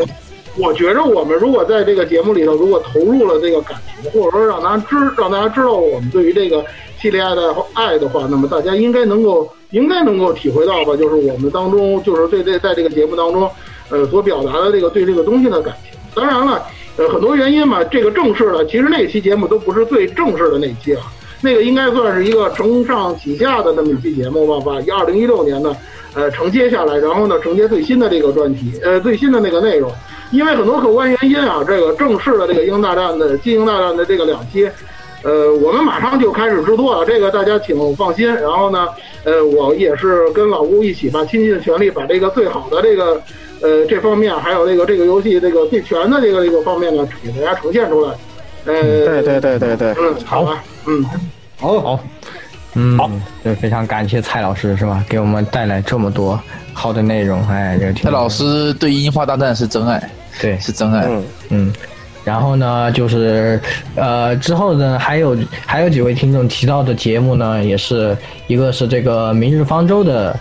Speaker 8: 我觉着我们如果在这个节目里头，如果投入了这个感情，或者说让大家知让大家知道我们对于这个系列爱的爱的话，那么大家应该能够应该能够体会到吧，就是我们当中就是对这在这个节目当中，呃所表达的这个对这个东西的感情。当然了，呃很多原因嘛，这个正式的其实那期节目都不是最正式的那期啊，那个应该算是一个承上启下的那么一期节目吧，把二零一六年的呃承接下来，然后呢承接最新的这个专题，呃最新的那个内容。因为很多客观原因啊，这个正式的这个英大战的金英大战的这个两期，呃，我们马上就开始制作了，这个大家请放心。然后呢，呃，我也是跟老吴一起吧，倾尽全力把这个最好的这个呃这方面，还有这个这个游戏这个最全的这个这个方面呢，给大家呈现出来。呃，
Speaker 5: 对对对对对，
Speaker 8: 嗯，好吧，嗯，
Speaker 10: 好好，嗯，对，非常感谢蔡老师是吧？给我们带来这么多好的内容，哎，这个
Speaker 18: 蔡老师对樱花大战是真爱，
Speaker 10: 对，
Speaker 18: 是真爱。
Speaker 10: 嗯，然后呢，就是呃之后呢，还有还有几位听众提到的节目呢，也是一个是这个《明日方舟》的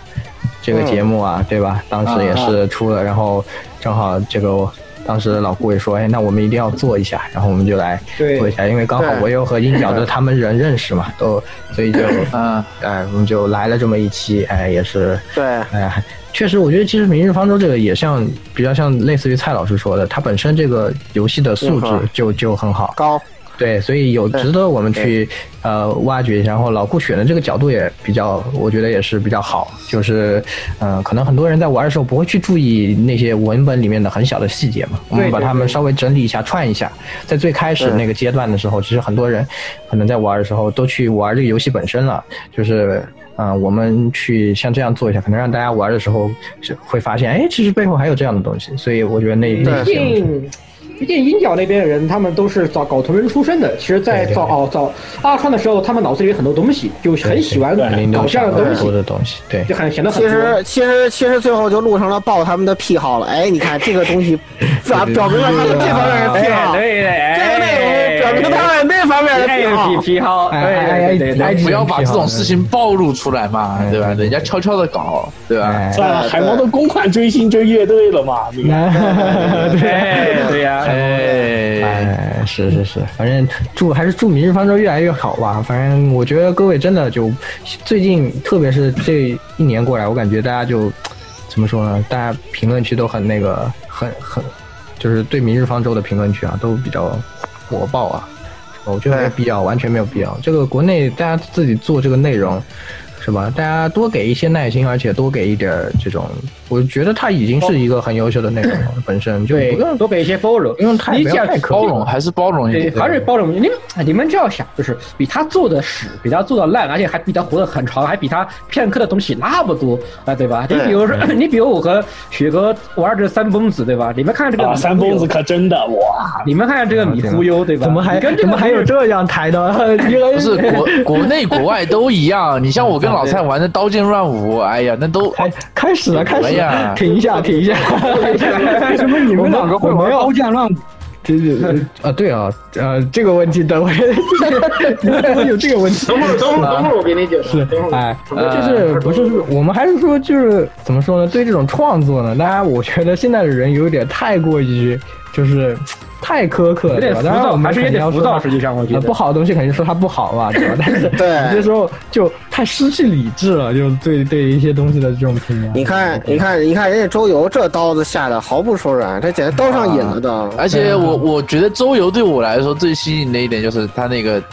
Speaker 10: 这个节目
Speaker 7: 嗯
Speaker 10: 啊，对吧？当时也是出了，然后正好这个我当时老顾也说，哎，那我们一定要做一下，然后我们就来
Speaker 7: 对
Speaker 10: 做一下，因为刚好我又和鹰角的他们人认识嘛，都所以就
Speaker 18: 啊，
Speaker 10: 哎，我们就来了这么一期，哎，也是
Speaker 5: 对，
Speaker 10: 哎，确实，我觉得其实《明日方舟》这个也像比较像类似于蔡老师说的，它本身这个游戏的素质
Speaker 5: 嗯好
Speaker 10: 就就很好，
Speaker 5: 高，
Speaker 10: 对，所以有
Speaker 5: 对
Speaker 10: 值得我们去呃挖掘一下。然后老顾选的这个角度也比较，我觉得也是比较好，就是嗯、呃可能很多人在玩的时候不会去注意那些文本里面的很小的细节嘛，我们
Speaker 7: 对
Speaker 10: 把
Speaker 7: 对
Speaker 10: 它们稍微整理一下、串一下，在最开始
Speaker 7: 嗯
Speaker 10: 那个阶段的时候，其实很多人可能在玩的时候都去玩这个游戏本身了，就是。啊、我们去像这样做一下，可能让大家玩的时候是会发现，哎，其实背后还有这样的东西，所以我觉得那那
Speaker 7: 毕
Speaker 10: 些
Speaker 7: 竟，毕竟鹰角那边的人，他们都是早搞同人出身的。其实，在早哦早二创的时候，他们脑子里有很多东西，就很喜欢搞这样的东
Speaker 10: 多
Speaker 7: 西，
Speaker 10: 的东西，对，
Speaker 7: 就很显得很
Speaker 5: 其实其实其实最后就录成了爆他们的癖好了。哎，你看这个东西，表表明了他们这方面的癖好。
Speaker 7: 哎对对，哎
Speaker 5: 这个内容表明他们那方面的癖好。
Speaker 7: 癖好
Speaker 18: 哎
Speaker 7: 对对对
Speaker 18: 不要把这种
Speaker 7: 对
Speaker 18: 事情暴露出来嘛，对
Speaker 10: 哎
Speaker 18: 吧？人家悄悄的搞，对吧？
Speaker 17: 算了，海猫都公款追星追乐队了嘛，对吧
Speaker 7: 对对呀，
Speaker 10: 哎，是是是，反正祝还是祝《明日方舟》越来越好吧。反正我觉得各位真的就最近，特别是这一年过来，我感觉大家就怎么说呢？大家评论区都很那个，很很就是对《明日方舟》的评论区啊，都比较火爆啊。我觉得没有必要，完全没有必要。这个国内大家自己做这个内容，是吧？大家多给一些耐心，而且多给一点儿这种，我觉得它已经是一个很优秀的内容了，本身就
Speaker 7: 对
Speaker 10: 不用，
Speaker 7: 多给一些包容，
Speaker 10: 不用太
Speaker 7: 你
Speaker 10: 不要
Speaker 7: 想
Speaker 10: 太苛刻
Speaker 18: 是包容
Speaker 7: 对，还是包容。你们你们这样想，就是比他做的屎，比他做的烂，而且还比他活得很长，还比他片刻的东西那么多啊，对吧？你
Speaker 17: 对
Speaker 7: 比如说，
Speaker 17: 嗯
Speaker 7: 你比如我和雪哥玩这三疯子，对吧？你们看这个
Speaker 17: 啊，
Speaker 7: 米忽悠
Speaker 17: 三疯子可真的哇！
Speaker 7: 你们看这个米忽悠，对吧？
Speaker 17: 怎么还
Speaker 7: 你跟这个
Speaker 17: 怎么还有
Speaker 10: 这样台的？
Speaker 18: 不是国
Speaker 7: (laughs)
Speaker 18: 国内国外都一样，你像我跟老蔡玩的《刀剑乱
Speaker 7: (laughs)
Speaker 18: 舞》，哎呀，那都
Speaker 10: 开开始了，开始了，
Speaker 18: 呀，
Speaker 10: 停一下，停一下。
Speaker 18: 为什么你们两个会玩
Speaker 10: 刀剑乱舞？这这啊，对啊，呃，这个问题等会
Speaker 18: (laughs)
Speaker 10: 有这个问题。
Speaker 8: 等会儿，等会儿，等会儿，我给你解释。
Speaker 10: 是
Speaker 8: 等会儿，
Speaker 10: 哎，
Speaker 18: 呃
Speaker 10: 就是不是我们还是说就是怎么说呢？对这种创作呢，大家我觉得现在的人有点太过于就是太苛刻了，
Speaker 7: 有
Speaker 10: 对
Speaker 7: 点
Speaker 10: 吧
Speaker 7: 浮
Speaker 10: 当然
Speaker 7: 躁
Speaker 10: 我们
Speaker 7: 还是有
Speaker 10: 肯定
Speaker 7: 点
Speaker 10: 要
Speaker 7: 浮
Speaker 10: 说
Speaker 7: 躁
Speaker 10: 它
Speaker 7: 实际上我觉得
Speaker 10: 呃不好的东西肯定说它不好嘛，对吧？但是
Speaker 5: 哎
Speaker 10: 有些时候就太失去理智了，就对对一些东西的这种评价。
Speaker 5: 你看，你看，你看，人家周游这刀子下的毫不手软，这简直刀上瘾了都。
Speaker 18: 而
Speaker 10: 啊
Speaker 18: 且我我觉得周游对我来说最吸引的一点就是他那个呃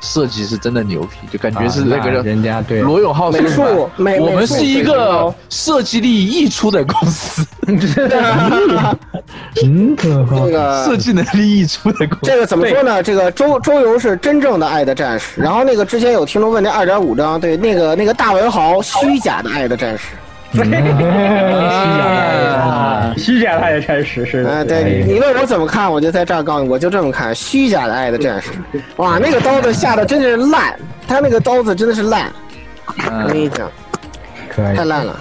Speaker 18: 设计是真的牛逼，就感觉是那个
Speaker 10: 啊那人家对
Speaker 18: 罗永浩说的
Speaker 10: 美术美
Speaker 18: 哦我们
Speaker 10: 美术
Speaker 18: 是一
Speaker 10: 水平
Speaker 18: 个
Speaker 10: 高
Speaker 18: 设计力溢出的公司，
Speaker 10: 嗯，可
Speaker 5: 那个
Speaker 18: 设计能力溢出的公司。
Speaker 5: 这个怎么说呢？这个周周游是真正的爱的战士。然后那个之前有听众问那二点五章，对那个那个大文豪虚假的爱的战士。
Speaker 7: 虚假的爱的战士是
Speaker 5: 啊，
Speaker 18: 哎
Speaker 5: 对你问我怎么看，我就在这儿告诉你，我就这么看虚假的爱的战士。
Speaker 18: 哎
Speaker 5: 哇，那个刀子下的真的是烂，他那个刀子真的是烂，
Speaker 18: 嗯
Speaker 5: 我跟你讲，
Speaker 10: 可以
Speaker 5: 太烂了。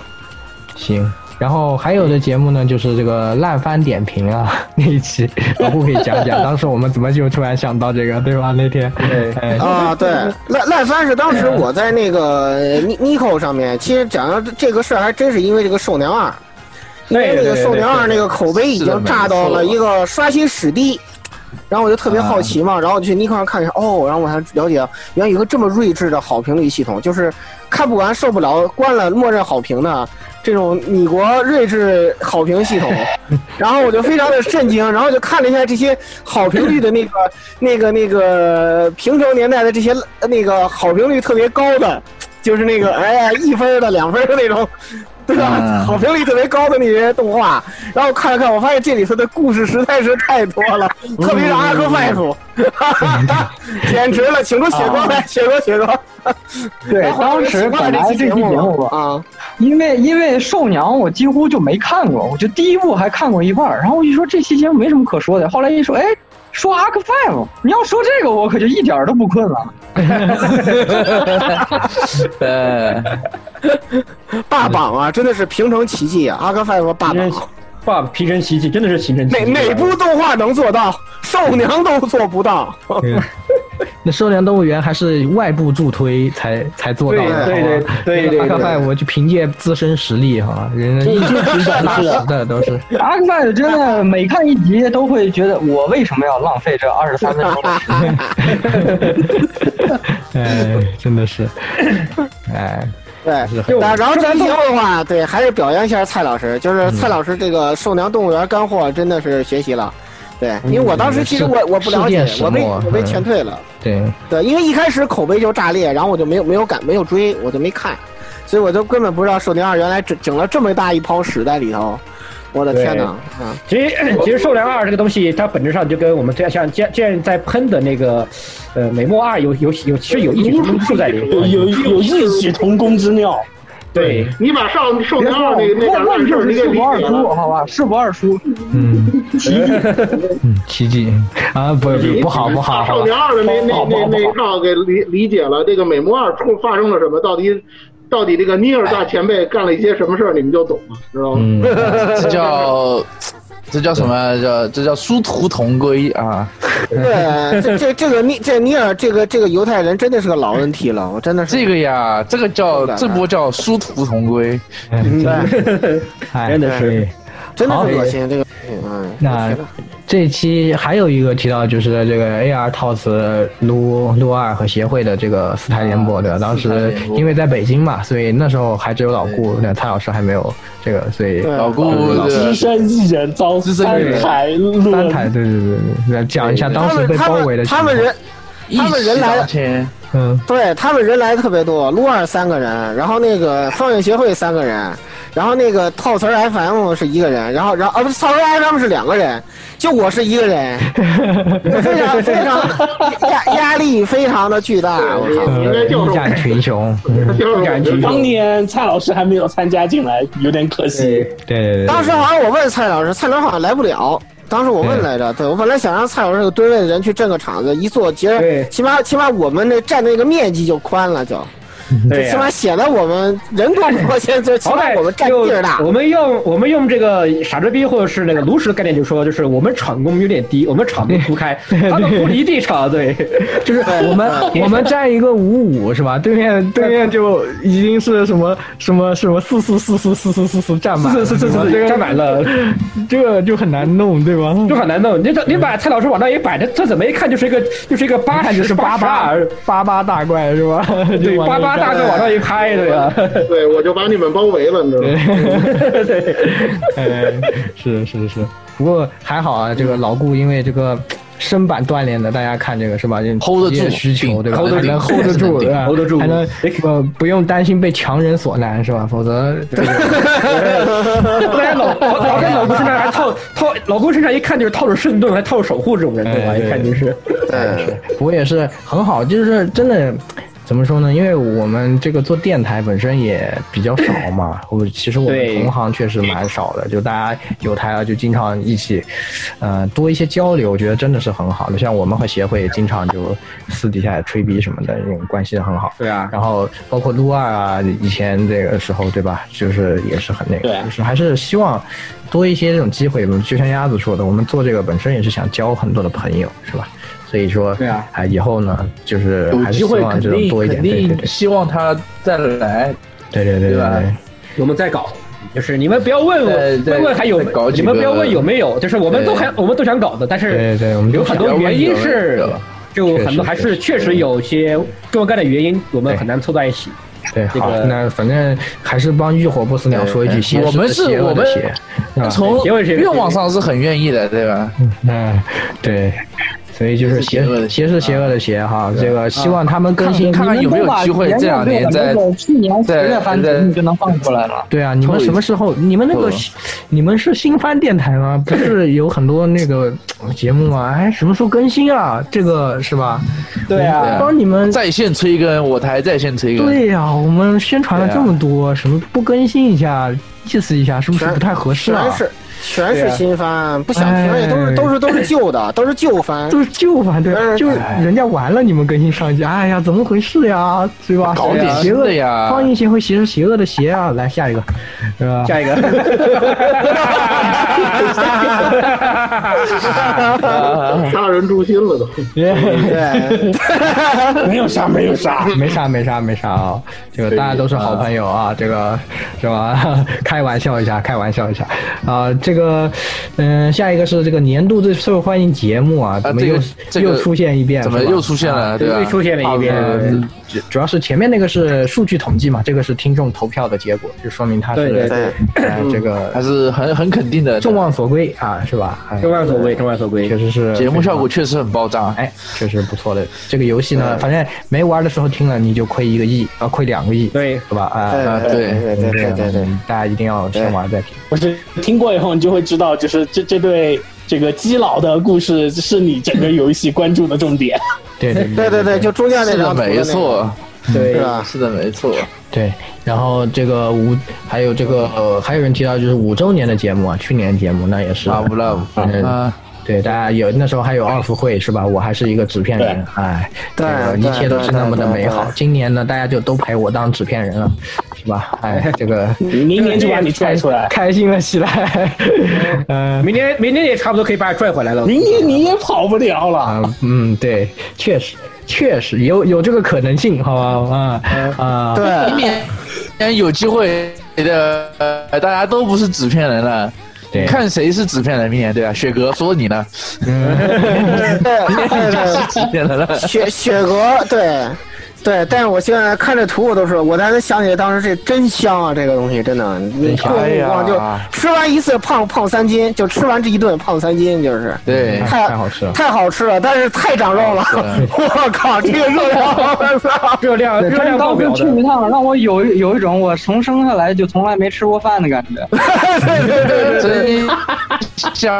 Speaker 10: 行。然后还有的节目呢，就是这个烂番点评啊 (laughs) 那一期，老顾可以
Speaker 18: (laughs)
Speaker 10: 讲讲，当时我们怎么就突然想到这个，对吧？那天，哎
Speaker 7: (laughs)
Speaker 10: 对
Speaker 5: (laughs) 啊，对，烂烂番是当时我在那个 Ni- Nico 上面，其实讲到这个事儿，还真是因为这个《兽娘二》，因为那
Speaker 7: 对对
Speaker 5: 个《
Speaker 7: 对
Speaker 5: 兽娘二》
Speaker 7: 对
Speaker 5: 那个口碑已经炸到了一个刷新史低。然后我就特别好奇嘛，然后我去 Nico 上看一下，哦，然后我才了解，原来有个这么睿智的好评率系统，就是看不完受不了，关了默认好评的啊这种米国睿智好评系统。然后我就非常的震惊，然后就看了一下这些好评率的那个、那个、那个平成年代的这些呃那个好评率特别高的，就是那个哎呀一分儿的、两分儿的那种，对吧？
Speaker 18: 嗯
Speaker 5: 好评率特别高的那些动画，然后看了看，我发现这里头的故事实在是太多了，
Speaker 6: 嗯
Speaker 5: 特别是阿克麦夫， (laughs) 简直了！请出雪糕来，雪糕，雪糕。
Speaker 6: 嗯对，当时本来这期节目吧，
Speaker 5: 啊
Speaker 6: 因为因为兽娘我几乎就没看过，我就第一部还看过一半儿，然后我一说这期节目没什么可说的，后来一说，哎，说 Arc Five，你要说这个我可就一点儿都不困了。
Speaker 18: 呃，
Speaker 5: 霸榜
Speaker 6: 嗯
Speaker 5: 啊，真的是平成奇迹啊！阿克范说霸榜，
Speaker 7: 霸皮真奇迹，真的是形成
Speaker 5: 哪哪部动画能做到？兽娘都做不到。
Speaker 10: 那收粮动物园还是外部助推才才做到的，
Speaker 28: 对对
Speaker 10: 好吧
Speaker 28: 对对对
Speaker 10: 那个 Arc Five 我就凭借自身实力哈，人家一 (laughs) 直拉屎的都是。
Speaker 19: 阿克曼真的每看一集都会觉得，我为什么要浪费这二十三分钟的时间？
Speaker 10: 哎，真的是，哎，
Speaker 5: 对，那然后咱最后的话，对，还是表扬一下蔡老师，就是
Speaker 6: 嗯
Speaker 5: 蔡老师这个寿粮动物园干货真的是学习了。对，因为
Speaker 6: 嗯
Speaker 5: 我当时其实我我不了解
Speaker 10: 世界，始
Speaker 5: 我被
Speaker 10: 末
Speaker 5: 我被劝退了。
Speaker 10: 对，
Speaker 18: (laughs)
Speaker 5: 对，因为一开始口碑就炸裂，然后我就没有没有敢没有追，我就没看，所以我就根本不知道《寿灵二》原来整整了这么大一泡屎在里头，我的天哪！啊，
Speaker 7: 其实其实寿粮二这个东西，它本质上就跟我们这像现现在喷的那个，呃，美墨二有有有其实有异曲同工之处在里面，
Speaker 17: 有有有异曲同工之妙。
Speaker 7: 对，
Speaker 8: 你把上寿
Speaker 7: 别
Speaker 8: 娘
Speaker 7: 说
Speaker 8: 二那个那
Speaker 7: 我
Speaker 8: 两件事儿，你给
Speaker 19: 世
Speaker 8: 理
Speaker 19: 博二
Speaker 6: 啊
Speaker 8: 解
Speaker 19: 叔，
Speaker 8: 了。
Speaker 19: 好吧，世博二叔，
Speaker 10: 嗯，嗯，奇迹啊，不不不好不好，好
Speaker 8: 把少
Speaker 10: 吧
Speaker 8: 年二的那
Speaker 10: 不好
Speaker 8: 那
Speaker 10: 不
Speaker 8: 那
Speaker 10: 好不
Speaker 8: 那
Speaker 10: 好
Speaker 8: 一套给理理解了，这个美魔二处发生了什么？到底到底这个尼尔大前辈干了一些什么事儿，你们就懂了，知道
Speaker 10: 嗯
Speaker 8: 吗？
Speaker 18: 这叫这叫什么？叫这叫殊途同归啊！
Speaker 5: 对，这这这个尼这尼尔这个这个犹太人真的是个老问题了，我真的是
Speaker 18: 这个呀，这个叫
Speaker 5: 真的
Speaker 18: 这波叫殊途同归，嗯
Speaker 5: 对，
Speaker 10: (laughs) 哎
Speaker 5: 真的是，嗯真的是恶
Speaker 10: 好
Speaker 5: 心这个，嗯，
Speaker 10: 那这期还有一个提到就是这个 AR TOS 撸撸二和协会的这个四台联播的，当时因为在北京嘛，所以那时候还只有老顾，那蔡老师还没有这个，所以
Speaker 17: 对老顾
Speaker 10: 老
Speaker 17: 资深艺人遭
Speaker 10: 资深
Speaker 17: 三
Speaker 10: 艺人
Speaker 17: 台论
Speaker 10: 三台，对对对对，来讲一下当时被包围的情
Speaker 5: 他
Speaker 10: 况
Speaker 5: 们人，他们人来，
Speaker 18: 天，
Speaker 10: 嗯，
Speaker 5: 对他们人来的特别多，撸二三个人，然后那个放映协会三个人，然后那个套词儿 FM 是一个人，然后然后啊不是套词儿 FM 是两个人，就我是一
Speaker 10: (laughs)
Speaker 5: 个人，非常非常压压力非常的巨大，我靠，
Speaker 10: 呃，一战群雄，
Speaker 8: (laughs)
Speaker 10: 嗯
Speaker 17: 当年蔡老师还没有参加进来，有点可惜。
Speaker 10: 对对对，
Speaker 5: 当时好像我问蔡老师，蔡老师好像来不了。当时我问来着，对我本来想让蔡老师这个蹲位的人去镇个场子，一坐，其实起码起码我们那占那个面积就宽了，就，
Speaker 7: 对呀
Speaker 5: 起码显得我们人多我现在就起
Speaker 7: 好
Speaker 5: 码
Speaker 7: 歹
Speaker 5: 我们占
Speaker 7: 就
Speaker 5: 地儿大。
Speaker 7: 我们用我们用这个傻子逼或者是那个炉石的概念，就说就是我们场工有点低，我们场不铺开，他们不离地场，对，
Speaker 10: 就是我们我们占一个五五是吧？对面对面就已经是什么什么什么四四四四四四四四占满，
Speaker 7: 是是是是
Speaker 10: 吧这个
Speaker 7: 占满了，
Speaker 10: 这个就很难弄，对吧？
Speaker 7: 就很难弄。你这你把蔡老师往那一摆，这这怎么一看就是一个就是一个八
Speaker 10: 看就是八八
Speaker 7: 二，
Speaker 10: 八八大怪是吧？
Speaker 7: 对
Speaker 10: 就往那
Speaker 7: 八
Speaker 10: 一
Speaker 7: 八大
Speaker 10: 站
Speaker 7: 就往那一拍，对吧？
Speaker 8: 对，我就把你们包围了，你知道吗？
Speaker 7: (laughs)
Speaker 10: 哎，是是是，不过还好啊，这个老顾因为这个。身板锻炼的，大家看这个是吧？
Speaker 18: 得
Speaker 10: hold
Speaker 18: 住
Speaker 10: 需求，对吧
Speaker 18: hold 得
Speaker 10: 还能
Speaker 18: 住
Speaker 10: hold 得住，对吧
Speaker 18: hold 得住
Speaker 10: 还能呃不用担心被强人所难，是吧？否则这个
Speaker 7: 不然老老老跟老顾身上还套套，老顾身上一看就是套着圣盾，还套着守护这种人，对吧？
Speaker 10: 哎对
Speaker 7: 一看就是。
Speaker 5: 对，
Speaker 10: 我也是很好，就是真的。怎么说呢？因为我们这个做电台本身也比较少嘛，我其实我们
Speaker 7: 对
Speaker 10: 同行确实蛮少的，就大家有台啊了就经常一起，呃，多一些交流，我觉得真的是很好的。像我们和协会也经常就私底下也吹逼什么的，因为关系很好。
Speaker 7: 对啊，
Speaker 10: 然后包括撸二啊，以前这个时候对吧，就是也是很那个，就是还是希望多一些这种机会。就像鸭子说的，我们做这个本身也是想交很多的朋友，是吧？所以说，对啊，以后呢，就是
Speaker 18: 有
Speaker 10: 还
Speaker 18: 机
Speaker 10: 是希
Speaker 18: 会
Speaker 10: 望
Speaker 18: 肯
Speaker 10: 这种多
Speaker 18: 定肯
Speaker 10: 一点，对对
Speaker 18: 定
Speaker 10: 对，
Speaker 18: 希望他再来。
Speaker 10: 对对对
Speaker 18: 对吧
Speaker 10: 对，
Speaker 7: 我们再搞，就是你们不要问
Speaker 18: 对
Speaker 7: 我，
Speaker 18: 对
Speaker 7: 问问还有
Speaker 18: 再搞，几
Speaker 7: 你
Speaker 18: 个
Speaker 7: 们不要问有没有，就是我们都还
Speaker 18: 对
Speaker 7: 我们都想搞的，但是
Speaker 10: 对对我们都
Speaker 7: 有很多
Speaker 10: 想
Speaker 7: 原因
Speaker 10: 有没
Speaker 7: 是
Speaker 10: 有，
Speaker 7: 就
Speaker 10: 确
Speaker 7: 很
Speaker 10: 实
Speaker 7: 多还
Speaker 10: 确
Speaker 7: 是
Speaker 10: 实
Speaker 7: 确实有些各种各样的原因，我们很难凑在一起。
Speaker 10: 对，
Speaker 7: 这
Speaker 10: 好，
Speaker 7: 个
Speaker 10: 那反正还是帮浴火不死鸟说一句邪
Speaker 18: 我
Speaker 10: 恶的
Speaker 18: 们是
Speaker 10: 邪
Speaker 18: 我
Speaker 10: 恶
Speaker 18: 们
Speaker 10: 的邪，吧
Speaker 18: 从愿望上是很愿意的，对吧？
Speaker 10: 嗯，对，所以就是邪邪
Speaker 18: 啊
Speaker 10: 是邪恶的邪哈，这个希望他们更新，
Speaker 18: 看看看有没有机会这两年再
Speaker 29: 去年
Speaker 18: 再
Speaker 10: 十月番节
Speaker 18: 再
Speaker 10: 目
Speaker 18: 就能放出来了。
Speaker 10: 对啊，你们什么时候？你们那个新，你们是新番电台吗？不是有很多那个呃节目吗？哎，什么时候更新啊？这个是吧？
Speaker 18: 啊
Speaker 19: 啊
Speaker 10: 我帮你们
Speaker 18: 在线催更，我台在线催更。
Speaker 10: 对呀、我们宣传了这么多，
Speaker 18: 啊
Speaker 10: 什么不更新一下，意思一下，是不是不太合适啊
Speaker 5: 全？是全
Speaker 10: 对
Speaker 5: 是
Speaker 10: 啊
Speaker 5: 新番，不想听，而且都
Speaker 10: 哎
Speaker 5: 是都是都是旧的，都是旧番，
Speaker 10: 都是旧番，对，
Speaker 5: 嗯
Speaker 10: 就是人家玩了，你们更新上一集，哎呀，怎么回事呀？对吧？啊
Speaker 18: 搞点
Speaker 10: 邪
Speaker 18: 新
Speaker 10: 恶
Speaker 18: 的呀
Speaker 10: 放映协会邪是邪恶的邪啊！ (laughs) 来下一个，是吧？
Speaker 7: 下一个，
Speaker 8: 杀人诛心了都。
Speaker 10: 对，
Speaker 17: 没有啥，没有啥，
Speaker 10: 没啥，没啥，没啥啊！这个大家都是好朋友啊，这个是吧？开玩笑一下，开玩笑一下啊！这个，嗯，下一个是这个年度最受欢迎节目啊，怎么又
Speaker 18: 这个
Speaker 10: 又出现一遍？
Speaker 18: 怎么
Speaker 10: 是吧
Speaker 18: 又出现了
Speaker 10: 啊
Speaker 18: 对吧又出现了一遍
Speaker 10: 呃主主要是前面那个是数据统计嘛，这个是听众投票的结果，就说明他是
Speaker 18: 对对对嗯
Speaker 10: 呃这个
Speaker 18: 还是很很肯定的。
Speaker 10: 众望所归啊，是吧？哎
Speaker 18: 众望所归
Speaker 10: 众望所归，确实是
Speaker 18: 节目效果
Speaker 10: 确实很爆炸，哎，确实不错的。这个游戏呢，
Speaker 18: 对
Speaker 10: 反正没玩的时候听了你就亏一个亿啊，亏两个亿，对，是吧？啊，
Speaker 17: 对
Speaker 10: 啊
Speaker 17: 对对对对对对，
Speaker 10: 大家一定要先玩再听。
Speaker 17: 不是听过以后，你就会知道，就是这这对这个基佬的故事是你整个游戏关注的重点。
Speaker 10: 对
Speaker 17: 对
Speaker 5: 对对对，就中间 (laughs) 那张图的那个，
Speaker 17: 对
Speaker 5: 是吧？
Speaker 18: 是的，没错。
Speaker 10: 对，然后这个五还有这个呃，还有人提到就是五周年的节目啊，去年的节目那也是
Speaker 18: Love Love
Speaker 10: 反正
Speaker 18: 啊
Speaker 10: 对，大家有那时候还有奥福会是吧？我还是一个纸片人，哎，
Speaker 5: 对
Speaker 10: 这个
Speaker 5: 对
Speaker 10: 一切都是那么的
Speaker 5: 对对
Speaker 10: 美好
Speaker 5: 对。
Speaker 10: 今年呢，大家就都陪我当纸片人了，是吧？
Speaker 17: (laughs)
Speaker 10: 哎，这个
Speaker 17: 明年就把你拽出来，
Speaker 10: (laughs) 开心了起
Speaker 17: (laughs)
Speaker 10: 来。嗯，
Speaker 7: 明年明年也差不多可以把你拽回来了。
Speaker 17: 明年你也跑不了了。
Speaker 10: 啊，嗯，对，确实确实有有这个可能性，好吧？啊
Speaker 17: 嗯
Speaker 10: 啊，
Speaker 18: 明年明年有机会的，呃大家都不是纸片人了。
Speaker 10: 对
Speaker 18: 你看谁是纸片人？明年对吧？雪哥说你呢，
Speaker 5: 对对对，
Speaker 18: 纸片人了。
Speaker 5: 雪雪格，对对，但是我现在看这图，我都是，我才能想起当时这真香啊，这个东西真的，你
Speaker 10: 香
Speaker 5: 过目不忘
Speaker 10: 哎
Speaker 5: 就
Speaker 10: 呀
Speaker 5: 吃完一次胖胖三斤，就吃完这一顿胖三斤，就是
Speaker 18: 对
Speaker 5: 太
Speaker 10: 太好吃了
Speaker 5: 太好吃了，但是太长肉了，我靠，这个热量，我操，
Speaker 6: 热量
Speaker 19: 对但是当时去
Speaker 6: 对
Speaker 19: 一趟，让我有有一种我从生下来就从来没吃过饭的感觉。
Speaker 5: 对对对对
Speaker 18: 对，香，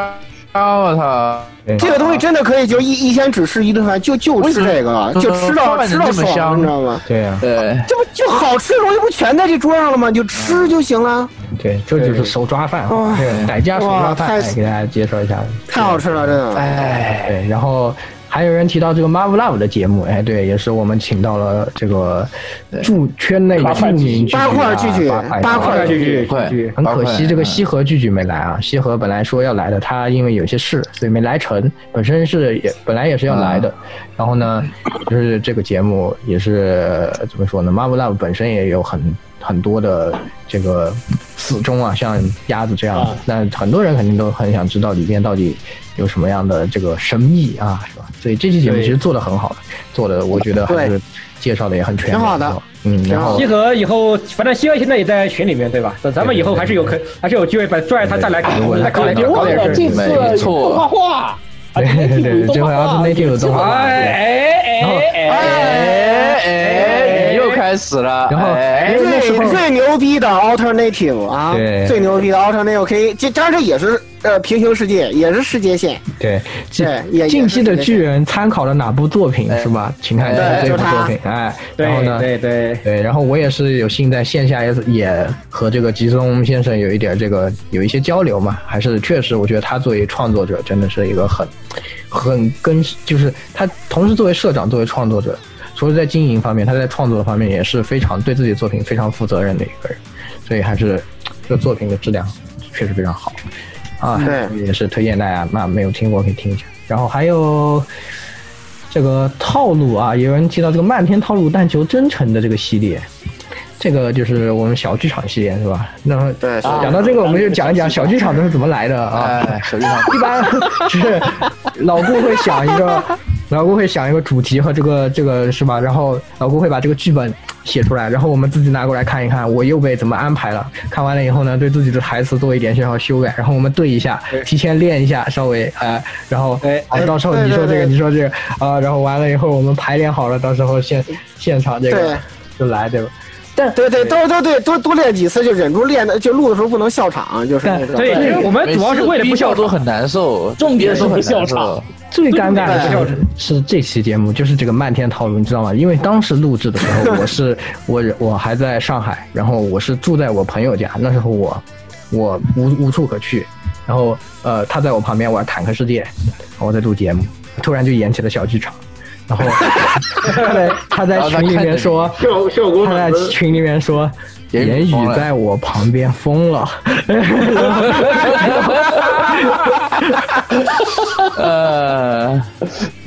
Speaker 18: 啊我操！
Speaker 5: (laughs) 这个东西真的可以，就一一天只吃一顿饭，就就吃这个，就吃到吃到爽，你知道吗？
Speaker 10: 对啊呀，
Speaker 18: 对
Speaker 5: 这不就好吃的东西不全在这桌上了吗？你就吃就行了，
Speaker 10: 对，这就是手抓饭，
Speaker 5: 哇
Speaker 10: 对，傣家手抓
Speaker 5: 哎哇
Speaker 10: 饭，
Speaker 5: 太
Speaker 10: 哎给大家介绍一下。
Speaker 5: 太好吃了，真的。
Speaker 10: 哎，对，然后还有人提到这个 Marvel Love 的节目，哎，对，也是我们请到了这个著圈内
Speaker 5: 八
Speaker 10: 著
Speaker 5: 块
Speaker 10: 名
Speaker 5: 巨巨八块巨巨
Speaker 10: 八
Speaker 5: 八块巨巨
Speaker 10: 对
Speaker 5: 巨巨
Speaker 10: 很可惜
Speaker 5: 八块嗯
Speaker 10: 这个西河巨巨没来啊，西河本来说要来的，他因为有些事，所以没来成，本身是也本来也是要来
Speaker 5: 嗯
Speaker 10: 的，然后呢，就是这个节目也是呃怎么说呢，Marvel Love 本身也有很。很多的这个死忠啊，像鸭子这样的，那很多人肯定都很想知道里面到底有什么样的这个神秘啊，是吧？所以这期节目其实做的很好，做的我觉得还是介绍的也很全面，
Speaker 7: 挺好的
Speaker 10: 是吧，嗯，然后
Speaker 7: 西河以后，反正西河现在也在群里面，对吧？等咱们以后还是有可，还是有机会把拽他再来搞
Speaker 10: 如果，
Speaker 7: 再搞点
Speaker 10: 看到
Speaker 7: 搞点事
Speaker 10: 这次没错
Speaker 17: 动画化，
Speaker 10: (laughs) 对对对，这回 alternative 动画，
Speaker 7: 哎
Speaker 10: 然后
Speaker 18: 哎哎，你又开始了。
Speaker 10: 然后
Speaker 18: 哎，
Speaker 5: 最最牛逼的 alternative 啊
Speaker 10: 对，
Speaker 5: 最牛逼的 alternative 可以，这当然这也是呃平行世界，也是世界线，
Speaker 10: 对，
Speaker 5: 对也
Speaker 10: 近近期的巨人参考了哪部作品是吧？请看一下这部作品，哎，
Speaker 7: 对
Speaker 10: 然后呢，
Speaker 7: 对对
Speaker 10: 对，然后我也是有幸在线下也也和这个吉松先生有一点这个有一些交流嘛，还是确实我觉得他作为创作者真的是一个很很跟就是他同时作为社长作为创作者，除了在经营方面，他在创作方面也是非常对自己的作品非常负责任的一个人，所以还是这个作品的质量确实非常好。啊，也是推荐大家，那没有听过可以听一下。然后还有这个套路啊，有人提到这个漫天套路但求真诚的这个系列，这个就是我们小剧场系列是吧？那么
Speaker 18: 小剧
Speaker 5: 对
Speaker 18: 场
Speaker 10: 啊讲到这个，我们就讲一讲小剧场都是怎么来的啊。
Speaker 18: 哎，小剧场
Speaker 10: (laughs) 一般是老顾会想一个，老顾会想一个主题和这个这个是吧？然后老顾会把这个剧本写出来，然后我们自己拿过来看一看，我又被怎么安排了。看完了以后呢，对自己的台词做一点小小修改，然后我们对一下，提前练一下，稍微呃，然后哎，到时候你说这个，你说这个啊，然后完了以后我们排练好了，到时候现现场这
Speaker 5: 对
Speaker 10: 个就来对吧？
Speaker 5: 但对对，都都对，多多练几次就忍住练的，就录的时候不能笑场，就是那种。
Speaker 7: 对
Speaker 18: 每次
Speaker 7: 我们哎主要是为了不笑
Speaker 18: 逼笑
Speaker 7: 场
Speaker 18: 都很难受，
Speaker 17: 重点是
Speaker 18: 都
Speaker 17: 不
Speaker 18: 很难
Speaker 17: 笑
Speaker 18: 受
Speaker 17: 场。
Speaker 10: 最尴尬的
Speaker 17: 对
Speaker 10: 是是这期节目，就是这个漫天套路，你知道吗？因为当时录制的时候，我是我我还在上海，然后我是住在我朋友家，那时候我我无无处可去，然后呃他在我旁边玩坦克世界，然后我在录节目，突然就演起了小剧场，
Speaker 18: (laughs)
Speaker 10: 然后他在他在群里面说，
Speaker 8: 效效果
Speaker 10: 他在群里面说。
Speaker 18: 言语
Speaker 10: 言
Speaker 18: 疯
Speaker 10: 语
Speaker 18: 了
Speaker 10: 在我旁边疯了，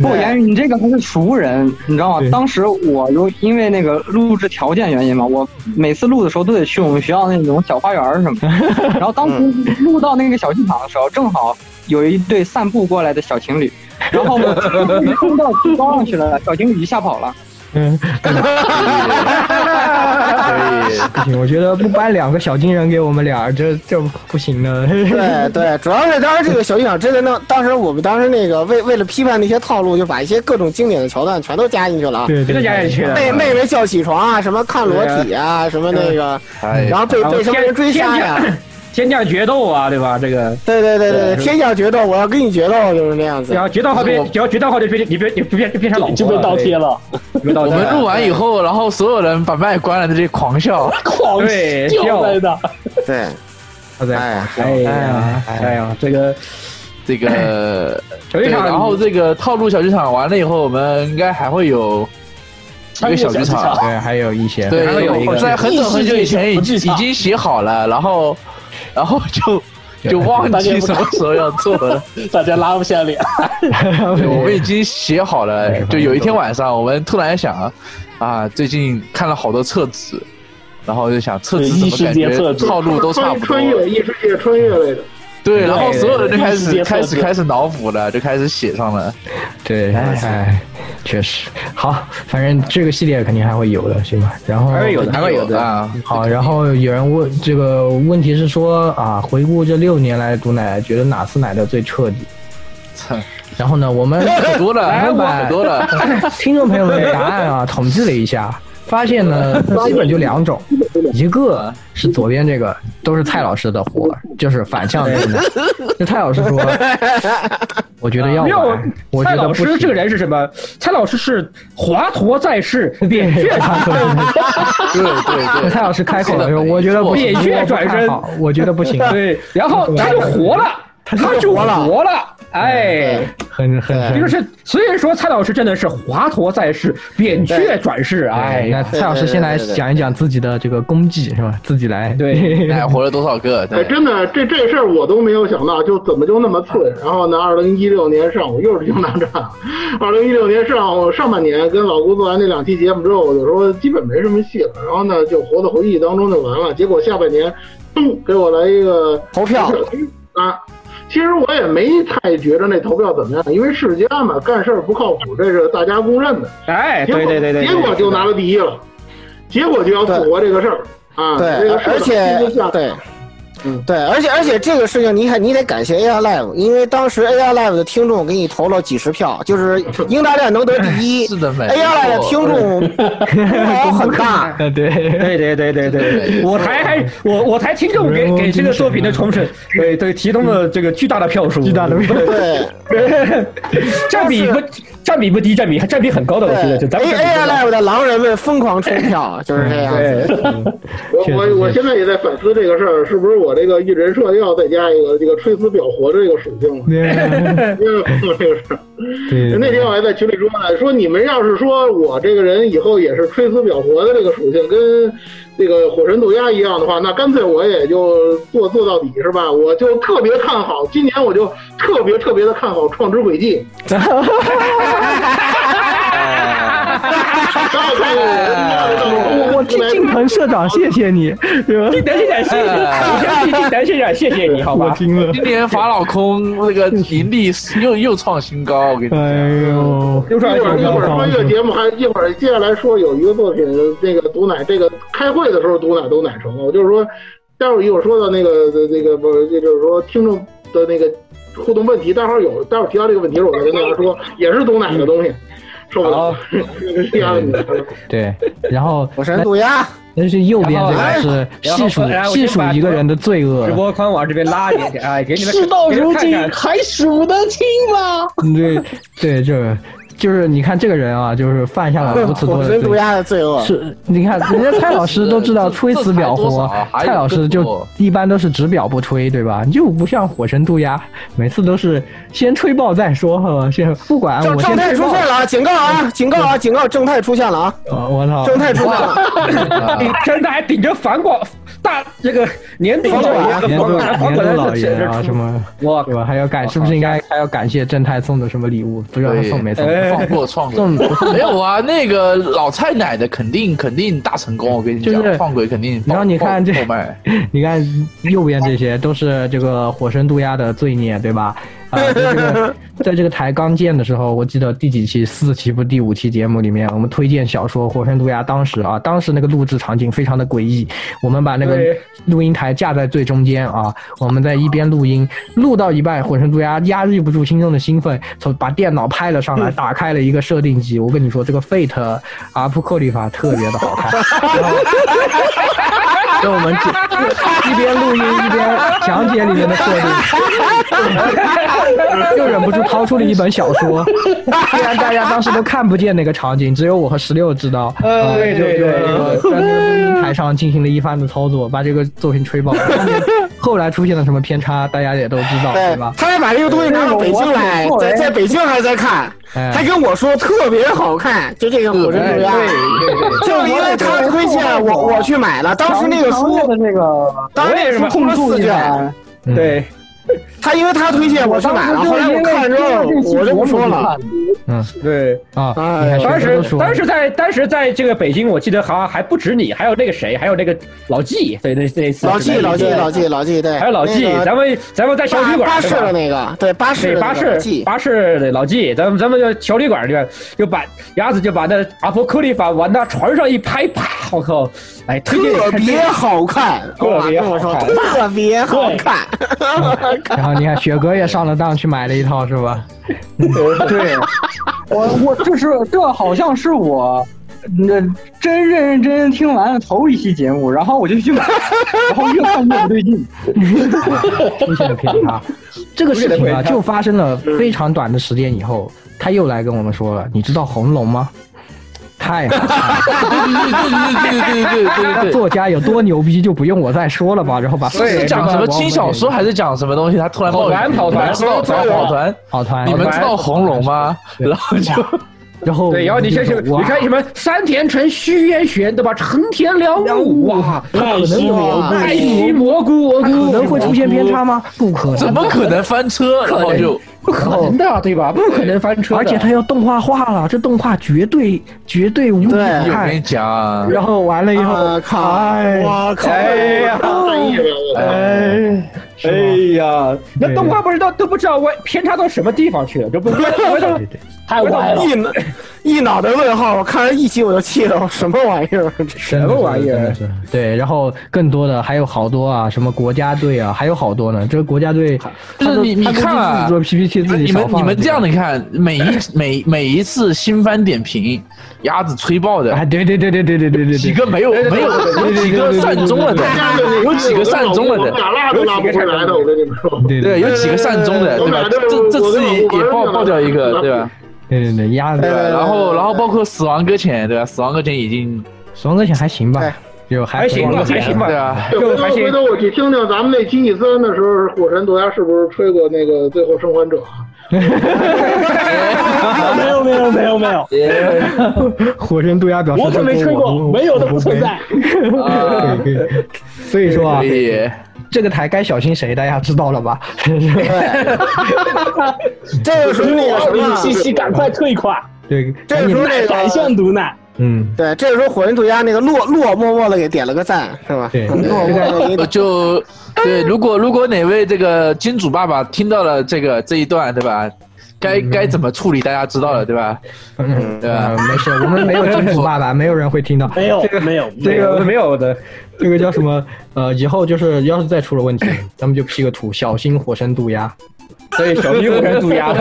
Speaker 19: 不，言语，你这个他是熟人，你知道吗？当时我由因为那个录制条件原因嘛，我每次录的时候都得去我们学校那种小花园儿什
Speaker 17: (laughs)
Speaker 19: 么的。然后当
Speaker 18: 嗯
Speaker 19: 时录到那个小剧场的时候，正好有一对散步过来的小情侣，然后
Speaker 18: (laughs)
Speaker 19: 我一碰到提高上去了，小情侣一吓跑了。
Speaker 10: 嗯，不行，我觉得不搬两个小金人给我们俩，这这不行的。 (laughs)
Speaker 5: 对对，主要是当时这个小剧场真的弄，当时我们当时那个为为了批判那些套路，就把一些各种经典的桥段全都加进去了啊，
Speaker 10: 对对全都加进去了
Speaker 5: 被妹妹叫起床啊，什么看裸体啊，什么那个，
Speaker 18: 哎
Speaker 10: 啊哎
Speaker 5: 然后被被什么人追杀呀、
Speaker 7: 啊
Speaker 18: (laughs)
Speaker 7: 天降决斗啊，对吧？这个
Speaker 5: 对对对对，天下决斗，我要跟你决斗，就是那样子。
Speaker 7: 只要决斗后边，只要决斗后就变，你变你变变成老婆
Speaker 17: 就被倒贴
Speaker 7: 对
Speaker 17: 了。
Speaker 7: 被倒
Speaker 18: 我
Speaker 7: 贴
Speaker 18: 们录完以
Speaker 7: 后，
Speaker 18: 后，然后所有人把麦关了，在这里狂笑，
Speaker 17: 狂
Speaker 5: 哎
Speaker 7: 对
Speaker 17: 笑来的。
Speaker 5: 对，哎呀，
Speaker 7: 哎呀，哎呀，这个
Speaker 18: 这
Speaker 10: 哎
Speaker 18: 个
Speaker 7: 小剧场
Speaker 18: 对然后这个套路小剧场完了以后，我们应该还会有一个小剧场，
Speaker 10: 对，还有一些，
Speaker 18: 对，
Speaker 10: 还有一
Speaker 18: 我
Speaker 10: 个
Speaker 18: 在很早很久以前
Speaker 17: 异
Speaker 18: 已
Speaker 17: 世界小剧
Speaker 18: 已
Speaker 17: 场
Speaker 18: 经写好了，然后然后就就忘
Speaker 17: 大家
Speaker 18: 记
Speaker 17: 也不
Speaker 18: 什么时候要做了。
Speaker 17: 大家拉不下脸。
Speaker 18: 对，我们已经写好了。就有一天晚上，我们突然想，啊，最近看了好多册子，然后就想册子怎么感觉套路都差不多
Speaker 8: 穿。越异世界穿越类的。
Speaker 18: 对，然后所有人就开
Speaker 8: 异世界
Speaker 18: 始
Speaker 8: 册
Speaker 18: 开
Speaker 8: 子
Speaker 18: 始开始脑补了，就开始写上了。
Speaker 10: 对，哎，确实好，反正这个系列肯定还会有的，行吧？然后
Speaker 7: 还会有的还会有的
Speaker 10: 啊。好，然后有人问这个问题是说啊，回顾这六年来毒奶，觉得哪次奶的最彻底？
Speaker 18: (laughs)
Speaker 10: 然后呢，我们
Speaker 18: 可多了
Speaker 10: 我们
Speaker 18: 哎我可多了
Speaker 10: 听众朋友们的答案啊，统计了一下，发
Speaker 18: (laughs)
Speaker 10: 现呢，基本就两种，一个是左边这个，都是蔡老师的活，就是反向的。就蔡老师说，我觉得要
Speaker 7: 没有
Speaker 10: 玩，我
Speaker 7: 蔡
Speaker 10: 觉得
Speaker 7: 老
Speaker 10: 不
Speaker 7: 师
Speaker 10: 行。
Speaker 7: 这个人是什么？蔡老师是华佗在世，扁鹊上身。
Speaker 18: 对对
Speaker 10: 蔡老师开口了，说我觉得不行
Speaker 7: 扁鹊转身
Speaker 10: 我不太好我觉得
Speaker 18: (laughs)
Speaker 10: 不行。
Speaker 7: 对，然后他就活了，他就活了，哎，
Speaker 10: 很很
Speaker 7: 这就是，所以说蔡老师真的是华佗在世，扁鹊转世，哎
Speaker 10: 那
Speaker 7: 呀，
Speaker 10: 蔡老师先来讲一讲自己的这个功绩是吧？自己来。 (laughs)
Speaker 7: 对
Speaker 18: 哎，活了多少
Speaker 7: 呃
Speaker 18: 个？
Speaker 8: 哎，
Speaker 18: 对，
Speaker 8: 真的，这这事儿我都没有想到，就怎么就那么寸。然后呢，二零一六年上午又是英大战，二零一六年上午上半年跟老顾做完那两期节目之后，我就说基本没什么戏了。然后呢，就活在回忆当中就完了。结果下半年，咚，给我来一个
Speaker 5: 投票
Speaker 8: 啊！其实我也没太觉着那投票怎么样，因为世家嘛，干事儿不靠谱，这是大家公认的。
Speaker 7: 哎
Speaker 8: 结果
Speaker 7: 对对对对对
Speaker 8: 结果就拿了第一了，结果就要复活这个事儿啊！
Speaker 5: 对
Speaker 8: 这个事儿
Speaker 5: 而且
Speaker 8: 就像嗯
Speaker 5: 对对，而且而且这个事情你还你得感谢 AI Live，因为当时 AI Live 的听众给你投了几十票，
Speaker 8: (laughs)
Speaker 5: 就是英大战能得第一
Speaker 18: 是的没
Speaker 5: ，AI Live 的
Speaker 18: 错
Speaker 5: 听众功劳很
Speaker 8: (laughs)
Speaker 5: 大，
Speaker 19: (laughs)
Speaker 10: 对对
Speaker 7: 对对对对，我台还我我台听众给给这个作品的重审，对对，提供了这个巨大的票啊数，巨大的票，
Speaker 8: 哦
Speaker 7: 对， (laughs) 占比不占比不低，占比还占比很高的，我觉得就咱们
Speaker 5: A A Live 的狼人们疯狂冲票，就是
Speaker 8: 嗯
Speaker 5: 这样子。
Speaker 8: 我我我现在也在反思这个事儿，是不是我这个一人设又要再加一个这个吹死表活的这个属性了？因为我这个事儿，那天我还在群里说呢，说你们要是说我这个人以后也是吹死表活的这个属性，跟这个火神渡鸦一样的话，那干脆我也就做做到底是吧？我就特别看好，今年我就特别特别的看好《创之轨迹》。
Speaker 10: 我我敬敬鹏社长，谢谢
Speaker 5: (laughs)
Speaker 10: 你，对吧？
Speaker 7: 敬德社长，谢谢你，敬德社长，哎谢谢你，好吧？
Speaker 10: 听了
Speaker 18: 今年法老空那个盈利又又创新高，我跟你讲。
Speaker 10: 哎呦，
Speaker 8: 一会儿一会儿穿越节目还一会儿接下来说有一个作品，那个毒奶，这个开会的时候毒奶都奶成了，我就是说，待会儿一会儿说到那个呃那个不是，就是说听众的那个互动问题，待会儿有，待会儿提到这个问题，我再跟大家说，也是毒奶的东西，受不了，这样子。
Speaker 10: 对，然后
Speaker 5: 我是杜鸦，
Speaker 10: 那是右边这
Speaker 7: 然后
Speaker 10: 个是
Speaker 7: 然后
Speaker 10: 细数
Speaker 7: 然后我
Speaker 10: 细
Speaker 7: 先
Speaker 10: 数
Speaker 7: 把
Speaker 10: 一个人的罪恶
Speaker 7: 直。播宽往这边拉一点，哎，给你们
Speaker 17: 事到如
Speaker 7: 给你
Speaker 17: 今
Speaker 7: 们看看
Speaker 17: 还数得清吗？
Speaker 10: 对对，这就是你看这个人啊，就是犯下了如
Speaker 5: (laughs)
Speaker 10: 此多
Speaker 5: 火
Speaker 10: 的
Speaker 5: 神
Speaker 10: 罪
Speaker 5: 渡。鸦的罪恶
Speaker 10: 是，你看人家蔡老师都知
Speaker 7: (laughs)
Speaker 10: 道吹死表活，
Speaker 7: 啊
Speaker 10: 蔡老师就一般都是只表不吹，对吧？你就不像火神渡鸦，每次都是先吹爆再说，哈，先不管
Speaker 5: 正
Speaker 10: 我
Speaker 5: 正
Speaker 10: 先
Speaker 5: 太
Speaker 10: 吹
Speaker 5: 出
Speaker 10: 爆。
Speaker 5: 现了啊！警告啊！警告啊！警告！正太出现了啊！
Speaker 10: 哦我操！
Speaker 5: 正太出现了。
Speaker 7: 真的还顶着反光大这个年度老 (laughs) 爷，
Speaker 10: 年度
Speaker 7: 黄
Speaker 10: 年度
Speaker 7: 果然
Speaker 10: 老
Speaker 7: 是
Speaker 10: 爷
Speaker 7: 显示
Speaker 10: 啊
Speaker 7: 出
Speaker 10: 什么，
Speaker 7: 哇，
Speaker 10: 对吧？还要感，是不是应该还要感谢正太送的什么礼物？不知道他送没送？
Speaker 18: 哎创作创作
Speaker 10: 送
Speaker 18: 没有啊？那个老菜奶的肯定肯定大成功，我跟你讲
Speaker 10: 就是，
Speaker 18: 放鬼肯定爆。
Speaker 10: 然后你看这
Speaker 18: 爆卖，
Speaker 10: 你看右边这些都是这个火神渡鸦的罪孽，对吧？啊、在这个在这个台刚建的时候，我记得第几期，四期不第五期节目里面，我们推荐小说《火神渡鸦》，当时啊，当时那个录制场景非常的诡异，我们把那个
Speaker 7: 对
Speaker 10: 录音台架在最中间啊，我们在一边录音，录到一半，火神渡鸦压抑不住心中的兴奋，从把电脑拍了上来，打开了一个设定集，我跟你说，这个 Fate 阿普克里法特别的好看。跟我们一边录音一边讲解里面的设 (laughs) 定，又忍不住掏出了一本小说。虽然大家当时都看不见那个场景，只有我和十六知道。啊
Speaker 7: 呃对
Speaker 10: 就
Speaker 7: 对
Speaker 10: 就
Speaker 7: 对
Speaker 10: 那个在那个录音台上进行了一番的操作，把这个作品吹爆。后面后来出现了什么偏差，大家也都知道，对吧？
Speaker 5: 他还把这个东西拿到北京来，在在北京还在看，
Speaker 10: 哎
Speaker 5: 还跟我说特别好看，就这个火神渡鸦，就因为他的推荐我我去买了，当时那个书
Speaker 7: 的那个，
Speaker 5: 当时
Speaker 7: 我也
Speaker 5: 那
Speaker 7: 是
Speaker 5: 个书出了四卷，
Speaker 10: 嗯
Speaker 7: 对。
Speaker 5: 他因为他推荐我去买啊了，后来我看之后我就不说了。
Speaker 10: 嗯，
Speaker 7: 对
Speaker 10: 啊，
Speaker 5: 哎什么
Speaker 7: 当时
Speaker 5: 都说
Speaker 7: 当时在当时在这个北京，我记得好像还不止你，还有那个谁，还有那个老纪，对那那次
Speaker 5: 老纪，
Speaker 7: 是吧
Speaker 5: 老纪，
Speaker 7: 对
Speaker 5: 老纪，老纪，对，
Speaker 7: 还有老纪
Speaker 5: 那个，
Speaker 7: 咱们咱们在小旅馆
Speaker 5: 巴巴
Speaker 7: 是
Speaker 5: 士
Speaker 7: 吧
Speaker 5: 的那个，对，巴士的
Speaker 7: 巴
Speaker 5: 那个老纪
Speaker 7: 士巴士的老纪，咱们咱们就小旅馆里边就把鸭子就把那阿波克利法往那船上一拍，啪！我靠，哎，推荐你
Speaker 5: 特
Speaker 7: 看这
Speaker 5: 别
Speaker 7: 个
Speaker 5: 好看，
Speaker 7: (laughs) 特别好看
Speaker 5: 特别好
Speaker 7: (laughs)
Speaker 5: 看。
Speaker 10: 然后你看雪哥也上了当去买了一套，是吧？
Speaker 19: 对，我我这是这好像是我那真认认真真听完了头一期节目，然后我就去买， (laughs) 然后越看越不对劲。
Speaker 10: 出现了偏差。 (laughs) 这个事情啊，就发生了非常短的时间以后，他又来跟我们说了，你知道红龙吗？太好看
Speaker 18: 对
Speaker 10: 了！
Speaker 18: 对对对对对对对对。
Speaker 10: 作家有多牛逼就不用我再说了吧，然后把
Speaker 18: 是讲什么轻小说还是讲什么东西？他突然冒
Speaker 10: 跑团
Speaker 18: 出来
Speaker 10: 跑
Speaker 18: 你
Speaker 10: 团
Speaker 18: 们知道
Speaker 10: 跑
Speaker 18: 跑
Speaker 10: 团
Speaker 18: 团跑团
Speaker 10: 跑团
Speaker 18: 你们知道红龙吗？
Speaker 10: 然后就然后
Speaker 18: 哦
Speaker 7: 对，然后你先去，你看什么山田诚、虚渊玄，对吧？横田良悟，哇，
Speaker 10: 可能有
Speaker 18: 啊
Speaker 10: 蘑菇
Speaker 18: 哎
Speaker 7: 爱惜蘑菇，蘑
Speaker 10: 它
Speaker 7: 菇
Speaker 10: 可能会出现偏差吗？不可能，
Speaker 18: 怎么可能翻车？然后就
Speaker 7: 不可能的，对吧？不可能翻车的。
Speaker 10: 而且它要动画化了，这动画绝对绝对无比
Speaker 18: 我跟
Speaker 10: 看
Speaker 18: 你。讲啊，
Speaker 10: 然后完了以后，
Speaker 5: 我啊靠！
Speaker 10: 哎，
Speaker 5: 我靠！
Speaker 7: 哎呀，哎，哎呀，那动画不知道都不知道歪偏差到什么地方去了，
Speaker 18: (laughs)
Speaker 7: 这不
Speaker 5: 太
Speaker 7: 歪了
Speaker 5: 一脑一脑袋问号，我看完一集我就气了，我什么玩意儿？这
Speaker 10: 什么玩意儿？对，然后更多的还有好多啊，什么国家队啊，还有好多呢。这个国家队，
Speaker 18: 就
Speaker 10: 他
Speaker 18: 是
Speaker 10: 都
Speaker 18: 你你
Speaker 10: 他都
Speaker 18: 看
Speaker 10: 自
Speaker 18: 啊
Speaker 10: 己，做 PPT 自己
Speaker 18: 你们
Speaker 10: 少放
Speaker 18: 你
Speaker 10: 了
Speaker 18: 们
Speaker 10: 几
Speaker 18: 这
Speaker 10: 个
Speaker 18: 样的看，每一每每一次新番点评，鸭子吹爆的，
Speaker 10: 哎，对对对对对对对对，
Speaker 18: 几个没有没有有几个善终了的，有几个善终了的，
Speaker 8: 我拉都拉不回来的，我跟你们说。
Speaker 10: 对
Speaker 18: 对，有几个善终的，对吧？这这次也也爆爆掉一个，对吧？
Speaker 10: 对对对，鸭子
Speaker 18: 对吧？然后然后包括死亡搁浅，对吧？死亡搁浅已经
Speaker 10: 爽哥钱还行吧，就还
Speaker 18: 还行吧还行吧
Speaker 10: 对
Speaker 18: 哎对啊
Speaker 8: 对，回头回头我去听听咱们那吉米森的时候，火神夺牙是不是吹过那个《最后生还者》啊？
Speaker 17: (laughs) 没有没有没有没有，
Speaker 5: (laughs)
Speaker 10: 火神渡鸦表示
Speaker 17: 我可没吹过
Speaker 10: 我
Speaker 17: 没有的不存在。 (laughs)
Speaker 18: 啊
Speaker 10: 对对对所以说啊
Speaker 18: 可以，
Speaker 10: 这个台该小心谁，大家知道了吧？ (laughs)
Speaker 5: 这个属于那个什么
Speaker 17: 信息赶快退款。
Speaker 10: 对，
Speaker 5: 这个时候 (laughs) 那个
Speaker 17: 反向毒奶。
Speaker 10: 嗯，
Speaker 5: 对，这个时候火人涂鸦那个落落默默的给点了个赞，是吧？
Speaker 10: 对，
Speaker 5: 落默默地给
Speaker 18: 我就对，如果如果哪位这个金主爸爸听到了这个这一段，对吧？该该怎么处理，大家知道了，对吧？
Speaker 10: 嗯，
Speaker 18: 对吧？
Speaker 10: 没事，我们没有金主爸爸，没有人会听到。
Speaker 17: 没有
Speaker 10: 这个
Speaker 17: 没有
Speaker 10: 这
Speaker 17: 没
Speaker 10: 个
Speaker 17: 有
Speaker 10: 没有的， (laughs) 这个叫什么？呃，以后就是要是再出了问题，咱们就 P 个图，小心火山渡鸦。啊
Speaker 7: 对，小心火神
Speaker 10: (laughs)
Speaker 7: 渡鸦。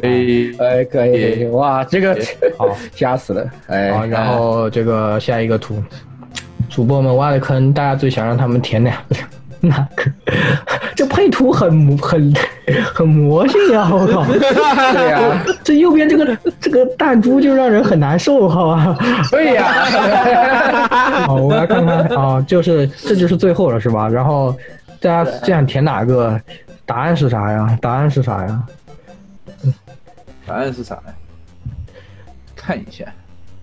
Speaker 18: 对，
Speaker 7: 哎，可以，哇，这个 (laughs)
Speaker 10: 好，
Speaker 7: 吓死了，哎，
Speaker 10: 好，然后这个下一个图，主播们挖的坑，大家最想让他们填哪？哪个？ (laughs) 这配图很魔很很魔性啊！我靠，
Speaker 7: (laughs) 对呀
Speaker 10: 这右边这个这个弹珠就让人很难受，好吧？
Speaker 7: 对呀，
Speaker 10: (laughs) 好，我来看看啊，就是这就是最后了是吧？然后大家
Speaker 7: 啊
Speaker 10: 这样填哪个？答案是啥呀？答案是啥呀？
Speaker 18: 答案是啥呀？看一下，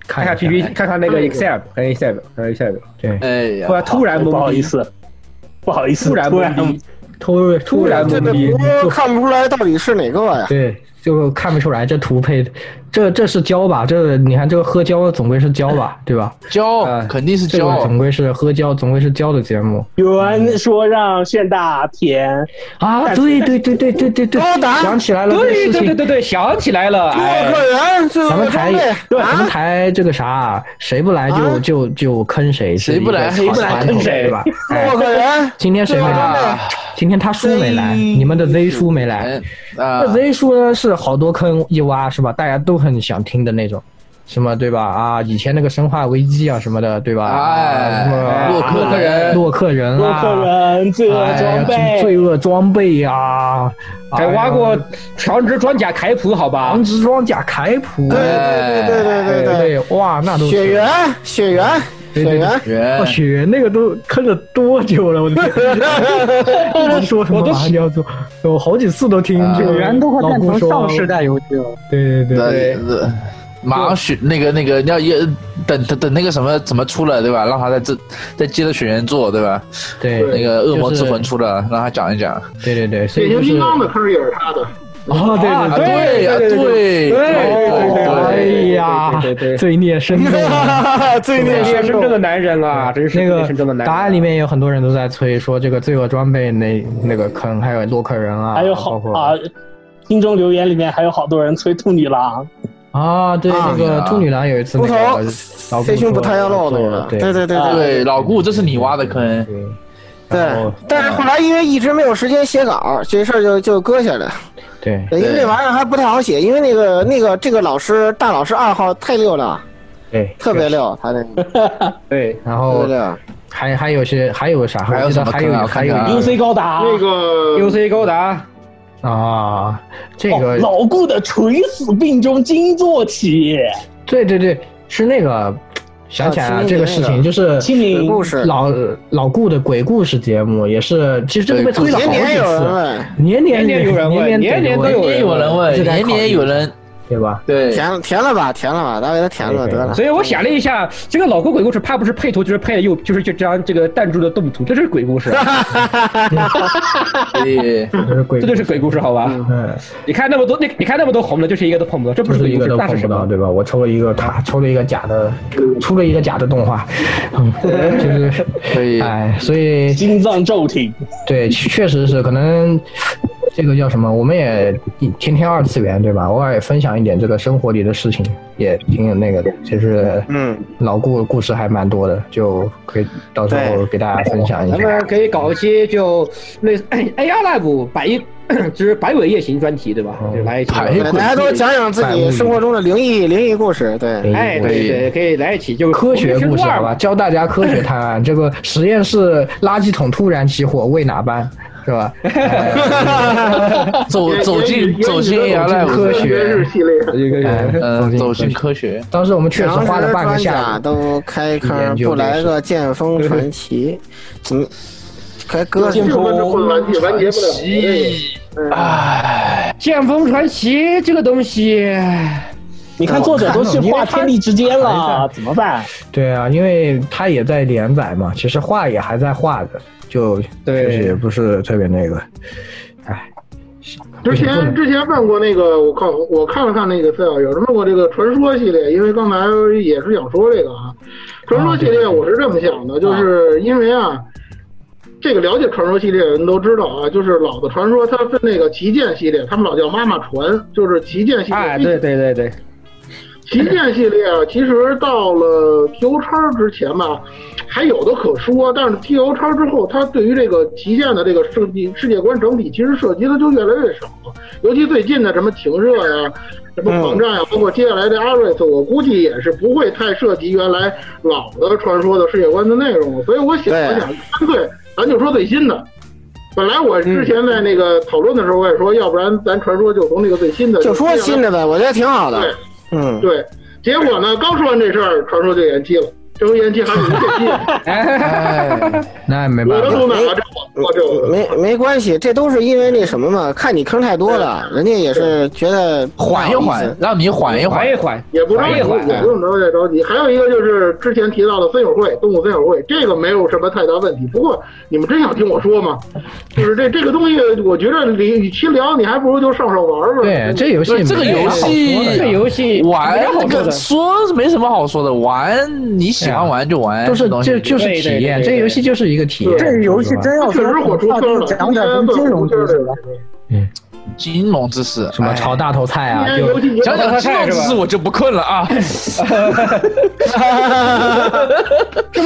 Speaker 7: 看看 PPT，看看那个 Excel，看 Excel 表，看 Excel 表。
Speaker 10: 对，
Speaker 18: 哎呀，
Speaker 7: 突然突然懵逼
Speaker 17: 不好意思，不好意思，
Speaker 7: 突然
Speaker 17: 突然
Speaker 7: 懵逼，突突然
Speaker 5: 这
Speaker 7: 懵
Speaker 5: 个
Speaker 7: 逼，
Speaker 5: 图看不出来到底是哪个呀？
Speaker 10: (laughs) 对，就看不出来这图配，这这是胶吧？这你看这个喝胶总归是胶
Speaker 18: (laughs)
Speaker 10: 吧，对吧？呃
Speaker 18: 胶肯定是
Speaker 10: 这个
Speaker 18: 胶，
Speaker 10: 总归是喝胶，总归是胶的节目
Speaker 17: 有人说让炫大甜
Speaker 18: 哎
Speaker 10: 啊！对对对对对对对，想起来了，这个
Speaker 7: 对
Speaker 10: 事
Speaker 7: 对
Speaker 10: 情
Speaker 7: 对对对，想起来了，哎，
Speaker 5: 人
Speaker 10: 咱们台，咱
Speaker 18: 啊
Speaker 10: 们台这个啥，谁不来就就就坑谁，
Speaker 18: 谁不来
Speaker 10: 是一个
Speaker 18: 谁不来
Speaker 10: 传统
Speaker 18: 坑谁
Speaker 10: 对吧？哎
Speaker 5: 我个人
Speaker 10: 今天谁没来？
Speaker 5: 啊
Speaker 10: 今天他叔没来，你们的 Z 叔没来。
Speaker 18: 啊
Speaker 10: 那 Z 叔呢是好多坑一挖是吧？大家都很想听的那种，什么对吧？啊，以前那个《生化危机》啊什么的，对吧？啊什么
Speaker 18: 哎
Speaker 10: 哎
Speaker 18: 洛克人
Speaker 10: 洛克人
Speaker 17: 洛
Speaker 10: 啊，
Speaker 17: 克人罪恶装
Speaker 10: 哎呀
Speaker 17: 备，
Speaker 10: 罪恶装备啊，
Speaker 7: 还挖过长直装甲凯普，好吧？
Speaker 10: 长直装甲凯普，
Speaker 5: 对对对对对对
Speaker 10: 对对，哇，那都是
Speaker 5: 雪原，雪原，
Speaker 10: 对
Speaker 5: 雪
Speaker 10: 对对
Speaker 5: 原，
Speaker 10: 哦雪原那个都坑了多久
Speaker 18: (laughs)
Speaker 10: 了？我的天，一直说什么
Speaker 7: 我都
Speaker 10: 马上就要做，有好几次都听
Speaker 18: 啊
Speaker 10: 这个
Speaker 7: 演员都快
Speaker 10: 老
Speaker 7: 变
Speaker 10: 公
Speaker 7: 成
Speaker 10: 说
Speaker 7: 上世代游戏了。
Speaker 10: 对对对
Speaker 18: 对，马上雪那个那个要也等等等那个什么怎么出了对吧？让他再这再接着雪人做对吧？
Speaker 10: 对
Speaker 18: 那个恶魔
Speaker 10: 就是
Speaker 18: 之魂出了，让他讲一讲。
Speaker 10: 对对对，所
Speaker 8: 铁
Speaker 10: 以
Speaker 8: 形
Speaker 10: 就是
Speaker 8: 金刚的坑也是他的。
Speaker 10: 哦对
Speaker 18: 啊
Speaker 10: 对
Speaker 18: 对啊对对
Speaker 10: 哎呀，
Speaker 7: 啊
Speaker 10: 罪孽深重啊，
Speaker 7: 罪孽深重的男人啊，真是
Speaker 10: 那
Speaker 7: 罪孽深重的
Speaker 10: 个
Speaker 7: 男人
Speaker 10: 答
Speaker 18: 啊
Speaker 10: 案里面有很多人都在催说这个罪恶装备那那个坑，还有洛克人啊，
Speaker 17: 还有
Speaker 10: 包
Speaker 17: 好
Speaker 10: 括
Speaker 17: 啊，听众留言里面还有好多人催兔女郎，
Speaker 10: 啊，对，
Speaker 17: 啊
Speaker 10: 那个兔女郎有一次那个
Speaker 17: 不同
Speaker 10: 老
Speaker 5: 飞熊不太要露露了
Speaker 10: 对
Speaker 5: 对对对
Speaker 18: 对
Speaker 5: 对对
Speaker 18: 老顾，这是你挖的坑。
Speaker 5: 对，但是后来因为一直没有时间写稿，这事儿就就搁下了。
Speaker 10: 对
Speaker 5: 对，因为这玩意儿还不太好写，因为那个那个这个老师大老师二号太溜了，
Speaker 10: 对哦
Speaker 5: 特别溜，他那个
Speaker 7: 对，
Speaker 10: 然后
Speaker 5: 对的
Speaker 10: 还还有些还有啥？
Speaker 18: 还有
Speaker 10: 我记得
Speaker 18: 什么
Speaker 10: 还有
Speaker 18: 坑啊
Speaker 10: 还有
Speaker 18: 看看啊
Speaker 10: 一个
Speaker 17: UC 高达
Speaker 8: 那个
Speaker 7: UC 高达
Speaker 10: 啊，这个
Speaker 17: 哦老顾的垂死病中惊坐起，
Speaker 10: 对对对，是那个。想起来
Speaker 17: 啊清
Speaker 10: 了，
Speaker 17: 明
Speaker 10: 这个
Speaker 17: 那
Speaker 10: 事
Speaker 17: 个
Speaker 10: 情就是
Speaker 17: 清明鬼故事
Speaker 10: 老老顾的鬼故事节目也是，其实这个被推了好
Speaker 5: 年
Speaker 10: 几
Speaker 5: 年有人
Speaker 10: 次，
Speaker 5: 问，
Speaker 10: 年年
Speaker 7: 年年有人问
Speaker 10: 年
Speaker 7: 年年
Speaker 10: 都
Speaker 7: 都有人
Speaker 18: 有人问，
Speaker 10: 这个还
Speaker 18: 年
Speaker 10: 考
Speaker 18: 年
Speaker 10: 虑
Speaker 18: 有人
Speaker 10: 对吧？
Speaker 18: 对
Speaker 5: 填了填了吧，填了吧，大家给他填了得了
Speaker 8: 嗯
Speaker 7: 所。以我想了一下，这个老狗鬼故事怕不是配图，就是配的右，就是这张这个弹珠的动图，这是鬼故事，
Speaker 18: 对
Speaker 10: 这是鬼
Speaker 7: 这就是鬼故事，好吧？
Speaker 10: 嗯，
Speaker 7: 你看那么多，那你看那么多红的，就是一个都碰不到，这不
Speaker 10: 不嗯
Speaker 7: 是
Speaker 10: 是
Speaker 7: 鬼
Speaker 10: 一
Speaker 7: 故
Speaker 10: 个
Speaker 7: 事
Speaker 10: 都，
Speaker 7: 那
Speaker 10: 碰
Speaker 7: 是
Speaker 10: 不
Speaker 7: 什
Speaker 10: 到，
Speaker 7: 么？
Speaker 10: 对吧？我抽了一个卡，抽了一个假的，出了一个假的动画，
Speaker 7: (laughs)
Speaker 10: 嗯，就是，哎，所以
Speaker 17: 心脏骤停。
Speaker 10: 对，确确实是，可能这个叫什么，我们也天天二次元，对吧？偶尔也分享一点这个生活里的事情，也挺有那个的。其实，
Speaker 5: 嗯，
Speaker 10: 老故故事还蛮多的，就可以到时候给大家分享一
Speaker 7: 咱
Speaker 10: 下。
Speaker 7: 们可以搞一些就类似哎 AR Live 百一， (clears throat) 就是百鬼夜行专题，对吧？
Speaker 10: 哦
Speaker 7: 对，来一期，
Speaker 5: 对大家都讲讲自己生活中的灵异灵异故事， (laughs) 对，
Speaker 7: 哎，对对，可以来一起就
Speaker 10: 科学故事好
Speaker 7: 好
Speaker 10: 吧，？教大家科学探案。这个实验室垃圾桶突然起火，为哪般？是
Speaker 18: (laughs)
Speaker 10: 吧？哎
Speaker 18: 走走进走进 AI
Speaker 10: 科学哎
Speaker 8: 系列，
Speaker 7: 一个
Speaker 18: 嗯，走进科学。
Speaker 10: 当时我们确实花了半个
Speaker 5: 强
Speaker 10: 下
Speaker 5: 势专家
Speaker 10: 午。
Speaker 5: 都开坑，不来个剑锋传奇，怎么还搁
Speaker 8: 这个就不完结完结不了。
Speaker 7: 剑锋传奇这个东西，
Speaker 17: 你看作者都去画天地之间了，怎么办？
Speaker 10: 对啊，因为他也在连载嘛，其实画也还在画着，就确实也不是特别那个。哎，
Speaker 8: 之前之前问过那个，我看我看了看那个资料，有人问过这个传说系列，因为刚才也是想说这个啊，传说系列我是这么想的，就是因为啊，这个了解传说系列的人都知道啊，就是老的传说它分那个旗舰系列，他们老叫妈妈传，就是旗舰系列。
Speaker 7: 哎，对对对对，
Speaker 8: 旗舰系列啊，其实到了 Q 叉之前吧，还有的可说，但是 Q 叉之后，它对于这个旗舰的这个设计世界观整体，其实涉及的就越来越少了。尤其最近的什么停热呀、什么
Speaker 5: 嗯
Speaker 8: 狂战呀、包括接下来的阿瑞斯，我估计也是不会太涉及原来老的传说的世界观的内容了。所以我想了想，干脆咱就说最新的。本来我
Speaker 5: 嗯
Speaker 8: 之前在那个讨论的时候，我也说，要不然咱传说就从那个最新的
Speaker 5: 就说新的呗，我觉得挺好
Speaker 8: 对
Speaker 5: 的。嗯，
Speaker 8: 对，结果呢，刚说完这事儿，传说就延期了。周延期还是无限期。
Speaker 10: 那没
Speaker 8: 我
Speaker 10: 办
Speaker 8: 的
Speaker 10: 法。
Speaker 8: 路哪这我这
Speaker 5: 呃没没关系，这都是因为那什么嘛，看你坑太多了，人家也是觉得不好
Speaker 18: 缓一
Speaker 5: 意思
Speaker 18: 缓，让你缓一
Speaker 10: 哎
Speaker 18: 缓，
Speaker 7: 缓一缓，
Speaker 8: 也不着急，也不用着太着急。还有一个就是之前提到的森友会，动物森友会，这个没有什么太大问题。不过你们真想听我说吗？就是这这个东西，我觉得离与其聊，你还不如就上手玩玩。
Speaker 10: 对，这游戏
Speaker 18: 这个游戏，玩
Speaker 7: 哎没啥好说
Speaker 18: 个
Speaker 7: 的
Speaker 18: 说是没什么好说的，玩你喜欢玩就玩，
Speaker 10: 就是
Speaker 18: 东西
Speaker 10: 就就是体验，这个游戏就是一个体验。
Speaker 8: 这
Speaker 10: 游戏
Speaker 8: 真要确实火出圈了，
Speaker 10: 讲点
Speaker 8: 什么金融知识吧。
Speaker 18: 金融知识，
Speaker 10: 什么炒大头菜啊，
Speaker 8: 今天游戏
Speaker 18: (laughs)
Speaker 8: 也
Speaker 18: 讲
Speaker 8: 炒
Speaker 18: 讲
Speaker 8: 大
Speaker 18: 金融
Speaker 8: 菜
Speaker 18: 知识
Speaker 8: 是吧
Speaker 18: 我就不困了
Speaker 7: (laughs)
Speaker 18: 啊。
Speaker 7: 是不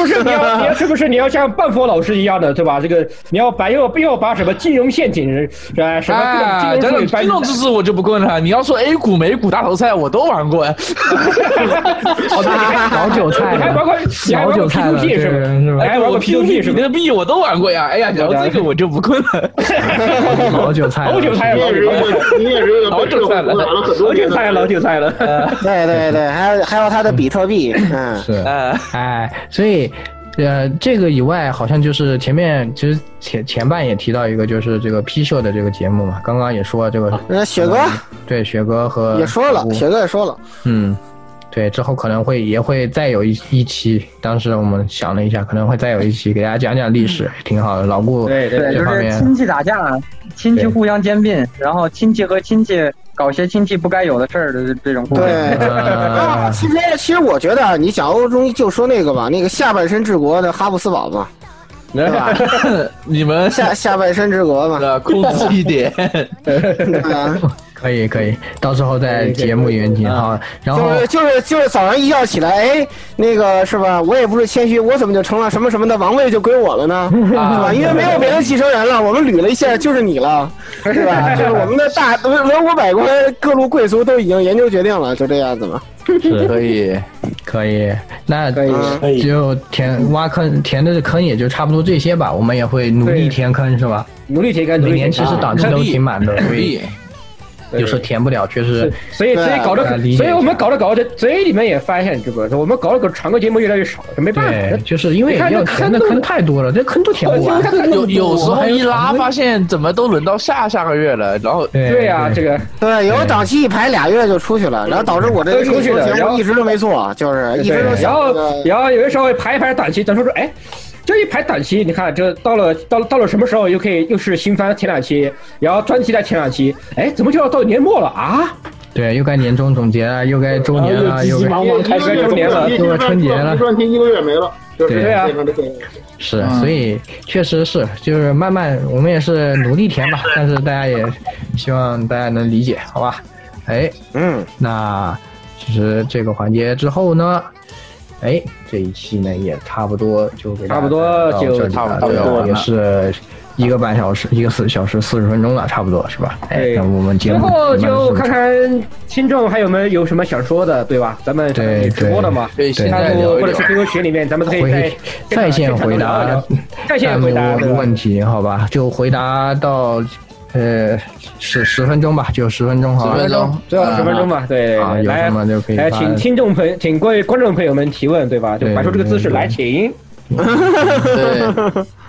Speaker 7: 是你要你要是不是你要像半佛老师一样的，对吧？这个你要把又又把什么金融陷阱，呃，什么
Speaker 18: 哎，
Speaker 7: 各种金
Speaker 18: 讲讲
Speaker 7: 融术语
Speaker 18: 金融知识我就不困了。你要说 A 股、美股、大头菜，我都玩过。
Speaker 10: 老韭菜
Speaker 7: 你还玩过你还玩过 P2P 是吧
Speaker 10: 是吧
Speaker 7: 哎
Speaker 18: 哎，
Speaker 7: 玩过
Speaker 18: 我
Speaker 7: P2P 是吧
Speaker 18: 你那个币我都玩过呀。哎呀，聊这个我就不困了。
Speaker 10: (laughs) 老韭菜，
Speaker 7: 老韭菜，
Speaker 8: 你
Speaker 7: 老
Speaker 8: 也是
Speaker 7: 韭菜，
Speaker 8: 一个，你也是一个
Speaker 7: 老
Speaker 8: 被社
Speaker 7: 韭
Speaker 8: 会
Speaker 7: 菜了，
Speaker 8: 毒打了呃很多
Speaker 7: 老韭
Speaker 8: 年的
Speaker 7: 菜，
Speaker 8: 人。
Speaker 7: 老韭菜了。
Speaker 5: 对
Speaker 18: (laughs)
Speaker 5: 对对，还有还有他的比特币，嗯，
Speaker 10: 是，哎，所以，呃，这个以外，好像就是前面其实前前半也提到一个，就是这个 P 社的这个节目嘛，刚刚也说这个，
Speaker 5: 那雪哥
Speaker 10: 对雪哥
Speaker 18: 嗯
Speaker 10: 和
Speaker 18: 呃
Speaker 5: 也说了
Speaker 10: 小，顾
Speaker 5: 雪哥也说了，
Speaker 10: 嗯，对，之后可能会也会再有一一期，当时我们想了一下，可能会再有一期给大家讲讲历史，挺好的。老顾
Speaker 6: 就
Speaker 10: 这方
Speaker 6: 是
Speaker 10: 面
Speaker 6: 亲戚打架，亲戚互相兼并，然后亲戚和亲戚搞些亲戚不该有的事儿的这种故事。
Speaker 18: 呃
Speaker 5: 啊，
Speaker 10: 呃
Speaker 5: 其实其实我觉得啊，你讲欧洲中医就说那个吧，那个下半身治国的哈布斯堡
Speaker 18: (laughs)
Speaker 5: 嘛，对吧？
Speaker 18: (laughs) 你们
Speaker 5: 下下半身治国嘛，嗯
Speaker 18: 控制一点。
Speaker 10: (laughs) 可以可以，到时候在节目里面听哈。然后
Speaker 5: 就是就是就是早上一觉起来，哎，那个是吧？我也不是谦虚，我怎么就成了什么什么的王位就归我了
Speaker 7: (laughs)
Speaker 5: 呢？
Speaker 7: 啊
Speaker 5: 是吧？因为没有别的继承人了，我们捋了一下就是你了，是吧？就是我们的大文文武百官、各路贵族都已经研究决定了，就这样子嘛。
Speaker 10: 是
Speaker 18: 可以，
Speaker 10: (laughs) 可以，那
Speaker 5: 可
Speaker 10: 以，就填挖坑填的坑也就差不多这些吧，我们也会努力填坑，是吧？
Speaker 7: 努力填坑，努
Speaker 10: 每
Speaker 7: 力
Speaker 10: 年
Speaker 7: 填啊
Speaker 10: 其
Speaker 7: 坑
Speaker 10: 实档期都挺满的，所以
Speaker 7: 对
Speaker 10: 有时候填不了，确实。
Speaker 7: 所以所以搞
Speaker 10: 对啊
Speaker 7: 得，
Speaker 10: 理解
Speaker 7: 所以我们搞着搞着，所以你们也发现这个，我们搞着搞着，传个节目越来越少，这没办法
Speaker 10: 对，，就是因为
Speaker 7: 你看这
Speaker 10: 要填的
Speaker 7: 坑
Speaker 10: 坑太多了，这坑都填不完。
Speaker 18: 有有时候一拉，发现怎么都轮到下下个月了，然后
Speaker 7: 对呀这个
Speaker 5: 对，有档期一排俩月就出去了，然后导致我这
Speaker 7: 都
Speaker 5: 个
Speaker 7: 出去了
Speaker 5: 节
Speaker 7: 然
Speaker 5: 目
Speaker 7: 后
Speaker 5: 一直都没做，就是一直都
Speaker 7: 对然
Speaker 5: 想
Speaker 7: 后
Speaker 5: 这个
Speaker 7: 然后有的时候排一排档期，咱说说，哎，这一排档期，你看这到了到了到了什么时候又可以又是新番前两期，然后专题在前两期，哎，怎么就要到年末了啊？
Speaker 10: 对，又该年终总结了，又该周年了，又该
Speaker 8: 一个月
Speaker 7: 周年了
Speaker 8: 一
Speaker 10: 又
Speaker 8: 个
Speaker 10: 该
Speaker 8: 月
Speaker 10: 春节了。
Speaker 8: 专题一个月没了，就是
Speaker 10: 对啊
Speaker 8: 变成这个。
Speaker 10: 是，
Speaker 7: 嗯
Speaker 10: 所以确实是，就是慢慢我们也是努力填吧，但是大家也希望大家能理解，好吧？哎，
Speaker 5: 嗯，
Speaker 10: 那其实这个环节之后呢，哎，这一期呢也差不多就给大家
Speaker 7: 差不多
Speaker 10: 到
Speaker 7: 就
Speaker 10: 这里
Speaker 7: 差
Speaker 10: 了
Speaker 7: 不多
Speaker 10: 对吧
Speaker 7: 了
Speaker 10: 也是一个半小时，一个四小时四十分钟了，差不多是吧？哎，
Speaker 7: 对
Speaker 10: 那我们节
Speaker 7: 最
Speaker 10: 目
Speaker 7: 后
Speaker 10: 慢慢
Speaker 7: 就
Speaker 10: 速
Speaker 7: 看看听众还有没有有什么想说的，对吧？咱们
Speaker 10: 对
Speaker 7: 直播的嘛，
Speaker 18: 对对
Speaker 7: 弹
Speaker 10: 现在
Speaker 7: 幕
Speaker 10: 聊一聊
Speaker 7: 或者是 QQ 群里面，咱们可以在
Speaker 10: 回在线回答
Speaker 7: 在线回答
Speaker 10: 弹幕
Speaker 7: 对吧
Speaker 10: 问题，好吧？就回答到呃十十分钟吧，就十分钟好吧？
Speaker 7: 十分钟最好十分钟吧对
Speaker 10: 啊，有
Speaker 7: 来
Speaker 10: 什么就可以
Speaker 7: 来
Speaker 10: 发
Speaker 7: 请听众朋请各位观众朋友们提问，对吧？就
Speaker 10: 对
Speaker 7: 摆出这个姿势
Speaker 10: 对
Speaker 7: 来，请。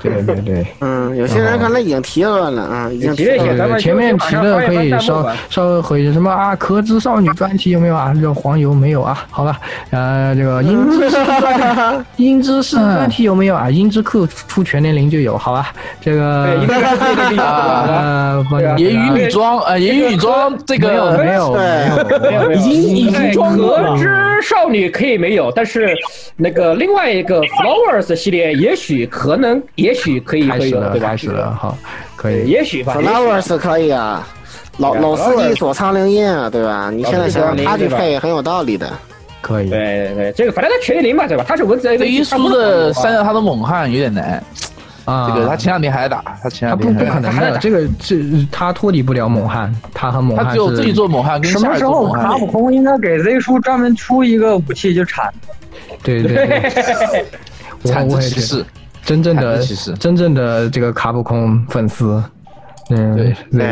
Speaker 10: 对对对。
Speaker 5: 嗯，有些人看来已经提问了啊，已经
Speaker 7: 提了一些
Speaker 5: 问
Speaker 7: 咱
Speaker 5: 了
Speaker 7: 们就
Speaker 10: 呃前面提的可以稍稍微回一下，什么啊？壳之少女专辑有没有啊？这个黄油没有啊？好吧，呃，这个英之士专英之士专题有没有啊？英之库出全年龄就有，好吧？这个
Speaker 7: 对英之库出全年龄有
Speaker 10: 呃，不
Speaker 7: 啊
Speaker 18: 野语女装，呃，野语女装这
Speaker 10: 没有
Speaker 18: 个
Speaker 10: 没
Speaker 7: 嗯
Speaker 10: 有
Speaker 7: 没有没有，哎
Speaker 18: 装过
Speaker 7: 格
Speaker 18: 了
Speaker 7: 之少女可以没有，但是那个另外一个 Flowers 系列，也许可能，也许可以
Speaker 10: 开
Speaker 7: 会
Speaker 10: 始
Speaker 7: 有，
Speaker 10: 了
Speaker 7: 对吧
Speaker 10: 开？始了，好，可以，
Speaker 7: 也许吧。也许吧
Speaker 5: Flowers 可以啊，老
Speaker 7: 对啊
Speaker 5: 老司
Speaker 7: Flowers
Speaker 5: 机左仓铃音啊，对吧？你现在想想他去配很有道理的。
Speaker 10: 可以。
Speaker 7: 对对对，这个反正他全年龄嘛，对吧？他是文字 A
Speaker 18: 这一输的删掉他的猛汉有点难。
Speaker 10: 啊
Speaker 18: 这个他前两天还打，他前
Speaker 10: 他
Speaker 18: 两
Speaker 10: 不
Speaker 18: 天
Speaker 10: 不
Speaker 18: 还打
Speaker 10: 可能
Speaker 18: 还在
Speaker 10: 的，
Speaker 18: 打
Speaker 10: 这个这他脱离不了猛汉，他和猛汉
Speaker 18: 他只有
Speaker 10: 是
Speaker 18: 自己做猛汉跟
Speaker 6: 什
Speaker 18: 下
Speaker 6: 么
Speaker 18: 一
Speaker 6: 时
Speaker 18: 做
Speaker 6: 候
Speaker 18: 猛汉
Speaker 6: 卡。普空应该给 Z 叔专门出一个武器就铲？
Speaker 10: 对对对，
Speaker 18: (laughs)
Speaker 10: 我
Speaker 18: 产
Speaker 10: 我
Speaker 18: 之
Speaker 10: 也
Speaker 18: 骑
Speaker 10: 是
Speaker 18: 士，
Speaker 10: 真正的
Speaker 18: 产之骑士
Speaker 10: 真正的这个卡普空粉丝，嗯，对，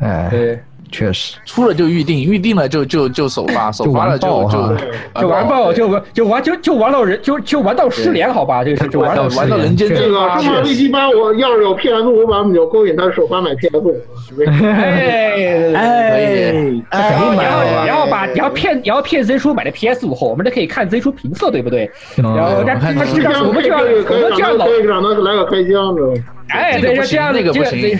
Speaker 10: 哎，
Speaker 7: 对，
Speaker 10: 确实。
Speaker 18: 出了就预定，预定了就就就首发，啊首发了就
Speaker 7: 就
Speaker 18: 就
Speaker 7: 就完爆，就完就玩就就玩到人就就玩到失联，好吧，这个是就玩到
Speaker 18: 玩到人间
Speaker 8: 这个生化危机八，我要是有 PS 五版，我就勾引他首发买 PS 五。
Speaker 7: 哎
Speaker 8: 哎
Speaker 7: 哎，
Speaker 8: 肯定买
Speaker 7: 然后
Speaker 8: 了
Speaker 7: 然后把然后骗然后骗 Z 叔买的 PS 五后，我们就可以看 Z 叔评测，对不对？然
Speaker 10: 嗯
Speaker 7: 后但但是这样我们就要我们就要老
Speaker 8: 可以让他来个开箱，知道吗？
Speaker 7: 哎，对，这样这样对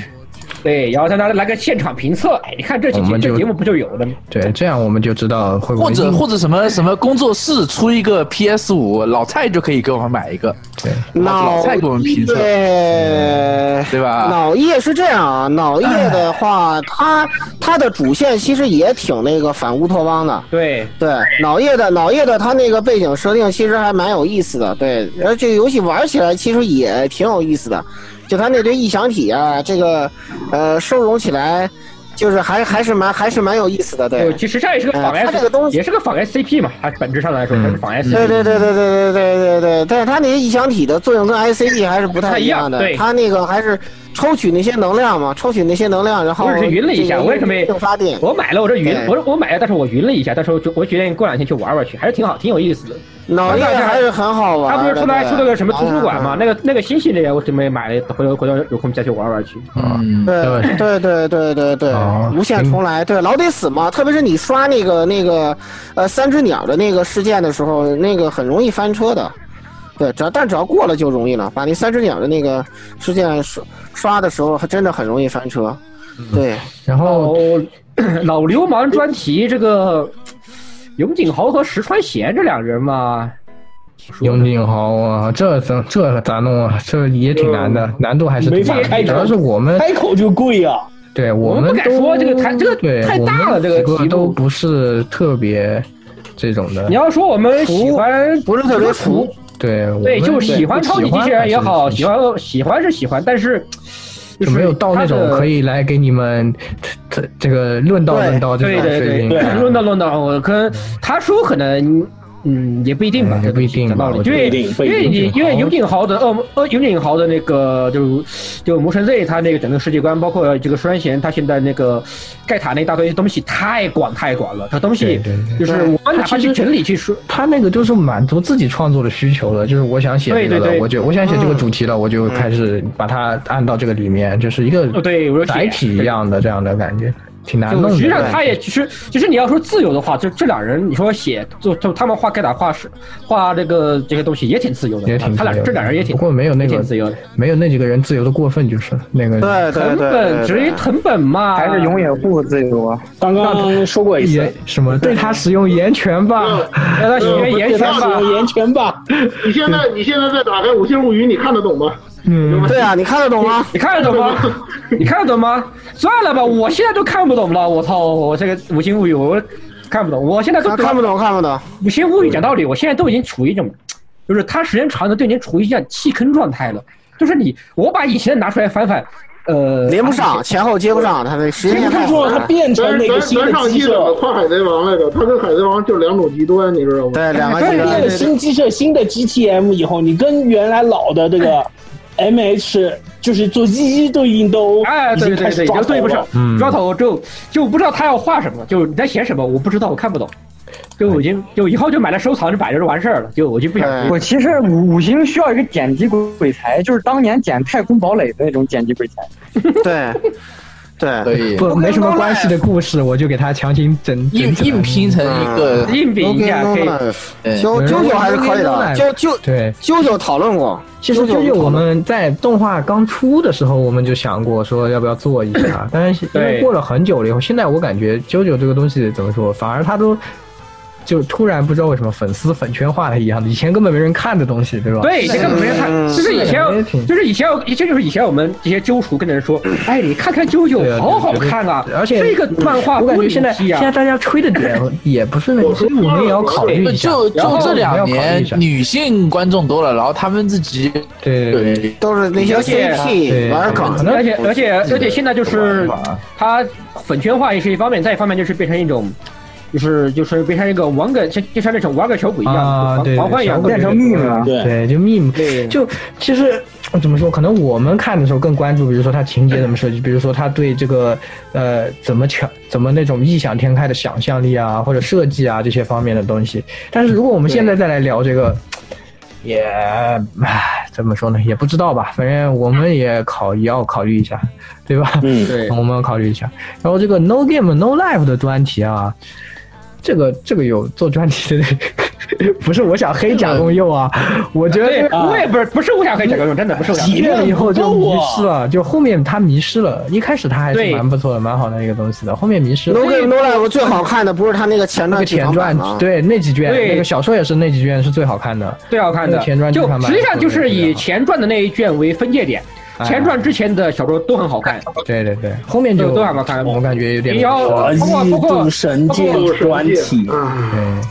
Speaker 7: 对，然后再拿来个现场评测，哎，你看这期
Speaker 10: 我
Speaker 7: 节
Speaker 10: 们
Speaker 7: 这
Speaker 10: 就
Speaker 7: 节目不就有了吗？
Speaker 10: 对，这样我们就知道会不会
Speaker 18: 或者或者什么什么工作室出一个 PS 五，老蔡就可以给我们买一
Speaker 10: (laughs)
Speaker 18: 个，
Speaker 10: 对，
Speaker 18: 老蔡给我们评测，
Speaker 7: 嗯
Speaker 18: 对吧？
Speaker 5: 脑叶是这样啊，脑叶的话，它它的主线其实也挺那个反乌托邦的。
Speaker 7: 对
Speaker 5: 对，脑叶的脑叶的它那个背景设定其实还蛮有意思的。对，然后这个游戏玩起来其实也挺有意思的，就它那堆异想体啊，这个呃收容起来，就是还还是蛮还是蛮有意思的。对
Speaker 7: 就，其实这也是个
Speaker 5: 呃
Speaker 7: 仿
Speaker 5: 它这个
Speaker 7: S，也是个仿 SCP 嘛，它本质上来
Speaker 10: 嗯
Speaker 7: 说它是仿 SCP。
Speaker 5: 对对对对对对对对对，但是它那些异想体的作用跟 ICD 还是不太一样的
Speaker 7: 不太一样对，
Speaker 5: 它那个还是抽取那些能量嘛，抽取那些能量，然后
Speaker 7: 我只是云了一下，
Speaker 5: 这个
Speaker 7: 我也是没
Speaker 5: 并发电。
Speaker 7: 我买了，我这云，
Speaker 5: 对
Speaker 7: 我我买了，但是我云了一下，但是我就我决定过两天去玩玩去，还是挺好，挺有意思的。
Speaker 5: 脑力还是很好玩
Speaker 7: 他
Speaker 5: 的。
Speaker 7: 不是出来
Speaker 5: 对
Speaker 7: 出了个什么图书馆嘛？
Speaker 5: 嗯
Speaker 7: 那个那个星系那个，我准备买了，回头回头有空再去玩玩去。
Speaker 10: 嗯，
Speaker 5: 对对对对对对，无限重来，对老得死嘛。特别是你刷那个那个呃三只鸟的那个事件的时候，那个很容易翻车的。对，只要但只要过了就容易了。把那三只鸟的那个事件刷刷的时候，还真的很容易翻车。对，
Speaker 10: 然后
Speaker 7: (clears throat) 老流氓专题这个永井豪和石川贤这两人嘛，
Speaker 10: 永井豪啊，这怎这咋弄啊？这也挺难的，难度还是挺大
Speaker 17: 没法开口
Speaker 10: 的。主要是我们
Speaker 17: 开口就贵呀、
Speaker 10: 对
Speaker 17: 我
Speaker 10: 我
Speaker 17: 们
Speaker 10: 们
Speaker 17: 不敢说
Speaker 10: 都
Speaker 17: 这个太这个
Speaker 10: 对
Speaker 17: 太大
Speaker 10: 我们
Speaker 17: 了这个
Speaker 10: 几
Speaker 17: 题目
Speaker 10: 都不是特别这种的。
Speaker 7: 你要说我们喜欢
Speaker 5: 不是特别熟，
Speaker 10: 对我
Speaker 7: 对，
Speaker 10: 们
Speaker 7: 就是喜欢超级机器人也好，
Speaker 10: 喜
Speaker 7: 喜欢喜欢是喜欢，但是
Speaker 10: 就没有到那种可以来给你们这这这个论道论道这
Speaker 7: 对
Speaker 10: 种
Speaker 7: 对
Speaker 10: 水
Speaker 7: 对
Speaker 10: 平。啊
Speaker 7: 对，论到论到，我跟他说可能。嗯，也不一定吧，也不一定道理，
Speaker 10: 我
Speaker 7: 因
Speaker 10: 觉得
Speaker 7: 为
Speaker 10: 不一定
Speaker 7: 因为
Speaker 10: 不一定
Speaker 7: 你因为永井豪的恶魔呃永井豪的那个就就魔神 Z 他那个整个世界观，包括这个栓贤他现在那个盖塔那一大堆东西太广太广了，他东西
Speaker 10: 对对对
Speaker 7: 就是我们哪怕
Speaker 10: 他其
Speaker 7: 去
Speaker 10: 实
Speaker 7: 整理去说，
Speaker 10: 他那个就是满足自己创作的需求了，就是我想写这
Speaker 7: 对
Speaker 10: 个
Speaker 7: 对
Speaker 10: 了，
Speaker 7: 对
Speaker 10: 我就我想写这个主题了，我就
Speaker 7: 嗯
Speaker 10: 开始把它按到这个里面，就是一个
Speaker 7: 哦对我有写
Speaker 10: 载体一样的这样的感觉，挺难啊弄
Speaker 7: 就
Speaker 10: 的。
Speaker 7: 实际上，他也其实，其实你要说自由的话，就这两人，你说写就就他们画盖打画是画这个这些东西也挺自由的，啊
Speaker 10: 也挺
Speaker 7: 他俩
Speaker 10: 自由的
Speaker 7: 这两人也挺
Speaker 10: 不过没有那
Speaker 7: 也
Speaker 10: 个
Speaker 7: 挺自由的，
Speaker 10: 没有那几个人自由的过分，就是了那个
Speaker 7: 藤本只于藤本嘛，
Speaker 6: 还是永远不自由啊！
Speaker 17: 刚刚说过一
Speaker 10: 次什么对他使用言权吧，
Speaker 7: (laughs) 让他使用言权吧
Speaker 17: 使用言权吧。
Speaker 8: 你现在你现在再打开《五星物语》，你看得懂吗？
Speaker 10: 嗯
Speaker 5: 对啊，你看得懂吗？
Speaker 7: 你看得懂吗？你看得懂吗？算了吧，我现在都看不懂了，我操，我这个五星物语我看不懂，我现在都
Speaker 5: 啊看不懂，看不懂。
Speaker 7: 五星物语讲道理，我现在都已经处于一种，就是它时间长了，都已经处于一种弃坑状态了，就是你我把以前的拿出来翻翻。呃，
Speaker 5: 连不
Speaker 7: 发
Speaker 5: 上，
Speaker 7: 现
Speaker 5: 前后接不上，他那时间太
Speaker 17: 说
Speaker 5: 长了
Speaker 17: 他变成那个新
Speaker 8: 咱
Speaker 17: 的
Speaker 8: 上
Speaker 17: 机
Speaker 8: 期怎么
Speaker 17: 设，
Speaker 8: 夸海贼王来着？他跟海贼王就两种极端，你知道吗？
Speaker 5: 对
Speaker 17: 但是变了新机设、新的 GTM 以后，你跟原来老的这个 MH 就是做一一对应都
Speaker 7: 哎，对对对，就对不上，抓
Speaker 10: 嗯
Speaker 17: 抓
Speaker 7: 头就就不知道他要画什么，就是你在写什么，我不知道，我看不懂，就我已
Speaker 10: 哎
Speaker 7: 经就以后就买来收藏就摆着就完事儿了，就我就不想。
Speaker 6: 我其实五五星需要一个剪辑鬼才，就是当年剪《太空堡垒》的那种剪辑鬼才。
Speaker 5: 对，
Speaker 10: 对不
Speaker 6: 我跟
Speaker 10: 没什么关系的故事，我就给他强行整
Speaker 18: 硬硬拼成
Speaker 5: 嗯
Speaker 18: 一个
Speaker 7: 硬
Speaker 5: 拼一下可以九九九还是可以的，九九
Speaker 10: 对
Speaker 5: 九九讨论过，
Speaker 10: 其实
Speaker 5: 九
Speaker 10: 就是
Speaker 5: 九
Speaker 10: 我们在动画刚出的时候，我们就想过说要不要做一
Speaker 18: (laughs)
Speaker 10: 下，但是因为
Speaker 7: 对
Speaker 10: 过了很久了以后，现在我感觉啾啾这个东西怎么说，反而它都就突然不知道为什么粉丝粉圈化了一样的，以前根本没人看的东西，对吧？
Speaker 7: 对，以前根本没人看，就是以前
Speaker 10: 嗯也挺，
Speaker 7: 就是以前，这就是以前我们这些揪厨跟
Speaker 10: (clears throat)
Speaker 7: 人说，哎，你看看啾啾，好好看啊！
Speaker 10: (laughs) 而且
Speaker 7: 这个漫画
Speaker 10: 嗯我感觉
Speaker 7: 多牛
Speaker 10: 现在
Speaker 7: 逼
Speaker 10: 现
Speaker 7: 啊！
Speaker 10: 在大家吹的
Speaker 18: (laughs)
Speaker 10: 点也不是那个，所以我们也要考虑一下。
Speaker 18: 就
Speaker 10: 然
Speaker 18: 就
Speaker 10: 后
Speaker 18: 这
Speaker 10: 我
Speaker 18: 两
Speaker 10: 们要考虑
Speaker 18: 年
Speaker 10: 一下
Speaker 18: 女性观众多了，然后他们自己
Speaker 10: 对
Speaker 5: 都是那些
Speaker 7: 而且
Speaker 5: CP 玩梗，
Speaker 7: 而且而且而且现在就是它粉圈化也是一方面，再一方面就是变成一种。就是就是变成一个玩梗，就就像那种玩梗小鬼一样，
Speaker 10: 啊，
Speaker 7: 狂
Speaker 10: 对，
Speaker 7: 狂欢一样，
Speaker 10: 变
Speaker 7: 变成
Speaker 10: 对，就 meme，就其实怎么说？可能我们看的时候更关注，比如说他情节怎么设计，比如说他对这个呃怎么巧怎么那种异想天开的想象力啊，或者设计啊这些方面的东西。但是如果我们现在再来聊这个，也唉怎么说呢？也不知道吧，反正我们也考也要考虑一下，对吧？
Speaker 17: 嗯对
Speaker 10: (laughs) 我们要考虑一下。然后这个 No Game No Life 的专题啊，这个这个有做专题的。 (laughs) 不是我想黑贾公佑啊，我觉得
Speaker 7: 我也不是不是我想黑贾公佑，真的不是我想黑。
Speaker 10: 几遍以后就迷失了，就后面他迷失了。一开始他还是
Speaker 5: 对
Speaker 10: 蛮不错的，蛮好的一个东西的，后面迷失了。
Speaker 5: No Game No Life 最好看的不是他那个前
Speaker 10: 那
Speaker 5: 传
Speaker 10: 个
Speaker 5: 剧
Speaker 10: 前
Speaker 5: 场版
Speaker 10: 传
Speaker 5: 吗？，
Speaker 10: 对那几卷，
Speaker 7: 对
Speaker 10: 那个小说也是那几卷是最好看的，
Speaker 7: 最好看
Speaker 10: 那
Speaker 7: 的
Speaker 10: 个前传剧
Speaker 7: 就
Speaker 10: 场版
Speaker 7: 实际上就是以前传的那一卷为分界点，
Speaker 10: 哎
Speaker 7: 前传之前的小说都很好看，
Speaker 10: 对对对，后面就
Speaker 7: 都都还蛮好看的。
Speaker 10: 我感觉有点
Speaker 7: 也要包括包括包括
Speaker 8: 啊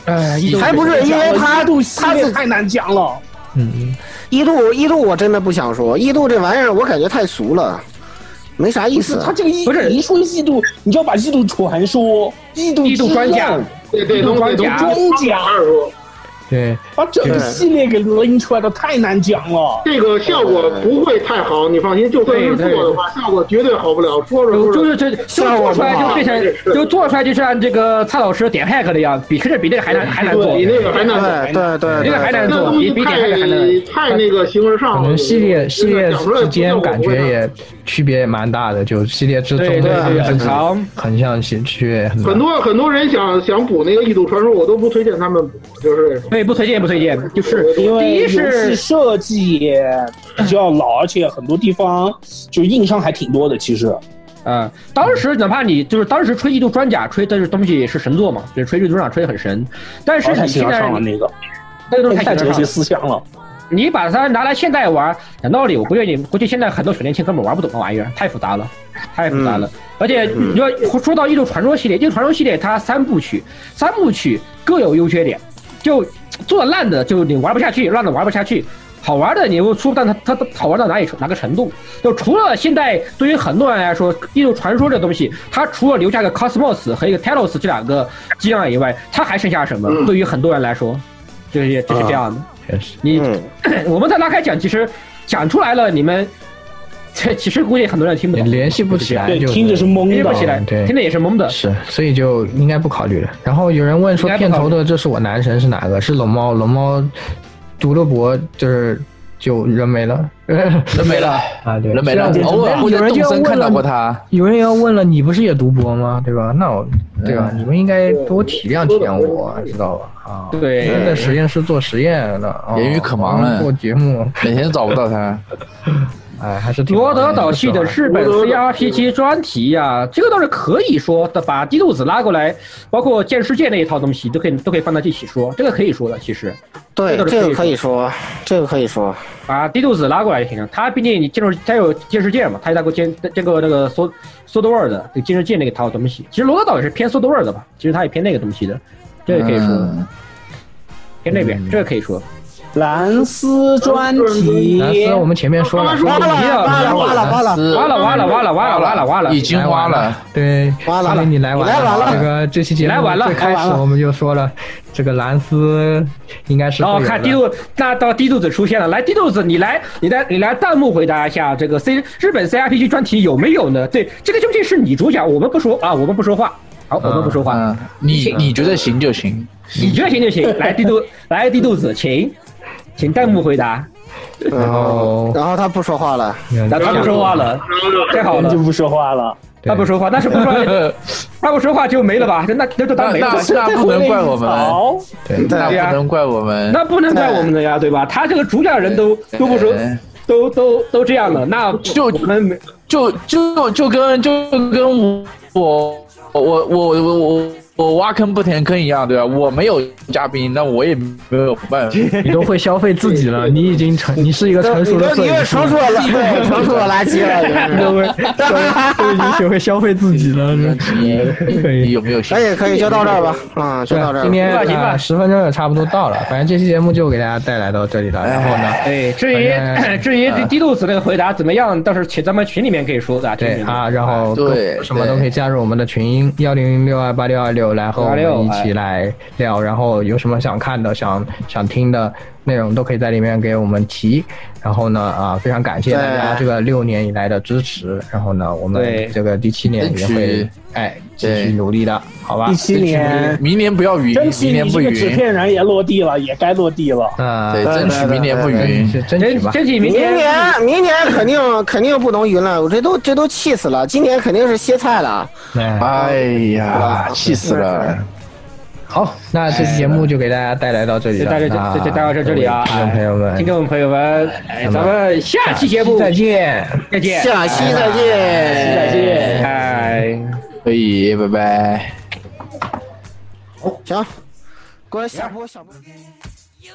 Speaker 10: 哎，
Speaker 7: 一度
Speaker 5: 还不是因为他
Speaker 17: 一度
Speaker 5: 他
Speaker 17: 系列
Speaker 5: 是
Speaker 17: 太难讲了。
Speaker 10: 嗯，
Speaker 5: 一度一度我真的不想说，一度这玩意儿我感觉太俗了，没啥意思。
Speaker 17: 他这个一一说异度，你就要把异度传说、异度
Speaker 5: 异度专家
Speaker 17: 对
Speaker 5: 对
Speaker 17: 异度
Speaker 5: 对
Speaker 17: 专家、
Speaker 5: 对
Speaker 17: 装甲，
Speaker 10: 对，
Speaker 17: 把整个
Speaker 8: 对
Speaker 17: 系列给拎出来的太难讲了。
Speaker 8: 这个效果不会太好，你放心，就算是做的话，效果绝对好不了。说着说着
Speaker 7: 就是这就做出来
Speaker 17: 啊
Speaker 7: 就变成就做出来就像这个蔡老师点 hack 的样，比甚至比那个还难还难做，
Speaker 8: 比那个还难
Speaker 5: 做，对对
Speaker 7: 比那个还难
Speaker 8: 那
Speaker 7: 做，
Speaker 8: 东
Speaker 7: 比
Speaker 8: 西
Speaker 7: 比点 hack 还难做。
Speaker 8: 太太那个形而上
Speaker 10: 可
Speaker 8: 了。
Speaker 10: 能系
Speaker 8: 哦
Speaker 10: 列系列
Speaker 8: 讲出来
Speaker 10: 之间
Speaker 8: 不像我
Speaker 10: 感
Speaker 8: 不会
Speaker 10: 觉
Speaker 8: 看
Speaker 10: 也区别也蛮大的，就系列之中
Speaker 8: 对对
Speaker 10: 的
Speaker 8: 对
Speaker 10: 很
Speaker 8: 很长，
Speaker 10: 很像系区别很大。
Speaker 8: 很多很多人想想补那个《异度传说》，我都不推荐他们补，就是这种。
Speaker 7: 对，不推荐，不推荐，就是
Speaker 17: 因
Speaker 7: 第
Speaker 17: 为
Speaker 7: 一
Speaker 17: 游戏
Speaker 7: 是
Speaker 17: 设计也比较老，而且很多地方就硬伤还挺多的。其实，
Speaker 7: 嗯，当时哪怕你就是当时吹《异度专甲》吹的东西是神作嘛，就是吹《异度专甲》吹的很神，但是
Speaker 17: 哦太
Speaker 7: 你
Speaker 17: 形
Speaker 7: 现
Speaker 17: 而
Speaker 7: 在
Speaker 17: 上了那个，哎
Speaker 7: 那个东西太
Speaker 17: 太
Speaker 7: 形
Speaker 17: 哲
Speaker 7: 而上
Speaker 17: 学
Speaker 7: 了
Speaker 17: 思想了。
Speaker 7: 你把它拿来现代玩，讲道理，我估计你估计现在很多小年轻根本玩不懂那玩意儿，太复杂了，太复杂了。而且你说说到《异度传说》系列，《异度传说》系列它三部曲，三部曲各有优缺点，就做得烂的就你玩不下去，烂的玩不下去。好玩的你又说不但它它它好玩到哪里哪个程度？就除了现在对于很多人来说，《异度传说》这东西，它除了留下一个 Cosmos 和一个 Telos 这两个机量以外，它还剩下什么？对于很多人来说，就是就是这样的。
Speaker 10: 确实，
Speaker 5: 嗯
Speaker 7: 你 (clears throat) 我们再拉开讲，其实讲出来了，你们这其实估计很多人听不懂，
Speaker 10: 联系不起来
Speaker 7: 对
Speaker 10: 哎就
Speaker 7: 听着是懵的听着不起来
Speaker 10: 对，
Speaker 7: 听着也是懵的
Speaker 10: 是，所以就应该不考虑了。然后有人问说，片头的这是我男神是哪个？是龙猫，龙猫，独乐博就是就人没了，人
Speaker 18: (laughs) 人没了
Speaker 10: (laughs) 啊，对，
Speaker 18: 人没了
Speaker 10: 虽然我
Speaker 18: 偶尔会在
Speaker 10: 有人
Speaker 18: 动
Speaker 10: 就要
Speaker 18: 森
Speaker 10: 问
Speaker 18: 看到
Speaker 10: 了
Speaker 18: 过他。
Speaker 10: 有人要问了，你不是也读博吗？对吧？那我对吧？你们应该多体谅体谅我，知道吧？啊，
Speaker 7: 对
Speaker 10: 现在在实验室做实验呢，哦
Speaker 18: 言语可忙了
Speaker 10: 做节目，
Speaker 18: 每天找不到他。
Speaker 10: (laughs) 哎，还是挺
Speaker 7: 罗
Speaker 10: 忙
Speaker 7: 德
Speaker 10: 的
Speaker 7: 岛系的日本 CRPG 专题呀、这个倒是可以说的，把低豆子拉过来，包括剑世界那一套东西都可以都可以放到一起说，这个可以说的，其实
Speaker 5: 对，
Speaker 7: 这个
Speaker 5: 这
Speaker 7: 是
Speaker 5: 个可以说，这个可以说，
Speaker 7: 把低豆子拉过来就行了。他毕竟你进入他有剑世界嘛，他也带过剑这个那个 Sword Sword World 的这个剑世界那个套东西，其实罗德岛也是偏 Sword World 的吧，其实他也偏那个东西的，这个可以说的，
Speaker 18: 嗯
Speaker 7: 偏那边、这个可以说。
Speaker 17: 蓝丝专题，
Speaker 10: 蓝丝我们前面说了
Speaker 17: 挖了挖了挖了挖了
Speaker 7: 挖了挖了挖了挖了挖了挖了，
Speaker 18: 已经挖了。
Speaker 10: 对，
Speaker 5: 挖
Speaker 10: 了，你来晚
Speaker 7: 你来晚了
Speaker 10: 这个这期节
Speaker 7: 你来晚
Speaker 10: 目
Speaker 7: 了
Speaker 10: 最开始我们就说了，这个蓝斯应该是
Speaker 7: 然
Speaker 10: 会
Speaker 7: 后
Speaker 10: 有的
Speaker 7: 哦看低豆，那到低豆子出现了，来低豆子，你来，你来，你来弹幕回答一下这个 C 日本 CRPG 专题有没有呢？对，这个究竟是你主讲，我们不说啊，我们不说话，好，我们不说话，
Speaker 18: 嗯你
Speaker 7: 请
Speaker 18: 你觉得行就行。
Speaker 7: 你觉得行就行，来低豆，来低豆子，请，请弹幕回答，
Speaker 5: 然后然后他不说话了，
Speaker 7: 那他不说话了，太好了
Speaker 17: 就。不说话了。
Speaker 7: 他
Speaker 10: (laughs)
Speaker 7: 不说话，那是不说话，他不说话就没了吧？那那那就当没了。
Speaker 18: 那那不能怪我们，
Speaker 10: 对
Speaker 18: 那
Speaker 7: 呀
Speaker 18: 不能怪我们，
Speaker 7: 那不能怪我们的呀，对吧？他这个主讲人都都不说，都都都这样了，那就我们没
Speaker 18: 就就就跟就跟我我我我我我我挖坑不填坑一样，对吧？我没有嘉宾，那我也没有办法。
Speaker 10: (laughs) 你都会消费自己了，你已经成，你是一个成熟的摄影师，你都会，都
Speaker 5: (laughs)
Speaker 10: 已经学会消费自己了。可以，
Speaker 18: 有没有？
Speaker 5: 可以可以，就到这儿吧，啊，就到这儿吧。
Speaker 10: 今天呃十分钟也差不多到了，反正这期节目就给大家带来到这里了。然后呢，
Speaker 7: 哎，至于 (clears throat) 至于这低豆子那个回答怎么样，倒是群咱们群里面可以说的。
Speaker 10: 对
Speaker 7: 群里面
Speaker 10: 啊，然后各
Speaker 18: 对
Speaker 10: 什么
Speaker 18: 对
Speaker 10: 都可以加入我们的群幺零零六二八六二六，然后我们
Speaker 7: 286
Speaker 10: 一起来聊，然后有什么想看的、想想听的，内容都可以在里面给我们提。然后呢，啊，非常感谢大家
Speaker 5: 对
Speaker 10: 这个六年以来的支持。然后呢，我
Speaker 5: 对
Speaker 10: 们这个第七年也会哎继续努力的，好吧？
Speaker 17: 第七年，
Speaker 18: 明年不要云
Speaker 17: 争取
Speaker 18: 明年
Speaker 17: 你
Speaker 18: 不
Speaker 17: 这个
Speaker 18: 云
Speaker 17: 纸片人也落地了，也该落地了。
Speaker 10: 啊
Speaker 18: 对争取明年不云
Speaker 10: 争取吧。
Speaker 5: 明年明年肯定肯定不能云了，我这都这都气死了，今年肯定是歇菜了。啊
Speaker 18: 哎
Speaker 5: 呀气死了！
Speaker 10: 好，那这期节目就给大家带来到这里
Speaker 7: 就
Speaker 10: 了，
Speaker 7: 带着
Speaker 10: 啊
Speaker 7: 这这带到这这里啊，
Speaker 10: 各位听众朋友们，
Speaker 7: 听众朋友们，哎咱们下期节目
Speaker 10: 再见，
Speaker 7: 再见，
Speaker 5: 下期再见
Speaker 10: 哎
Speaker 7: 下期再见，
Speaker 18: 拜，可以，拜拜。
Speaker 5: 行，过来下播下播。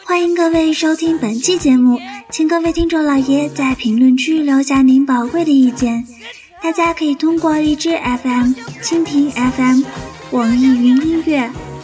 Speaker 1: 欢迎各位收听本期节目，请各位听众老爷在评论区留下您宝贵的意见。大家可以通过荔枝 FM、蜻蜓 FM、网易云音乐、